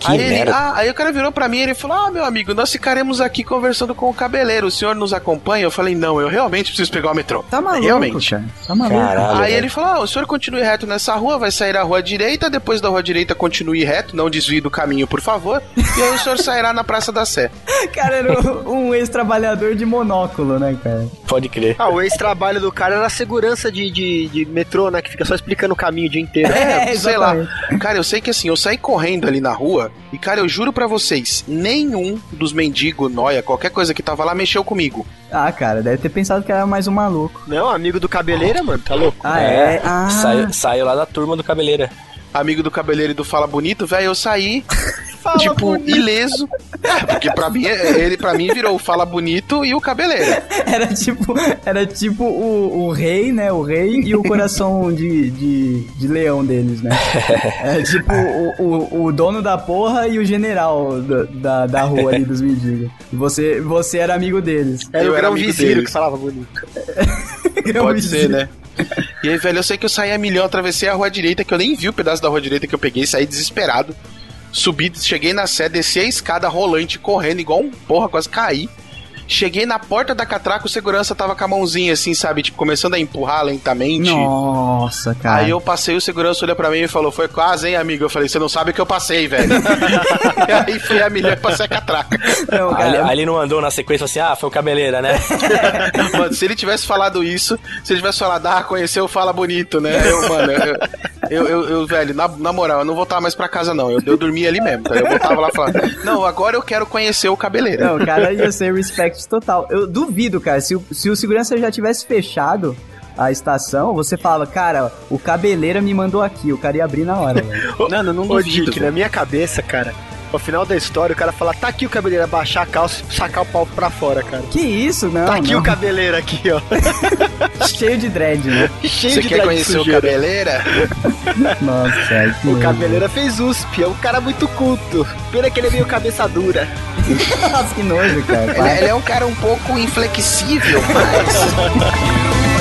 Speaker 5: Que
Speaker 4: aí, ele,
Speaker 5: merda.
Speaker 4: ah, aí o cara virou pra mim e ele falou: Ah, meu amigo, nós ficaremos aqui conversando com o cabeleiro, o senhor nos acompanha? Eu falei: Não, eu realmente preciso pegar o metrô.
Speaker 2: Tá maluco,
Speaker 4: Realmente.
Speaker 2: cara. Tá maluco.
Speaker 5: Caralho.
Speaker 4: Aí
Speaker 5: velho.
Speaker 4: ele falou: ah, o senhor continue reto nessa rua, vai sair a rua direita, depois da rua direita continue reto, não desvie do caminho, por favor, e aí o senhor sairá na Praça da Sé.
Speaker 2: Cara, era um ex-trabalhador de monóculo, né, cara?
Speaker 5: Pode crer.
Speaker 3: Ah, o ex-trabalho do cara era a segurança de, de, de metrô, né? Que fica só explicando o caminho o dia inteiro.
Speaker 4: É,
Speaker 2: É,
Speaker 4: sei lá.
Speaker 2: exatamente.
Speaker 4: Cara, eu sei que assim, eu saí correndo ali na rua e, cara, eu juro pra vocês, nenhum dos mendigos, noia, qualquer coisa que tava lá mexeu comigo.
Speaker 2: Ah, cara, deve ter pensado que era mais um maluco.
Speaker 3: Não, amigo do cabeleira, mano, tá louco?
Speaker 2: Ah, é?
Speaker 5: É,
Speaker 2: Ah,
Speaker 5: Saiu, saiu lá da turma do cabeleira.
Speaker 4: Amigo do cabeleireiro e do Fala Bonito, velho, eu saí.
Speaker 2: (laughs) Fala
Speaker 4: tipo,
Speaker 2: bonito.
Speaker 4: ileso. É, porque pra mim, é- ele pra mim virou o Fala Bonito e o Cabeleiro.
Speaker 2: Era tipo, era tipo o, o rei, né? O rei e o coração de, de, de leão deles,
Speaker 4: (laughs)
Speaker 2: né? É tipo o, o, o dono da porra e o general da, da, da rua ali dos mendigos. E Você, você era amigo deles.
Speaker 3: Era
Speaker 4: Eu
Speaker 3: o
Speaker 4: era
Speaker 3: grão
Speaker 4: amigo
Speaker 3: viziro
Speaker 4: dele.
Speaker 3: que falava bonito.
Speaker 2: (laughs)
Speaker 4: Pode ser, né? E aí, velho, eu sei que eu saí a milhão, atravessei a rua direita, que eu nem vi o pedaço da rua direita que eu peguei, saí desesperado. Subi, cheguei na sé, desci a escada rolante, correndo, igual um porra, quase caí. Cheguei na porta da catraca, o segurança tava com a mãozinha assim, sabe? Tipo, começando a empurrar lentamente.
Speaker 2: Nossa, cara.
Speaker 4: Aí eu passei, o segurança olhou pra mim e falou: Foi quase, hein, amigo? Eu falei: Você não sabe o que eu passei, velho. e aí fui a milhão e passei a catraca.
Speaker 2: Não,
Speaker 5: Aí,
Speaker 2: cara,
Speaker 5: ele- aí ele não andou na sequência assim, ah, foi o cabeleira,
Speaker 4: (laughs)
Speaker 5: né?
Speaker 4: Mano, se ele tivesse falado isso, se ele tivesse falado, ah, conheceu, fala bonito, né? Eu, mano, eu, eu, eu- eu, velho, na, na moral, eu não voltava mais pra casa, não. Eu, eu dormia ali mesmo, tá? Eu voltava lá e falava, não, agora eu quero conhecer o cabeleiro.
Speaker 2: Não, cara, ia ser respect total. Eu duvido, cara, se, o- se o segurança já tivesse fechado a estação, você fala, cara, o cabeleira me mandou aqui, o cara ia abrir na hora, (laughs) velho.
Speaker 4: Mano, eu não
Speaker 3: Ô, Dick, na minha cabeça, cara, no final da história, o cara fala, tá aqui o cabeleiro, abaixar a calça e sacar o pau pra fora, cara.
Speaker 2: Que isso, não,
Speaker 3: Tá aqui
Speaker 2: não.
Speaker 3: o cabeleiro aqui, ó.
Speaker 2: (laughs)
Speaker 3: (laughs)
Speaker 2: cheio de dread, né?
Speaker 3: Cheio
Speaker 4: Você
Speaker 3: de
Speaker 4: quer
Speaker 3: dread
Speaker 4: conhecer
Speaker 3: sujeira.
Speaker 4: o cabeleira?
Speaker 2: Nossa, cara, que
Speaker 3: O cabeleira fez USP, é um cara muito culto. Pena que ele é meio cabeça dura.
Speaker 2: (laughs) Nossa, que nojo, cara.
Speaker 4: Ele,
Speaker 2: Para.
Speaker 4: ele é um cara um pouco inflexível, mas...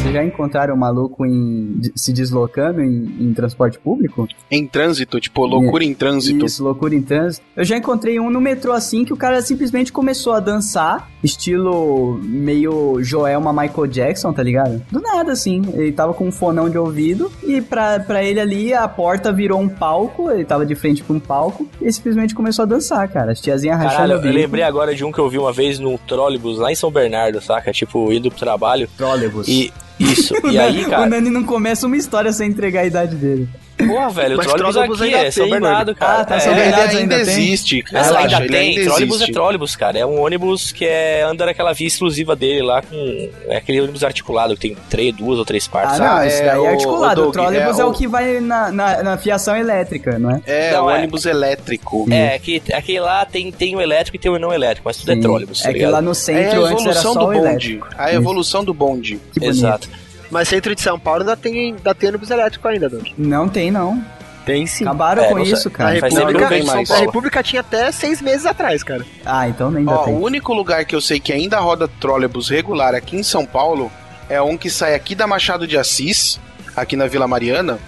Speaker 2: Vocês já encontraram um maluco em, de- se deslocando em, em transporte público?
Speaker 4: em trânsito, tipo, loucura em trânsito.
Speaker 2: Isso, loucura em trânsito. Eu já encontrei um no metrô assim que o cara simplesmente começou a dançar, estilo meio Joelma Michael Jackson, tá ligado? Do nada, assim. Ele tava com um fonão de ouvido e pra, pra ele ali a porta virou um palco, ele tava de frente pra um palco e ele simplesmente começou a dançar, cara. As tiazinhas
Speaker 5: Caralho,
Speaker 2: rachando o
Speaker 5: eu
Speaker 2: bico.
Speaker 5: lembrei agora de um que eu vi uma vez num trólebus lá em São Bernardo, saca? Tipo, indo pro trabalho.
Speaker 2: Trólebus.
Speaker 5: E.
Speaker 2: (laughs)
Speaker 5: Isso.
Speaker 2: O
Speaker 5: E aí,
Speaker 2: Nani- O
Speaker 5: cara.
Speaker 2: Nani não começa uma história sem entregar a idade dele.
Speaker 5: Porra, velho, o
Speaker 3: Mas
Speaker 5: trólebus
Speaker 3: trólebus
Speaker 5: aqui
Speaker 3: ainda
Speaker 5: é São
Speaker 3: tem,
Speaker 5: Bernardo, cara.
Speaker 2: Ah, tá,
Speaker 5: é,
Speaker 2: São
Speaker 4: Ele
Speaker 2: Bernardo.
Speaker 4: ainda,
Speaker 2: verdade, ainda tem?
Speaker 4: existe, cara.
Speaker 5: Mas
Speaker 4: Relaxa,
Speaker 5: ainda
Speaker 4: ele
Speaker 5: tem,
Speaker 4: ainda
Speaker 5: trólebus é
Speaker 4: existe.
Speaker 5: trólebus, cara. É um ônibus que é anda naquela via exclusiva dele lá com. É aquele ônibus articulado que tem três, duas ou três
Speaker 2: Ah,
Speaker 5: partes.
Speaker 2: não,
Speaker 4: Ah,
Speaker 2: isso
Speaker 4: é,
Speaker 2: daí é
Speaker 4: o-
Speaker 2: articulado.
Speaker 4: o
Speaker 2: O,
Speaker 4: Doug,
Speaker 2: trólebus é,
Speaker 4: é,
Speaker 2: o
Speaker 4: o-
Speaker 2: que vai na, na, na fiação elétrica, não é?
Speaker 4: É,
Speaker 5: Não,
Speaker 4: o
Speaker 5: é.
Speaker 4: ônibus elétrico.
Speaker 5: É, que aquele lá tem, tem o elétrico e tem o não elétrico, mas tudo é
Speaker 2: Sim.
Speaker 5: trólebus, tá
Speaker 2: É que
Speaker 5: ligado?
Speaker 2: lá no
Speaker 4: É a
Speaker 2: centro antes era
Speaker 4: evolução
Speaker 2: só
Speaker 4: do
Speaker 2: o elétrico.
Speaker 4: bonde. A evolução do bonde.
Speaker 2: Que bonito.
Speaker 5: Exato.
Speaker 3: Mas centro de São Paulo ainda tem, ainda tem ônibus elétrico ainda, Doug.
Speaker 2: Não tem, não.
Speaker 3: Tem sim.
Speaker 2: Acabaram
Speaker 5: É,
Speaker 2: com
Speaker 5: não sei.
Speaker 2: isso,
Speaker 3: A
Speaker 2: cara.
Speaker 5: Faz tempo que eu não
Speaker 3: República,
Speaker 5: vejo São
Speaker 3: a
Speaker 5: Paulo.
Speaker 3: República tinha até seis meses atrás, cara.
Speaker 2: Ah, então ainda
Speaker 4: Ó,
Speaker 2: tem.
Speaker 4: o único lugar que eu sei que ainda roda trólebus regular aqui em São Paulo é um que sai aqui da Machado de Assis, aqui na Vila Mariana,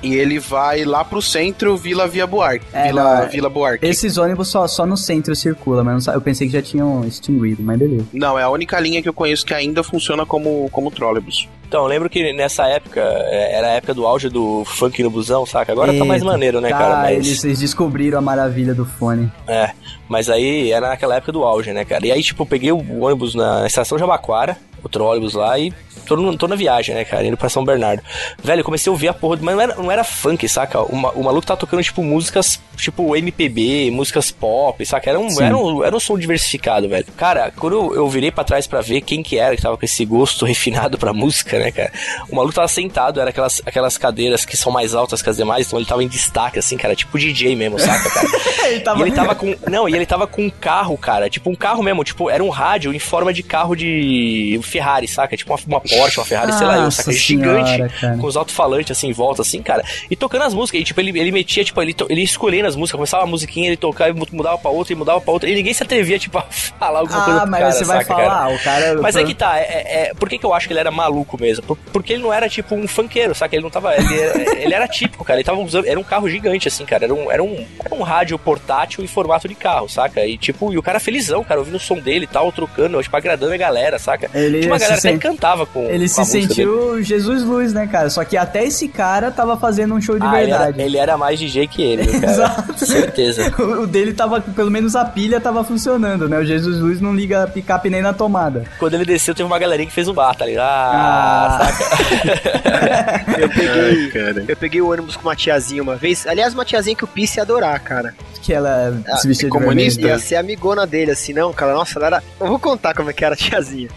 Speaker 4: e ele vai lá pro centro, Vila Via Buarque.
Speaker 2: É,
Speaker 4: Vila,
Speaker 2: não, é-
Speaker 4: Vila Buarque.
Speaker 2: Esses ônibus só, só no centro circula, mas não sa- eu pensei que já tinham extinguido, mas beleza.
Speaker 4: Não, é a única linha que eu conheço que ainda funciona como, como trólebus.
Speaker 5: Então, eu lembro que nessa época, é, era a época do auge do funk no busão, saca? Agora tá mais
Speaker 2: Eita,
Speaker 5: maneiro, né,
Speaker 2: tá,
Speaker 5: cara? Mas,
Speaker 2: eles, eles descobriram a maravilha do fone.
Speaker 5: é, mas aí era naquela época do auge, né, cara? E aí, tipo, eu peguei o ônibus na estação Jabaquara, o trólebus lá, e tô, no- tô na viagem, né, cara? Indo pra São Bernardo. Velho, eu comecei a ouvir a porra, do- mas não era, não era funk, saca? O, ma- o maluco tá tocando, tipo, músicas, tipo, MPB, músicas pop, saca? Era um,
Speaker 2: Sim.
Speaker 5: era um, era um som diversificado, velho. Cara, quando eu, eu virei pra trás pra ver quem que era que tava com esse gosto (laughs) refinado pra música, né, cara? O maluco tava sentado, era aquelas, aquelas cadeiras que são mais altas que as demais, então ele tava em destaque, assim, cara, tipo DJ mesmo, saca, cara?
Speaker 2: ele
Speaker 5: E ele tava com. Não, e ele tava com um carro, cara. Tipo um carro mesmo. Tipo, era um rádio em forma de carro de Ferrari, saca? Tipo uma, uma Porsche, uma Ferrari, sei lá, é eu,
Speaker 2: Nossa
Speaker 5: saca?
Speaker 2: senhora,
Speaker 5: Gigante.
Speaker 2: cara.
Speaker 5: Com os alto-falantes assim em volta, assim, cara. E tocando as músicas. E tipo, ele, ele metia, tipo, ele, to- ele escolhendo as músicas. Começava uma musiquinha, ele tocava e mu- mudava pra outra e mudava pra outra. E ninguém se atrevia, tipo, a (laughs) falar alguma coisa
Speaker 2: Ah,
Speaker 5: pro
Speaker 2: mas
Speaker 5: cara,
Speaker 2: você vai
Speaker 5: saca,
Speaker 2: falar,
Speaker 5: cara?
Speaker 2: o cara.
Speaker 5: Mas é que tá, é, é- por que, que eu acho que ele era maluco mesmo? Por- porque ele não era tipo um funkeiro, saca? Ele não tava. Ele era, ele era típico, cara. Ele tava usando. Era um carro gigante, assim, cara. Era um, era, um, era um rádio portátil em formato de carro, saca? E tipo, e o cara felizão, cara, ouvindo o som dele e tal, trocando, tipo, agradando a galera, saca?
Speaker 2: Ele
Speaker 5: Tinha uma
Speaker 2: se
Speaker 5: galera até
Speaker 2: sent-
Speaker 5: que cantava com,
Speaker 2: Ele
Speaker 5: com
Speaker 2: se
Speaker 5: a música dele.
Speaker 2: sentiu Jesus Luz, né, cara? Só que até esse cara tava fazendo um show de
Speaker 5: Ah, ele era,
Speaker 2: verdade.
Speaker 5: ele era mais DJ
Speaker 2: (laughs)
Speaker 5: que ele, né, cara.
Speaker 2: Exato.
Speaker 5: Certeza.
Speaker 2: (laughs) O o dele tava, pelo menos a pilha tava funcionando, né? O Jesus Luz não liga a picape nem na tomada.
Speaker 5: Quando ele desceu, teve uma galerinha que fez um bar, tá ligado?
Speaker 2: Ah.
Speaker 5: Ah,
Speaker 3: Eu peguei,
Speaker 4: cara.
Speaker 3: É. eu peguei o ônibus com uma tiazinha uma vez. Aliás, uma tiazinha que o Pisse ia adorar, cara.
Speaker 2: Que ela se vestia de
Speaker 4: comunista?
Speaker 2: vermelho.
Speaker 3: Ah, Ia ser amigona dele, assim, não, cara. Nossa, ela era. Eu vou contar como é que era a tiazinha.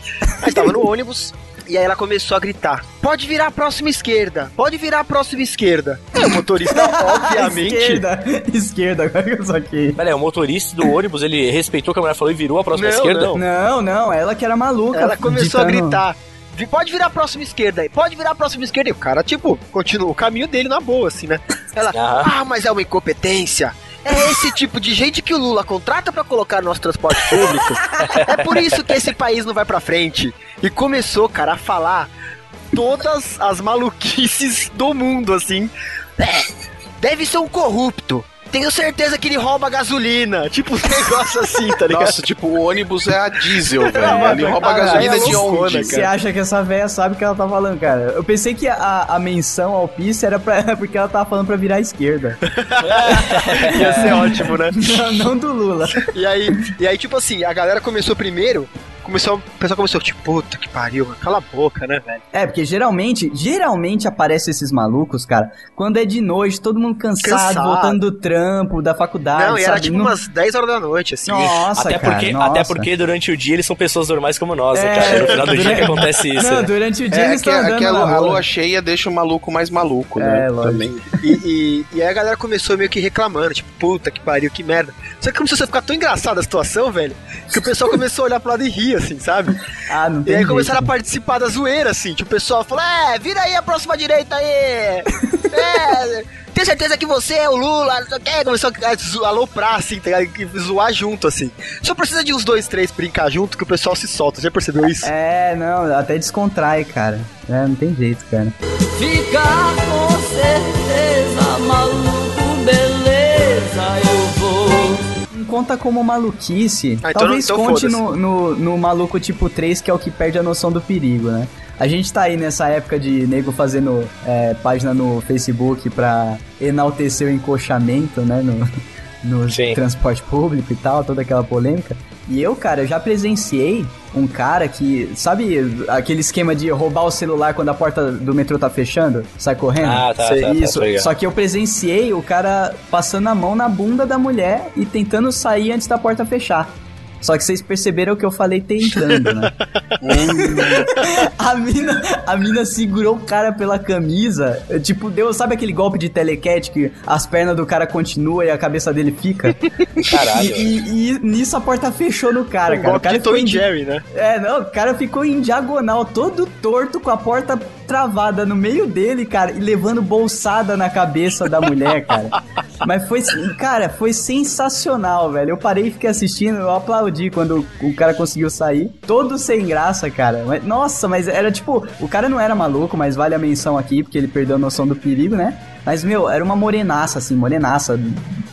Speaker 3: A gente tava no ônibus. E aí ela começou a gritar: Pode virar a próxima esquerda! Pode virar a próxima esquerda! É, o
Speaker 2: (laughs)
Speaker 3: motorista, obviamente.
Speaker 2: Ah, Esquerda, (laughs) esquerda, agora que eu saquei.
Speaker 5: Pera aí, o motorista do ônibus, ele respeitou o que a mulher falou e virou a próxima
Speaker 3: Não,
Speaker 5: esquerda?
Speaker 3: não.
Speaker 2: Não, não, ela que era maluca.
Speaker 3: Ela começou a
Speaker 2: ditando-
Speaker 3: gritar. "Vi- Pode virar a próxima esquerda, pode virar a próxima esquerda. E o cara, tipo, continua o caminho dele na boa, assim, né? Ela,
Speaker 5: Aham.
Speaker 3: ah, mas é uma incompetência. É esse tipo de gente que o Lula contrata pra colocar no nosso transporte público. é por isso que esse país não vai pra frente. E começou, cara, a falar todas as maluquices do mundo, assim. É, deve ser um corrupto. Tenho certeza que ele rouba gasolina. Tipo, uns negócios assim, tá ligado?
Speaker 4: Nossa, tipo, o ônibus é a diesel,
Speaker 2: (laughs)
Speaker 4: velho.
Speaker 2: mas
Speaker 4: Ele
Speaker 2: vai
Speaker 4: rouba a
Speaker 2: parar,
Speaker 4: gasolina
Speaker 2: é
Speaker 4: de
Speaker 3: loucona,
Speaker 4: onde?
Speaker 2: Você acha que essa véia sabe o que ela tá falando, cara? Eu pensei que a, a menção ao pista era pra, porque ela (laughs) tava falando pra virar à esquerda. (laughs)
Speaker 3: Ia ser ótimo, né?
Speaker 2: não, não do Lula.
Speaker 3: E aí, e aí, tipo assim, a galera começou primeiro. Começou, o pessoal começou, tipo, puta que pariu, mano, cala a boca, né, velho?
Speaker 2: É, porque geralmente, geralmente aparece esses malucos, cara, quando é de noite, todo mundo cansado,
Speaker 3: Cansado.
Speaker 2: voltando do trampo, da faculdade,
Speaker 3: não, e era
Speaker 2: sabe?
Speaker 3: tipo
Speaker 2: Não-
Speaker 3: umas 10 horas da noite, assim.
Speaker 2: Nossa,
Speaker 5: até,
Speaker 2: cara,
Speaker 5: porque,
Speaker 2: nossa.
Speaker 5: até porque durante o dia eles são pessoas normais como nós,
Speaker 2: É.
Speaker 5: né, cara? No final do
Speaker 2: (laughs)
Speaker 5: dia que acontece isso.
Speaker 2: Não,
Speaker 5: né?
Speaker 2: durante o dia
Speaker 4: É,
Speaker 2: eles
Speaker 4: que,
Speaker 2: estão andando
Speaker 4: é que a,
Speaker 2: na
Speaker 4: lua, a
Speaker 2: rua.
Speaker 4: lua cheia deixa o maluco mais maluco, né?
Speaker 2: É, lógico.
Speaker 4: Também.
Speaker 3: E, e, e aí a galera começou meio que reclamando, tipo, puta que pariu, que merda. Só que começou a ficar tão engraçada a situação, velho, que o pessoal começou a olhar pro lado e rir, assim, sabe?
Speaker 2: Ah, não
Speaker 3: E
Speaker 2: tem
Speaker 3: aí
Speaker 2: jeito.
Speaker 3: começaram a participar da zoeira, assim. Tipo, o pessoal falou: é, vira aí a próxima direita aí. É, tem certeza que você é o Lula, não sei o quê. Começou a zo- aloprar, assim, tá ligado? E zoar junto, assim. Só precisa de uns dois, três brincar junto que o pessoal se solta. Já percebeu isso?
Speaker 2: É, não, até descontrai, cara. É, não tem jeito, cara.
Speaker 1: Ficar com certeza, maluco, beleza, eu vou.
Speaker 2: Não Conta como maluquice.
Speaker 3: Ah, então
Speaker 2: Talvez
Speaker 3: não- então
Speaker 2: conte
Speaker 3: foda-se.
Speaker 2: no, no, no maluco tipo 3, que é o que perde a noção do perigo, né? A gente tá aí nessa época de nego fazendo é, página no Facebook pra enaltecer o encoxamento, né? No, no
Speaker 5: Sim.
Speaker 2: transporte público e tal, toda aquela polêmica. E eu, cara, eu já presenciei um cara que, sabe aquele esquema de roubar o celular quando a porta do metrô tá fechando? Sai correndo?
Speaker 5: Ah, tá,
Speaker 2: Sei,
Speaker 5: tá, tá,
Speaker 2: Isso.
Speaker 5: tô ligado.
Speaker 2: Só que eu presenciei o cara passando a mão na bunda da mulher e tentando sair antes da porta fechar. Só que vocês perceberam que eu falei tentando, (laughs) né? a, mina, a mina segurou o cara pela camisa. Tipo, deu, sabe aquele golpe de telecat que as pernas do cara continuam e a cabeça dele fica? E,
Speaker 5: Caralho.
Speaker 2: e- e nisso a porta fechou no cara,
Speaker 3: Um
Speaker 2: cara. O
Speaker 3: golpe
Speaker 2: cara
Speaker 3: de Tom
Speaker 2: ficou
Speaker 3: e
Speaker 2: em,
Speaker 3: Jerry, né?
Speaker 2: é, não, o cara ficou em diagonal, todo torto, com a porta travada no meio dele, cara, e levando bolsada na cabeça da mulher, cara. Mas foi, cara, foi sensacional, velho. Eu parei e fiquei assistindo, eu aplaudi quando o cara conseguiu sair. Todo sem graça, cara. Mas, nossa, mas era tipo, o cara não era maluco, mas vale a menção aqui, porque ele perdeu a noção do perigo, né? Mas, meu, era uma morenaça, assim, morenaça,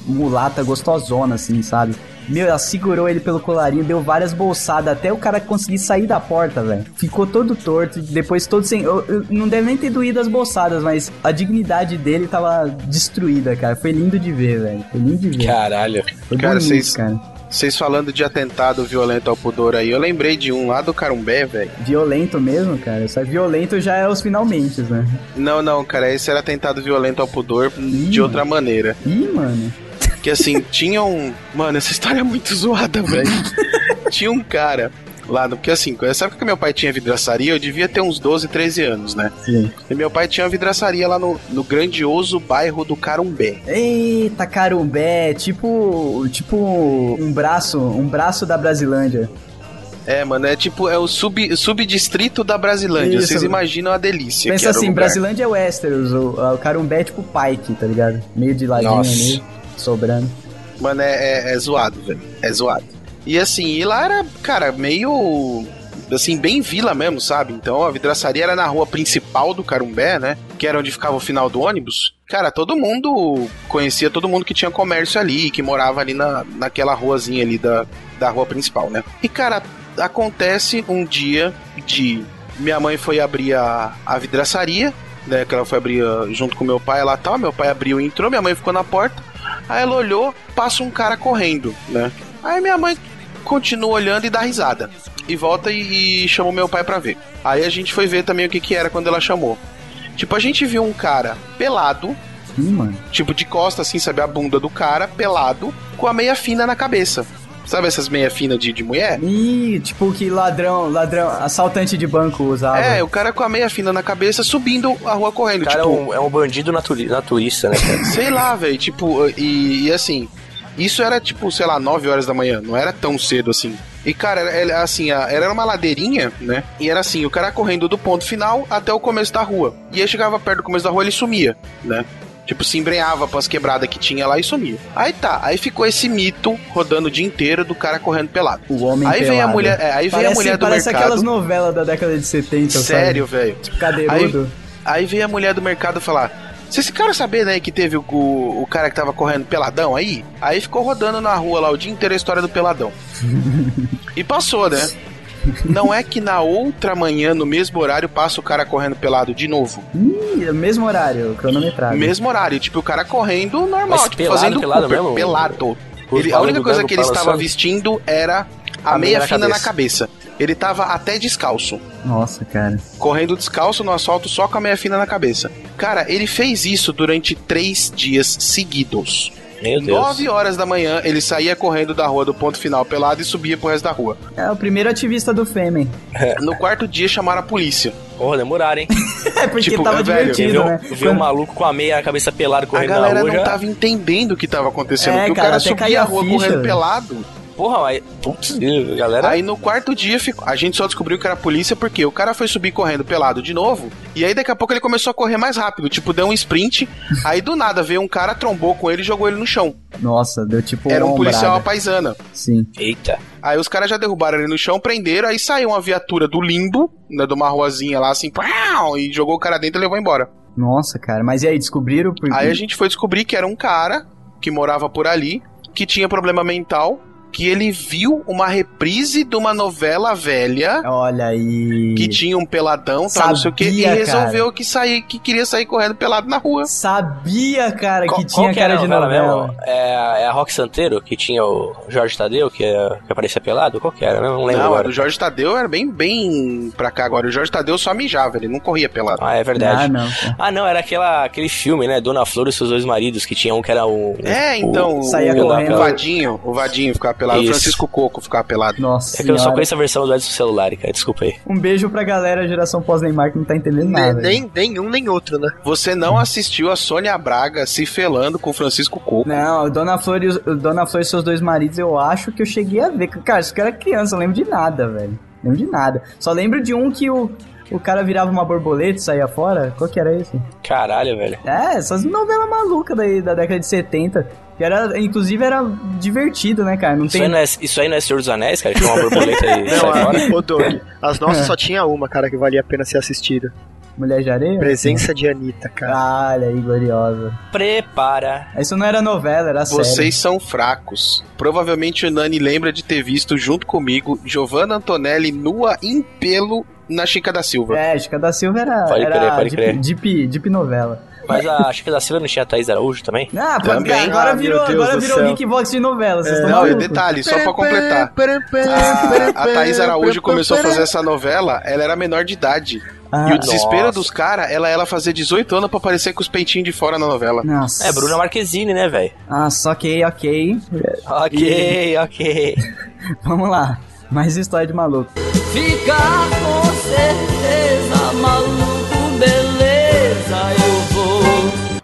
Speaker 2: mulata, gostosona, assim, sabe? Meu, ela segurou ele pelo colarinho, deu várias bolsadas até o cara conseguir sair da porta, velho. Ficou todo torto, depois todo sem. eu- eu- não deve nem ter doído as bolsadas, mas a dignidade dele tava destruída, cara. Foi lindo de ver, velho. Foi lindo de ver.
Speaker 5: Caralho.
Speaker 2: Foi
Speaker 4: cara,
Speaker 2: bonito,
Speaker 4: vocês-
Speaker 2: cara.
Speaker 4: Vocês falando de atentado violento ao pudor aí, eu lembrei de um lá do Carumbé, velho.
Speaker 2: Violento mesmo, cara. Só é violento já é os finalmente, né?
Speaker 4: Não, não, cara, esse era atentado violento ao pudor
Speaker 2: Ih,
Speaker 4: de outra maneira.
Speaker 2: Ih, mano. (laughs)
Speaker 4: Que assim, tinha um. Mano, essa história é muito zoada, velho. (laughs) tinha um cara lá, no- porque assim, nessa época que meu pai tinha vidraçaria, eu devia ter uns 12, 13 anos, né?
Speaker 2: Sim.
Speaker 4: E meu pai tinha uma vidraçaria lá no, no grandioso bairro do Carumbé.
Speaker 2: Eita, carumbé, tipo. Tipo um braço, um braço da Brasilândia.
Speaker 4: É, mano, é tipo, é o sub, subdistrito da Brasilândia.
Speaker 2: Isso.
Speaker 4: Vocês imaginam a delícia. que
Speaker 2: Pensa
Speaker 4: era o
Speaker 2: assim,
Speaker 4: lugar.
Speaker 2: Brasilândia é Westeros, o, o Carumbé é tipo Pike, tá ligado? Meio de ladinho
Speaker 5: Nossa.
Speaker 2: ali, sobrando.
Speaker 4: Mano, é, é- é zoado, velho. É zoado. E assim, e lá era, cara, meio. Assim, bem vila mesmo, sabe? Então a vidraçaria era na rua principal do Carumbé, né? Que era onde ficava o final do ônibus. Cara, todo mundo conhecia todo mundo que tinha comércio ali, que morava ali na, naquela ruazinha ali da, da rua principal, né? E, cara, acontece um dia de minha mãe foi abrir a, a vidraçaria, né? Que ela foi abrir ah, junto com meu pai lá e tal. Meu pai abriu e entrou, minha mãe ficou na porta. Aí ela olhou, passa um cara correndo, né? Aí minha mãe continua olhando e dá risada. E volta e, e chama o meu pai pra ver. Aí a gente foi ver também o que, que era quando ela chamou. Tipo, a gente viu um cara pelado,
Speaker 2: Ih, mano.
Speaker 4: tipo de costa, assim, sabe? A bunda do cara, pelado, com a meia fina na cabeça. Sabe essas meia fina de, de mulher?
Speaker 2: Ih, tipo que ladrão, ladrão, assaltante de banco usava.
Speaker 4: É, o cara com a meia fina na cabeça subindo a rua correndo.
Speaker 5: O cara
Speaker 4: tipo,
Speaker 5: é, um, é um bandido naturi naturista, né? cara?
Speaker 4: sei lá, velho. Tipo, e, e assim, isso era tipo, sei lá, 9 horas da manhã, não era tão cedo assim. E, cara, era- era, assim, a- era uma ladeirinha, né? E era assim, o cara correndo do ponto final até o começo da rua. E aí chegava perto do começo da rua, ele sumia, né? Tipo, se embrenhava pras quebradas que tinha lá e sumia. Aí tá, aí ficou esse mito rodando o dia inteiro do cara correndo pelado.
Speaker 2: O homem
Speaker 4: Aí vem a
Speaker 2: pelado.
Speaker 4: mulher, é, aí vem
Speaker 2: parece,
Speaker 4: a mulher do
Speaker 2: parece
Speaker 4: mercado.
Speaker 2: aquelas novelas da década de 70, sabe?
Speaker 4: Sério, velho.
Speaker 2: Tipo, cadeirudo.
Speaker 4: Aí veio a mulher do mercado falar: Se esse cara saber, né, que teve o, o, o cara que tava correndo peladão aí, aí ficou rodando na rua lá o dia inteiro a história do (laughs) peladão. e passou, né? Não é que na outra manhã, no mesmo horário, passa o cara correndo pelado de novo.
Speaker 2: Ih, é mesmo horário, cronometrado.
Speaker 4: Mesmo horário, tipo, o cara correndo normal,
Speaker 5: Mas
Speaker 4: tipo,
Speaker 5: pelado,
Speaker 4: fazendo
Speaker 5: pelado
Speaker 4: Cooper,
Speaker 5: mesmo?
Speaker 4: pelado.
Speaker 5: Os
Speaker 4: Ele- a
Speaker 5: malucos
Speaker 4: única coisa
Speaker 5: dando
Speaker 4: que ele
Speaker 5: pala,
Speaker 4: estava
Speaker 5: sabe?
Speaker 4: vestindo era assim. a,
Speaker 5: A
Speaker 4: meia
Speaker 5: meia na
Speaker 4: fina na cabeça. Ele tava até descalço
Speaker 2: Nossa, cara.
Speaker 4: correndo descalço no asfalto só com a meia fina na cabeça. Cara, ele fez isso durante três dias seguidos.
Speaker 5: Meu Deus.
Speaker 4: Nove horas da manhã, ele saía correndo da rua do ponto final pelado e subia pro resto da rua.
Speaker 2: É o primeiro ativista do Fêmen.
Speaker 5: É.
Speaker 4: No quarto dia, chamaram a polícia.
Speaker 5: Porra, demoraram, hein?
Speaker 2: É porque
Speaker 4: Tipo,
Speaker 2: tava
Speaker 4: é, velho,
Speaker 5: Quem
Speaker 2: divertido,
Speaker 5: viu,
Speaker 2: né?
Speaker 5: viu um maluco com a meia na cabeça pelada
Speaker 4: A
Speaker 5: correndo na
Speaker 4: galera
Speaker 5: rua
Speaker 4: não
Speaker 5: já.
Speaker 2: tá-
Speaker 4: tava entendendo o que tava acontecendo.
Speaker 2: É,
Speaker 4: porque
Speaker 2: cara,
Speaker 4: o cara
Speaker 2: até caiu
Speaker 4: subia
Speaker 2: a
Speaker 4: a rua
Speaker 2: ficha,
Speaker 4: correndo
Speaker 2: velho.
Speaker 4: pelado.
Speaker 5: Porra, mas. Putz, a galera.
Speaker 4: Aí no quarto dia, ficou- a gente só descobriu que era a polícia porque o cara foi subir correndo pelado de novo. E aí daqui a pouco ele começou a correr mais rápido. Tipo, deu
Speaker 2: (laughs)
Speaker 4: um sprint. aí do nada veio um cara, trombou com ele e jogou ele no chão.
Speaker 2: Nossa, deu tipo
Speaker 4: Era um
Speaker 2: uma
Speaker 4: policial à
Speaker 2: ombrada.
Speaker 4: paisana.
Speaker 2: Sim.
Speaker 5: Eita.
Speaker 4: Aí os caras já derrubaram ele no chão, prenderam, aí saiu uma viatura do limbo, né, de uma ruazinha lá, assim, pau, e jogou o cara dentro e levou embora.
Speaker 2: Nossa, cara. Mas e aí, descobriram? Por...
Speaker 4: Aí a gente foi descobrir que era um cara que morava por ali, que tinha problema mental, que ele viu uma reprise de uma novela velha,
Speaker 2: Olha aí.
Speaker 4: que tinha um peladão, tal, não sei o que, e
Speaker 2: Sabia, cara.
Speaker 4: resolveu que sair, que queria sair correndo pelado na rua.
Speaker 2: Sabia, cara,
Speaker 5: Qual-
Speaker 2: É que
Speaker 5: qual
Speaker 2: tinha
Speaker 5: que era
Speaker 2: cara de
Speaker 5: a novela
Speaker 2: novela. né?
Speaker 5: mesmo? É, é a Rock Santeiro, que tinha o Jorge Tadeu, que, é- que aparecia pelado? Qual que era? mesmo? Não lembro
Speaker 4: Não,
Speaker 5: agora.
Speaker 4: o Jorge Tadeu era bem, bem pra cá agora. O Jorge Tadeu só mijava, ele não corria pelado.
Speaker 5: Ah, é verdade.
Speaker 2: Ah, não. cara.
Speaker 5: Ah, não, era aquela, aquele filme, né? Dona Flor e seus dois maridos, que tinha um que era o.
Speaker 4: É, então,
Speaker 2: Saía
Speaker 4: o,
Speaker 2: correndo.
Speaker 4: o Vadinho, o Vadinho ficava pelado,
Speaker 5: Isso.
Speaker 4: o Francisco Coco ficava pelado.
Speaker 2: Nossa
Speaker 5: É que eu só
Speaker 2: senhora.
Speaker 5: conheço a versão do Edson Celular, cara. Desculpa aí.
Speaker 2: Um beijo pra galera geração pós-Neymar que não tá entendendo nada.
Speaker 3: nem, nem, nem um nem outro, né?
Speaker 4: Você não assistiu a Sônia Braga se felando com o Francisco Coco.
Speaker 2: Não, Dona Flor, e os- Dona Flor e seus dois maridos, eu acho que eu cheguei a ver. Cara, isso que eu era criança, eu não lembro de nada, velho. Lembro de nada. Só lembro de um que o, o cara virava uma borboleta e saía fora. Qual que era isso?
Speaker 5: Caralho, velho.
Speaker 2: É, essas novelas malucas daí da década de 70. Que era, inclusive, era divertido, né, cara? Não
Speaker 5: Isso, aí
Speaker 2: tem.
Speaker 5: não é, isso aí não é Senhor dos Anéis, cara? Tinha uma borboleta
Speaker 3: (laughs)
Speaker 5: e sai
Speaker 3: Não,
Speaker 5: fora.
Speaker 3: a, ô Doug, as nossas só tinha uma, cara, que valia a pena ser assistida.
Speaker 2: Mulher de areia?
Speaker 3: Presença de Anitta, cara.
Speaker 2: Ah, olha aí, gloriosa.
Speaker 3: é.
Speaker 5: Prepara.
Speaker 2: Isso não era novela, era série.
Speaker 4: Vocês são fracos. Provavelmente o Nani lembra de ter visto junto comigo Giovanna Antonelli nua em pelo na Chica da Silva.
Speaker 2: É, Chica da Silva era,
Speaker 5: Pode
Speaker 2: era
Speaker 5: crer, pode
Speaker 2: deep,
Speaker 5: crer.
Speaker 2: deep- deep novela.
Speaker 5: Mas a Chica da Silva não tinha a Thaís Araújo também?
Speaker 2: Ah, pô,
Speaker 4: Também.
Speaker 2: agora
Speaker 3: Ah, meu
Speaker 2: virou,
Speaker 3: Deus
Speaker 2: agora
Speaker 3: do
Speaker 2: virou
Speaker 3: céu. É,
Speaker 2: Geekbox de novela, vocês estão
Speaker 4: Não, e
Speaker 2: malucos.
Speaker 4: detalhe, só pra completar. A, a Thaís Araújo começou a fazer essa novela, ela era menor de idade.
Speaker 2: Ah,
Speaker 4: E o desespero
Speaker 5: nossa.
Speaker 4: dos caras, ela ela fazer 18 anos pra aparecer com os peitinhos de fora na novela.
Speaker 2: Ah, Nossa.
Speaker 5: É, Bruna Marquezine, né, velho?
Speaker 2: Ah, só que, ok. (laughs)
Speaker 5: Ok, ok.
Speaker 2: Vamos lá. Mais história de maluco.
Speaker 1: Ficar com certeza, maluco, beleza, eu vou.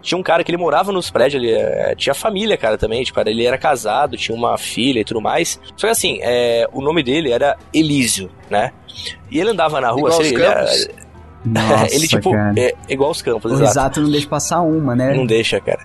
Speaker 5: Tinha um cara que ele morava nos prédios, ele eh, tinha família, cara, também. Tipo, era- ele era casado, tinha uma filha e tudo mais. Só que assim, eh, o nome dele era Elísio, né? E ele andava na rua,
Speaker 3: Igual
Speaker 5: assim,
Speaker 3: os
Speaker 5: ele, era,
Speaker 3: Campos?
Speaker 2: Nossa,
Speaker 5: (laughs) (laughs) ele tipo,
Speaker 2: cara.
Speaker 5: é, igual os campos,
Speaker 2: O
Speaker 5: exato.
Speaker 2: Risato não deixa passar uma, né?
Speaker 5: Não deixa, cara.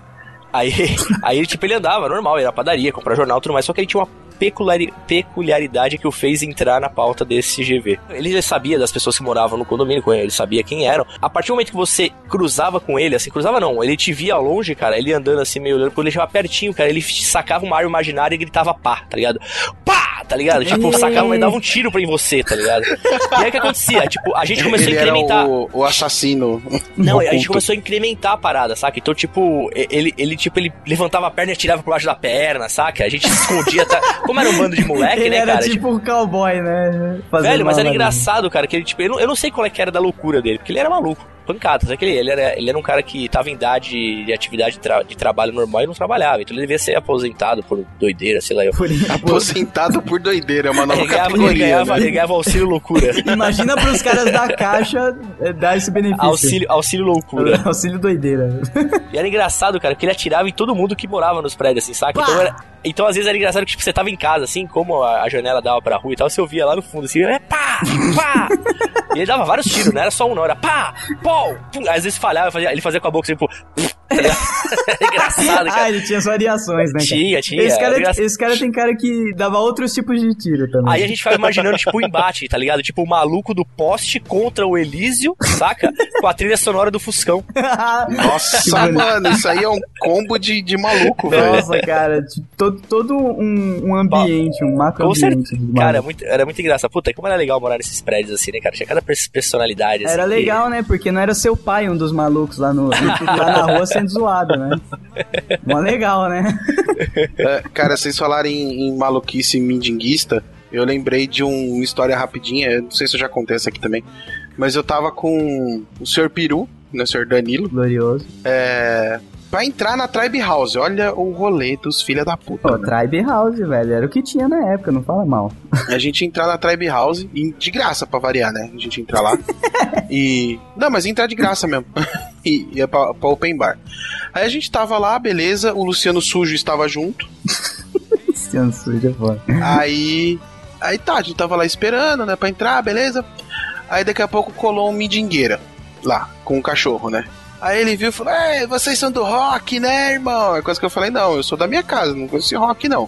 Speaker 5: Aí, (laughs) aí, tipo, ele andava normal, ia na padaria, comprar jornal e tudo mais, só que ele tinha uma peculari- peculiaridade que o fez entrar na pauta desse GV. Ele já sabia das pessoas que moravam no condomínio com ele, ele sabia quem eram. A partir do momento que você cruzava com ele, assim, cruzava não, ele te via ao longe, cara, ele andando assim, meio olhando, quando ele chegava pertinho, cara, ele sacava uma arma imaginária e gritava pá, tá ligado? Pá! tá ligado? Tipo, sacava e dava um tiro pra em você, tá ligado? E aí o que acontecia? Tipo, a gente começou
Speaker 4: Ele
Speaker 5: a
Speaker 4: era
Speaker 5: incrementar.
Speaker 4: o, o assassino.
Speaker 5: Não, a gente
Speaker 4: oculto.
Speaker 5: começou a incrementar a parada, saca? Então, tipo, ele, ele, tipo, ele levantava a perna e atirava por baixo da perna, saca? A gente se escondia, tá? Como era um bando de
Speaker 2: (laughs)
Speaker 5: moleque,
Speaker 2: Ele
Speaker 5: né,
Speaker 2: era
Speaker 5: cara? Tipo,
Speaker 2: tipo um cowboy, né? Fazendo
Speaker 5: Velho, mas era
Speaker 2: malabarismo.
Speaker 5: engraçado, cara, que ele, tipo, eu não, eu não sei qual é que era da loucura dele, porque ele era maluco. Pancada, sabe que ele, ele era, ele era um cara que tava em idade de atividade de, tra- de trabalho normal e não trabalhava. Então ele devia ser aposentado por doideira, sei lá. Eu. (laughs)
Speaker 4: Aposentado por doideira, é uma nova
Speaker 5: Ele Tá ganhava, ele,
Speaker 4: categoria.
Speaker 5: ganhava,
Speaker 4: né?
Speaker 5: ele ganhava auxílio loucura.
Speaker 2: (laughs) Imagina pros caras da caixa eh, dar esse benefício.
Speaker 5: auxílio, auxílio loucura.
Speaker 2: (laughs) Auxílio doideira.
Speaker 5: E era engraçado, cara, porque ele atirava em todo mundo que morava nos prédios, assim, saca? Então, era- então, às vezes era engraçado que tipo, você tava em casa, assim, como a, a janela dava pra rua e tal, você ouvia lá no fundo, assim, né? Pá! Pá! (laughs) e ele dava vários tiros, não era só um, não, era pá! Pau! Pum! Às vezes falhava, fazia- ele fazia com a boca, assim, pô. tá ligado? Era (laughs) engraçado,
Speaker 2: (laughs)
Speaker 5: cara.
Speaker 2: Ah, ele tinha variações, né? cara?
Speaker 5: Tinha, tinha,
Speaker 4: é,
Speaker 2: Esse
Speaker 5: era
Speaker 2: cara, tipo-
Speaker 5: engraçado.
Speaker 2: esse cara tem cara que dava outros tipos de tiro também. (laughs)
Speaker 5: Aí a gente vai imaginando, tipo, o embate, tá ligado? Tipo, o maluco do poste contra o Elísio, saca? Com a trilha sonora do Fuscão. (laughs)
Speaker 4: Nossa, mano, isso aí é um combo de, de maluco, velho.
Speaker 2: Nossa, cara, de todo, todo um, um ambiente, um macro
Speaker 5: Com
Speaker 2: ambiente.
Speaker 5: certeza. Cara, era muito, era muito engraçado. Puta, como era legal morar nesses prédios assim, né, cara? Tinha cada pers- personalidade. Assim,
Speaker 2: Era
Speaker 5: que-
Speaker 2: legal, né? Porque não era seu pai um dos malucos lá, no, (laughs) lá na rua sendo zoado, né? Mó legal, né? (laughs)
Speaker 4: É, Cara, vocês falarem em, em maluquice mindinguista, eu lembrei de um- uma história rapidinha, eu não sei se já acontece aqui também, mas eu tava com o senhor Peru, né, o senhor Danilo,
Speaker 2: Glorioso.
Speaker 4: é, pra entrar na Tribe House. Olha o rolê dos filha da puta.
Speaker 2: Pô,
Speaker 4: né?
Speaker 2: Tribe House, velho. Era o que tinha na época, não fala mal.
Speaker 4: A gente entrar na Tribe House, e de graça pra variar, né? A gente entrar lá. e. Não, mas entrar de graça mesmo. (laughs) e ia pra, pra open bar. Aí a gente tava lá, beleza, o Luciano Sujo estava junto.
Speaker 2: Luciano Sujo é foda.
Speaker 4: Aí. Aí tá, a gente tava lá esperando, né, pra entrar, beleza. Aí daqui a pouco colou um midingueira lá, com um cachorro, né? Aí ele viu e falou: Ei, vocês são do rock, né, irmão? É coisa que eu falei: Não, eu sou da minha casa, não conheço esse rock, não.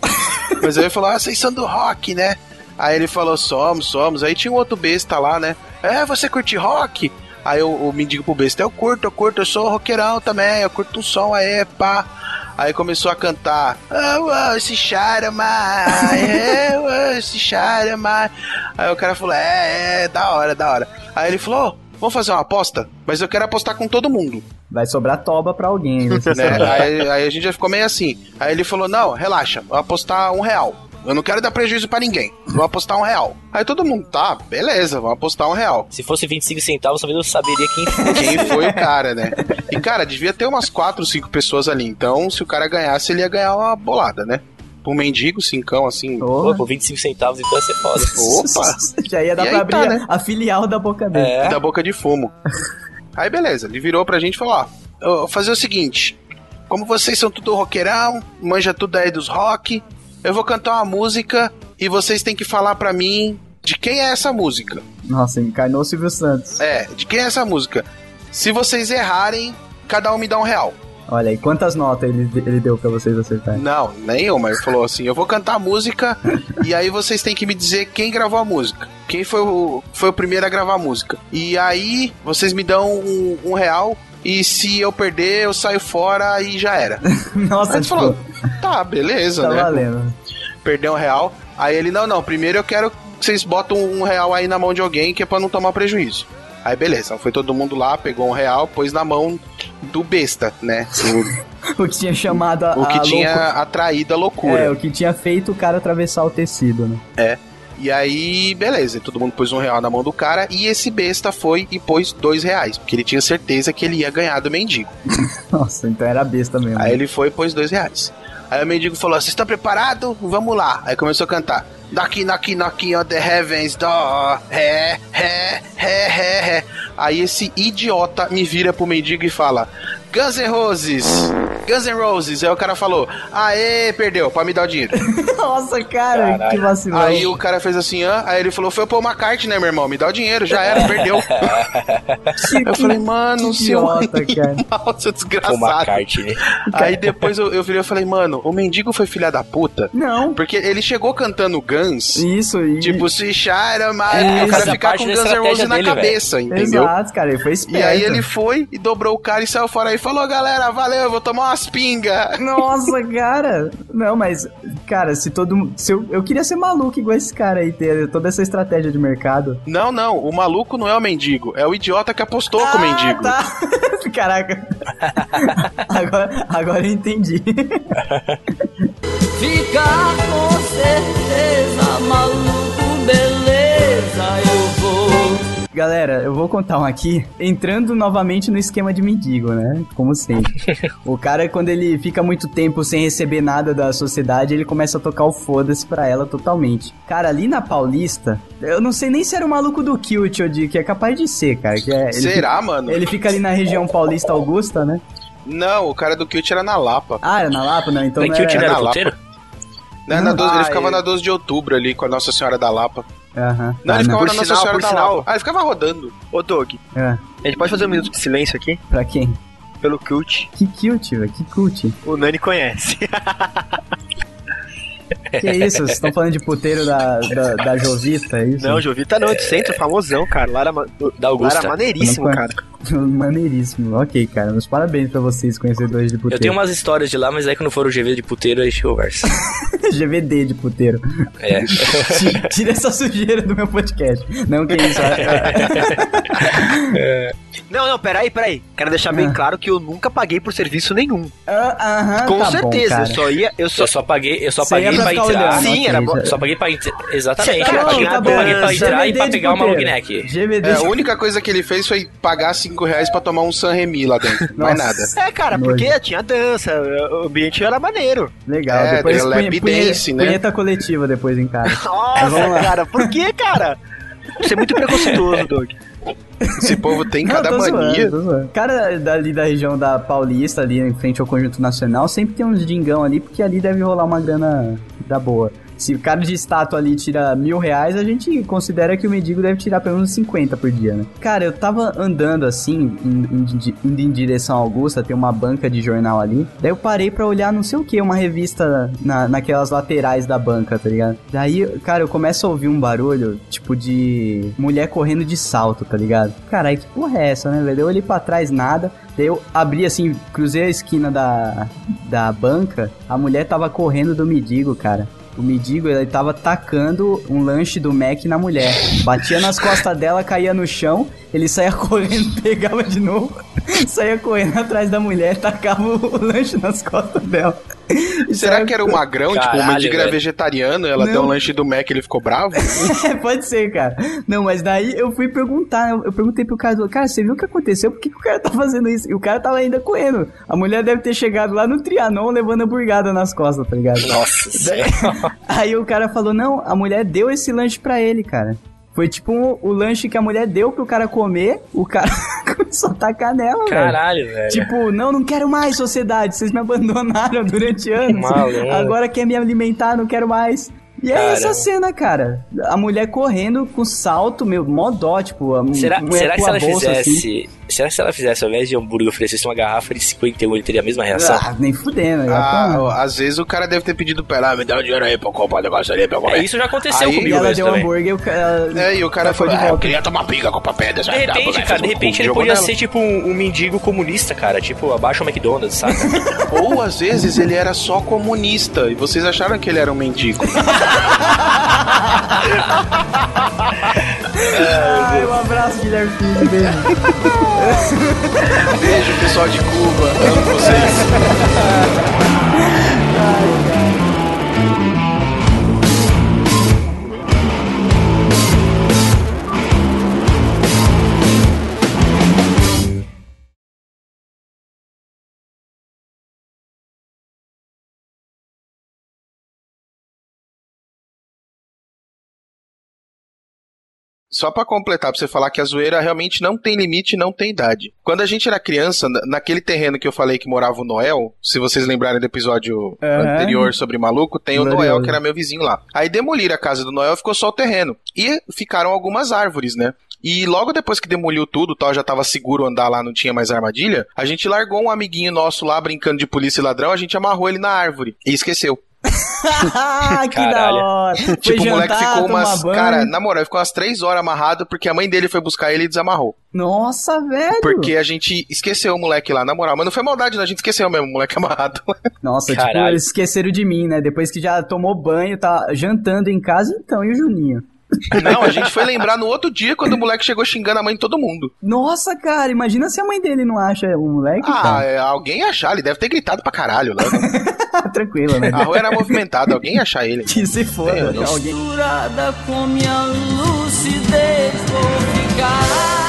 Speaker 4: Mas aí ele falou: Ah, vocês são do rock, né? Aí ele falou: Somos, somos. Aí tinha um outro besta lá, né? É, você curte rock? Aí o, o mendigo pro besta: Eu curto, eu curto, eu sou roqueirão também, eu curto um som aí, pá. Aí começou a cantar. Oh, oh, se charama, é, oh, se charama. Aí o cara falou: É, é, da hora, da hora. Aí ele falou: "Ô, Vamos fazer uma aposta? Mas eu quero apostar com todo mundo
Speaker 2: Vai sobrar toba pra alguém. né?
Speaker 4: né?
Speaker 2: (laughs)
Speaker 4: aí, aí a gente já ficou meio assim. Aí ele falou: não, relaxa, vou apostar um real. Eu não quero dar prejuízo pra ninguém. Vou apostar um real. Aí todo mundo, tá, beleza, vamos apostar um real.
Speaker 5: Se fosse 25 centavos, talvez eu saberia
Speaker 2: (laughs)
Speaker 5: quem foi.
Speaker 4: Quem foi o cara, né? E, cara, devia ter umas 4, 5 pessoas ali. Então, se o cara ganhasse, ele ia ganhar uma bolada, né? Um mendigo, cincão, assim.
Speaker 5: Pô,
Speaker 2: Porra.
Speaker 5: por 25 centavos, então ia ser
Speaker 2: (laughs)
Speaker 5: foda.
Speaker 4: Opa!
Speaker 2: Já ia dar
Speaker 4: E
Speaker 2: pra
Speaker 4: aí tá,
Speaker 2: abrir
Speaker 4: né?
Speaker 2: a filial da boca dele.
Speaker 5: É.
Speaker 4: da boca de fumo. Aí beleza, ele virou pra gente e falou: ó, eu vou fazer o seguinte: como vocês são tudo roqueirão, manja tudo aí dos rock, eu vou cantar uma música e vocês têm que falar pra mim de quem é essa música.
Speaker 2: Nossa, encarnou o Silvio Santos.
Speaker 4: É, de quem é essa música. Se vocês errarem, cada um me dá um real.
Speaker 2: Olha aí, quantas notas ele, ele deu pra vocês acertarem?
Speaker 4: Não, nenhuma. Ele falou assim: eu vou cantar a música e aí vocês têm que me dizer quem gravou a música. Quem foi o, foi o primeiro a gravar a música. E aí vocês me dão um, um real e se eu perder, eu saio fora e já
Speaker 2: (laughs)
Speaker 4: era. Aí
Speaker 2: (laughs) Nossa,
Speaker 4: a gente
Speaker 2: tipo,
Speaker 4: falou: tá, beleza,
Speaker 2: tá
Speaker 4: né?
Speaker 2: valendo.
Speaker 4: Perdeu um real. Aí ele: não, não, primeiro eu quero que vocês botam um real aí na mão de alguém que é pra não tomar prejuízo. Aí beleza, foi todo mundo lá, pegou um real, pôs na mão do besta, né? O-
Speaker 2: O que tinha chamado a, (laughs)
Speaker 4: O, que
Speaker 2: a
Speaker 4: tinha
Speaker 2: loucu-
Speaker 4: atraído a loucura.
Speaker 2: Ah, É, o que tinha feito o cara atravessar o tecido, né?
Speaker 4: E aí, beleza, todo mundo pôs um real na mão do cara e esse besta foi e pôs dois reais, porque ele tinha certeza que ele ia ganhar do mendigo.
Speaker 2: Nossa, então era besta mesmo.
Speaker 4: Aí ele foi e pôs dois reais. Aí o mendigo falou: Vocês estão preparados? Vamos lá. Aí começou a cantar. Knock, knock, knock on the heavens door. Ré, ré, ré, ré, ré. Aí esse idiota me vira pro mendigo e fala: Guns N' Roses, Guns N' Roses. Aí o cara falou: Aê, perdeu, pode me dar o dinheiro.
Speaker 2: (laughs) Nossa, cara, que vacilão.
Speaker 4: Aí o cara fez assim, ah, aí ele falou, foi o Paul McCartney, né, meu irmão? Me dá o dinheiro,
Speaker 2: (laughs)
Speaker 4: já era, perdeu.
Speaker 2: que,
Speaker 4: eu falei, mano,
Speaker 2: que
Speaker 4: seu (laughs)
Speaker 2: idiota, cara.
Speaker 4: animal, seu
Speaker 2: Tá
Speaker 5: Pô,
Speaker 4: desgraçado.
Speaker 5: McCartney.
Speaker 2: Então
Speaker 4: Aí depois eu, eu virei e falei, mano, o mendigo foi filha da puta,
Speaker 2: Não.
Speaker 4: porque ele chegou cantando Guns,
Speaker 2: Isso, e...
Speaker 4: tipo, se chara, mas
Speaker 5: É,
Speaker 4: o
Speaker 5: essa
Speaker 4: cara ficar
Speaker 5: parte
Speaker 4: com
Speaker 5: da
Speaker 4: Guns N'
Speaker 5: estratégia
Speaker 4: Roses na
Speaker 5: dele,
Speaker 4: cabeça, entendeu?
Speaker 2: Exato, Exato, cara, ele foi
Speaker 4: E
Speaker 2: esperto.
Speaker 4: aí
Speaker 2: (laughs)
Speaker 4: ele foi e dobrou o cara e saiu fora e falou, galera, valeu, eu vou tomar umas pingas.
Speaker 2: Nossa, cara! Não, mas, cara, se todo mundo. se eu, eu queria ser maluco igual esse cara aí, ter toda essa estratégia de mercado.
Speaker 4: Não, não, o maluco não é o mendigo, é o idiota que apostou com o mendigo.
Speaker 2: Tá. (laughs) Caraca. Agora, agora eu entendi.
Speaker 1: Ficar com certeza, maluco, beleza, eu vou.
Speaker 2: Galera, eu vou contar um aqui, entrando novamente no esquema de mendigo, né? Como sempre. o cara, quando ele fica muito tempo sem receber nada da sociedade, ele começa a tocar o foda-se pra ela totalmente. Cara, ali na Paulista, eu não sei nem se era o maluco do Kilt ou de que é capaz de ser, cara. Que é, ele
Speaker 4: Será, mano?
Speaker 2: Ele fica ali na região paulista augusta, né?
Speaker 4: Não, o cara do Kilt era na Lapa.
Speaker 2: Ah, era na Lapa, não, então
Speaker 5: Então,
Speaker 2: não era...
Speaker 5: que o
Speaker 4: na
Speaker 5: Tiveram
Speaker 4: Lapa.
Speaker 5: fronteiro?
Speaker 4: Né, na
Speaker 2: Hum,
Speaker 4: 12
Speaker 3: ah,
Speaker 4: ele ficava
Speaker 3: é.
Speaker 4: na 12 de outubro ali com a Nossa Senhora da Lapa.
Speaker 2: Aham.
Speaker 4: Não, ele
Speaker 2: Ah,
Speaker 4: ficava
Speaker 3: Por
Speaker 4: na Nossa
Speaker 3: sinal,
Speaker 4: Senhora
Speaker 3: por
Speaker 4: da
Speaker 3: sinal.
Speaker 4: Lapa. Ah, ele ficava rodando.
Speaker 3: Ô, Doug,
Speaker 2: Ah,
Speaker 3: a gente pode fazer um minuto de silêncio aqui?
Speaker 2: pra quem?
Speaker 3: Pelo Kilt,
Speaker 2: Que Kilt, velho, que Kilt.
Speaker 3: o Nani conhece.
Speaker 2: Que isso, vocês estão falando de puteiro da, da, da Jovita, é isso?
Speaker 3: Não, Jovita não, é do centro, famosão, cara. Lá era, ma-
Speaker 5: Da
Speaker 3: lá
Speaker 5: Augusta.
Speaker 3: era maneiríssimo,
Speaker 2: Não
Speaker 3: cara.
Speaker 2: (laughs) Maneiríssimo. Ok, cara. Meus parabéns pra vocês, conhecedores de puteiro.
Speaker 5: Eu
Speaker 2: (laughs)
Speaker 5: tenho umas histórias de lá, mas aí quando for o GV de puteiro, a gente conversa.
Speaker 2: GVD de
Speaker 5: (laughs)
Speaker 2: puteiro.
Speaker 5: É.
Speaker 2: Ti- Tira essa sujeira do meu podcast. Não, que isso. ah,
Speaker 3: Não, não, peraí, peraí. Quero deixar bem
Speaker 2: Ah.
Speaker 3: claro que eu nunca paguei por serviço nenhum.
Speaker 2: ah, aham,
Speaker 3: Com
Speaker 2: tá
Speaker 3: certeza,
Speaker 2: bom,
Speaker 3: eu
Speaker 2: cara.
Speaker 3: só ia. Eu só...
Speaker 5: Eu só paguei, eu só
Speaker 2: Você ia
Speaker 5: paguei pra
Speaker 2: é ficar
Speaker 5: entrar. é.
Speaker 2: olhando, é.
Speaker 3: Sim,
Speaker 2: ok,
Speaker 3: era
Speaker 2: já-
Speaker 3: bom,
Speaker 5: Só paguei pra entrar. Exatamente.
Speaker 3: Tá
Speaker 5: eu
Speaker 3: bom,
Speaker 5: É, paguei,
Speaker 3: tá
Speaker 5: eu
Speaker 3: bom.
Speaker 5: paguei pra
Speaker 2: GVD
Speaker 5: entrar e pra
Speaker 2: é de
Speaker 5: pegar o
Speaker 2: puteiro.
Speaker 5: maluco aqui.
Speaker 2: GVD
Speaker 4: É, a
Speaker 2: de
Speaker 4: única coisa que ele fez foi pagar 5 reais pra tomar um San Remi lá dentro. Mais
Speaker 2: Nossa.
Speaker 4: nada.
Speaker 3: É, cara,
Speaker 2: Nojo.
Speaker 3: porque tinha dança, o ambiente era maneiro.
Speaker 2: Legal.
Speaker 4: É,
Speaker 2: depois
Speaker 4: tem
Speaker 2: punhe-
Speaker 4: lap
Speaker 2: punhe-
Speaker 4: dance, né?
Speaker 2: punheta coletiva depois em casa. Mas É, vamos lá.
Speaker 3: Nossa, cara, por que, cara? Você é
Speaker 2: (laughs)
Speaker 3: muito preconceituoso, Doug.
Speaker 4: Esse povo tem
Speaker 2: Não,
Speaker 4: cada
Speaker 2: tô zoando,
Speaker 4: mania.
Speaker 2: tô zoando. Cara dali da região da Paulista, ali em frente ao Conjunto Nacional, sempre tem uns dingão ali, porque ali deve rolar uma grana da boa. Se o cara de estátua ali tira mil reais, a gente considera que o mendigo deve tirar pelo menos 50 por dia, né? Cara, eu tava andando assim, in- in- di- indo em direção a Augusta, tem uma banca de jornal ali. Daí eu parei pra olhar não sei o que, uma revista na, naquelas laterais da banca, tá ligado? Daí, cara, eu começo a ouvir um barulho, tipo de mulher correndo de salto, tá ligado? Caralho, que porra é essa, né, velho? Eu olhei pra trás, nada. Daí eu abri assim, cruzei a esquina da, da banca, a mulher tava correndo do mendigo, cara. O mendigo, ele tava tacando um lanche do Mac na mulher. Batia nas costas dela, caía no chão, ele saía (laughs) correndo, pegava de novo, saía correndo atrás da mulher, tacava o lanche nas costas dela. E
Speaker 4: Será
Speaker 2: saía-
Speaker 4: que era o magrão? tipo, o
Speaker 5: Caralho,
Speaker 4: mendigo era
Speaker 5: velho.
Speaker 4: vegetariano, ela
Speaker 2: Não.
Speaker 4: deu um lanche do Mac e ele ficou bravo?
Speaker 2: (laughs) É, pode ser, cara. Não, mas daí eu fui perguntar, eu, eu perguntei pro cara, cara, você viu o que aconteceu? Por que, que o cara tá fazendo isso? E o cara tava ainda correndo. A mulher deve ter chegado lá no Trianon levando a burgada nas costas, tá ligado?
Speaker 5: Nossa
Speaker 2: (laughs)
Speaker 5: senhora.
Speaker 2: Aí o cara falou, não, a mulher deu esse lanche pra ele, cara. Foi tipo um- o lanche que a mulher deu pro cara comer, o cara (laughs) começou a tacar nela, velho.
Speaker 5: Caralho, velho.
Speaker 2: Tipo, não, não quero mais sociedade, vocês me abandonaram durante anos.
Speaker 5: Maluco.
Speaker 2: Agora quer me alimentar, não quero mais. E é
Speaker 5: Cara.
Speaker 2: essa cena, cara. A mulher correndo com salto, meu, mó dó, tipo, a
Speaker 5: Será,
Speaker 2: mulher
Speaker 5: será que
Speaker 2: com a
Speaker 5: se ela
Speaker 2: bolsa assim.
Speaker 5: fizesse. Será que se ela fizesse, ao invés de hambúrguer, oferecesse uma garrafa de 51, ele teria a mesma reação?
Speaker 2: Ah, nem fudendo. ela
Speaker 4: Ah,
Speaker 2: tá-
Speaker 4: ó, às vezes o cara deve ter pedido pra ela, me dá um dinheiro aí pra eu comprar um negócio ali pra eu
Speaker 5: É,
Speaker 4: comer.
Speaker 5: isso já aconteceu
Speaker 4: Aí
Speaker 2: e
Speaker 5: comigo
Speaker 2: ela
Speaker 5: mesmo
Speaker 2: deu
Speaker 5: também.
Speaker 2: hambúrguer, o cara...
Speaker 4: É, e o cara
Speaker 2: Ela
Speaker 4: foi
Speaker 2: foi de
Speaker 4: ah, eu
Speaker 2: volta.
Speaker 4: queria tomar pinga com a pedra.
Speaker 5: De repente, cara, de repente ele podia ser tipo um, um mendigo comunista, cara. Tipo, abaixa o McDonald's, saca?
Speaker 4: Ou às vezes ele era só comunista e vocês acharam que ele era um mendigo.
Speaker 2: (laughs) Ai, um abraço, Guilherme Filho, beijo.
Speaker 4: Beijo, pessoal de Cuba. Amo vocês. Só pra completar, pra você falar que a zoeira realmente não tem limite, não tem idade. Quando a gente era criança, na- naquele terreno que eu falei que morava o Noel, se vocês lembrarem do episódio
Speaker 2: Aham.
Speaker 4: anterior sobre maluco, tem o
Speaker 2: Glorioso.
Speaker 4: Noel que era meu vizinho lá. Aí demoliram a casa do Noel, ficou só o terreno. E ficaram algumas árvores, né? E logo depois que demoliu tudo, tal, já tava seguro andar lá, não tinha mais armadilha, a gente largou um amiguinho nosso lá brincando de polícia e ladrão, a gente amarrou ele na árvore e esqueceu.
Speaker 2: (laughs) que
Speaker 5: Caralho.
Speaker 2: da hora. Foi
Speaker 4: Tipo, o moleque
Speaker 2: jantar,
Speaker 4: ficou
Speaker 2: tomar
Speaker 4: umas.
Speaker 2: banho.
Speaker 4: Cara, na moral, ele ficou umas três horas amarrado porque a mãe dele foi buscar ele e desamarrou.
Speaker 2: Nossa, velho.
Speaker 4: Porque a gente esqueceu o moleque lá, na moral. Mas não foi maldade, não. A gente esqueceu mesmo o é moleeke amarrado.
Speaker 2: Nossa, tipo,
Speaker 5: Caralho.
Speaker 2: eles esqueceram de mim, né? Depois que já tomou banho, tá jantando em casa, então, e o Juninho?
Speaker 4: (laughs) Não, a gente foi lembrar no outro dia quando o moleque chegou xingando a mãe de todo mundo.
Speaker 2: Nossa, cara, imagina se a mãe dele não acha o moleque,
Speaker 4: Ah, é, alguém ia achar, ele deve ter gritado pra caralho lá.
Speaker 2: cara. (laughs) Tranquilo,
Speaker 4: (laughs)
Speaker 2: né?
Speaker 4: A rua era movimentada, alguém ia achar ele.
Speaker 2: Que se foda,
Speaker 4: Eu
Speaker 2: alguém.
Speaker 1: Misturada com minha lucidez, vou ficar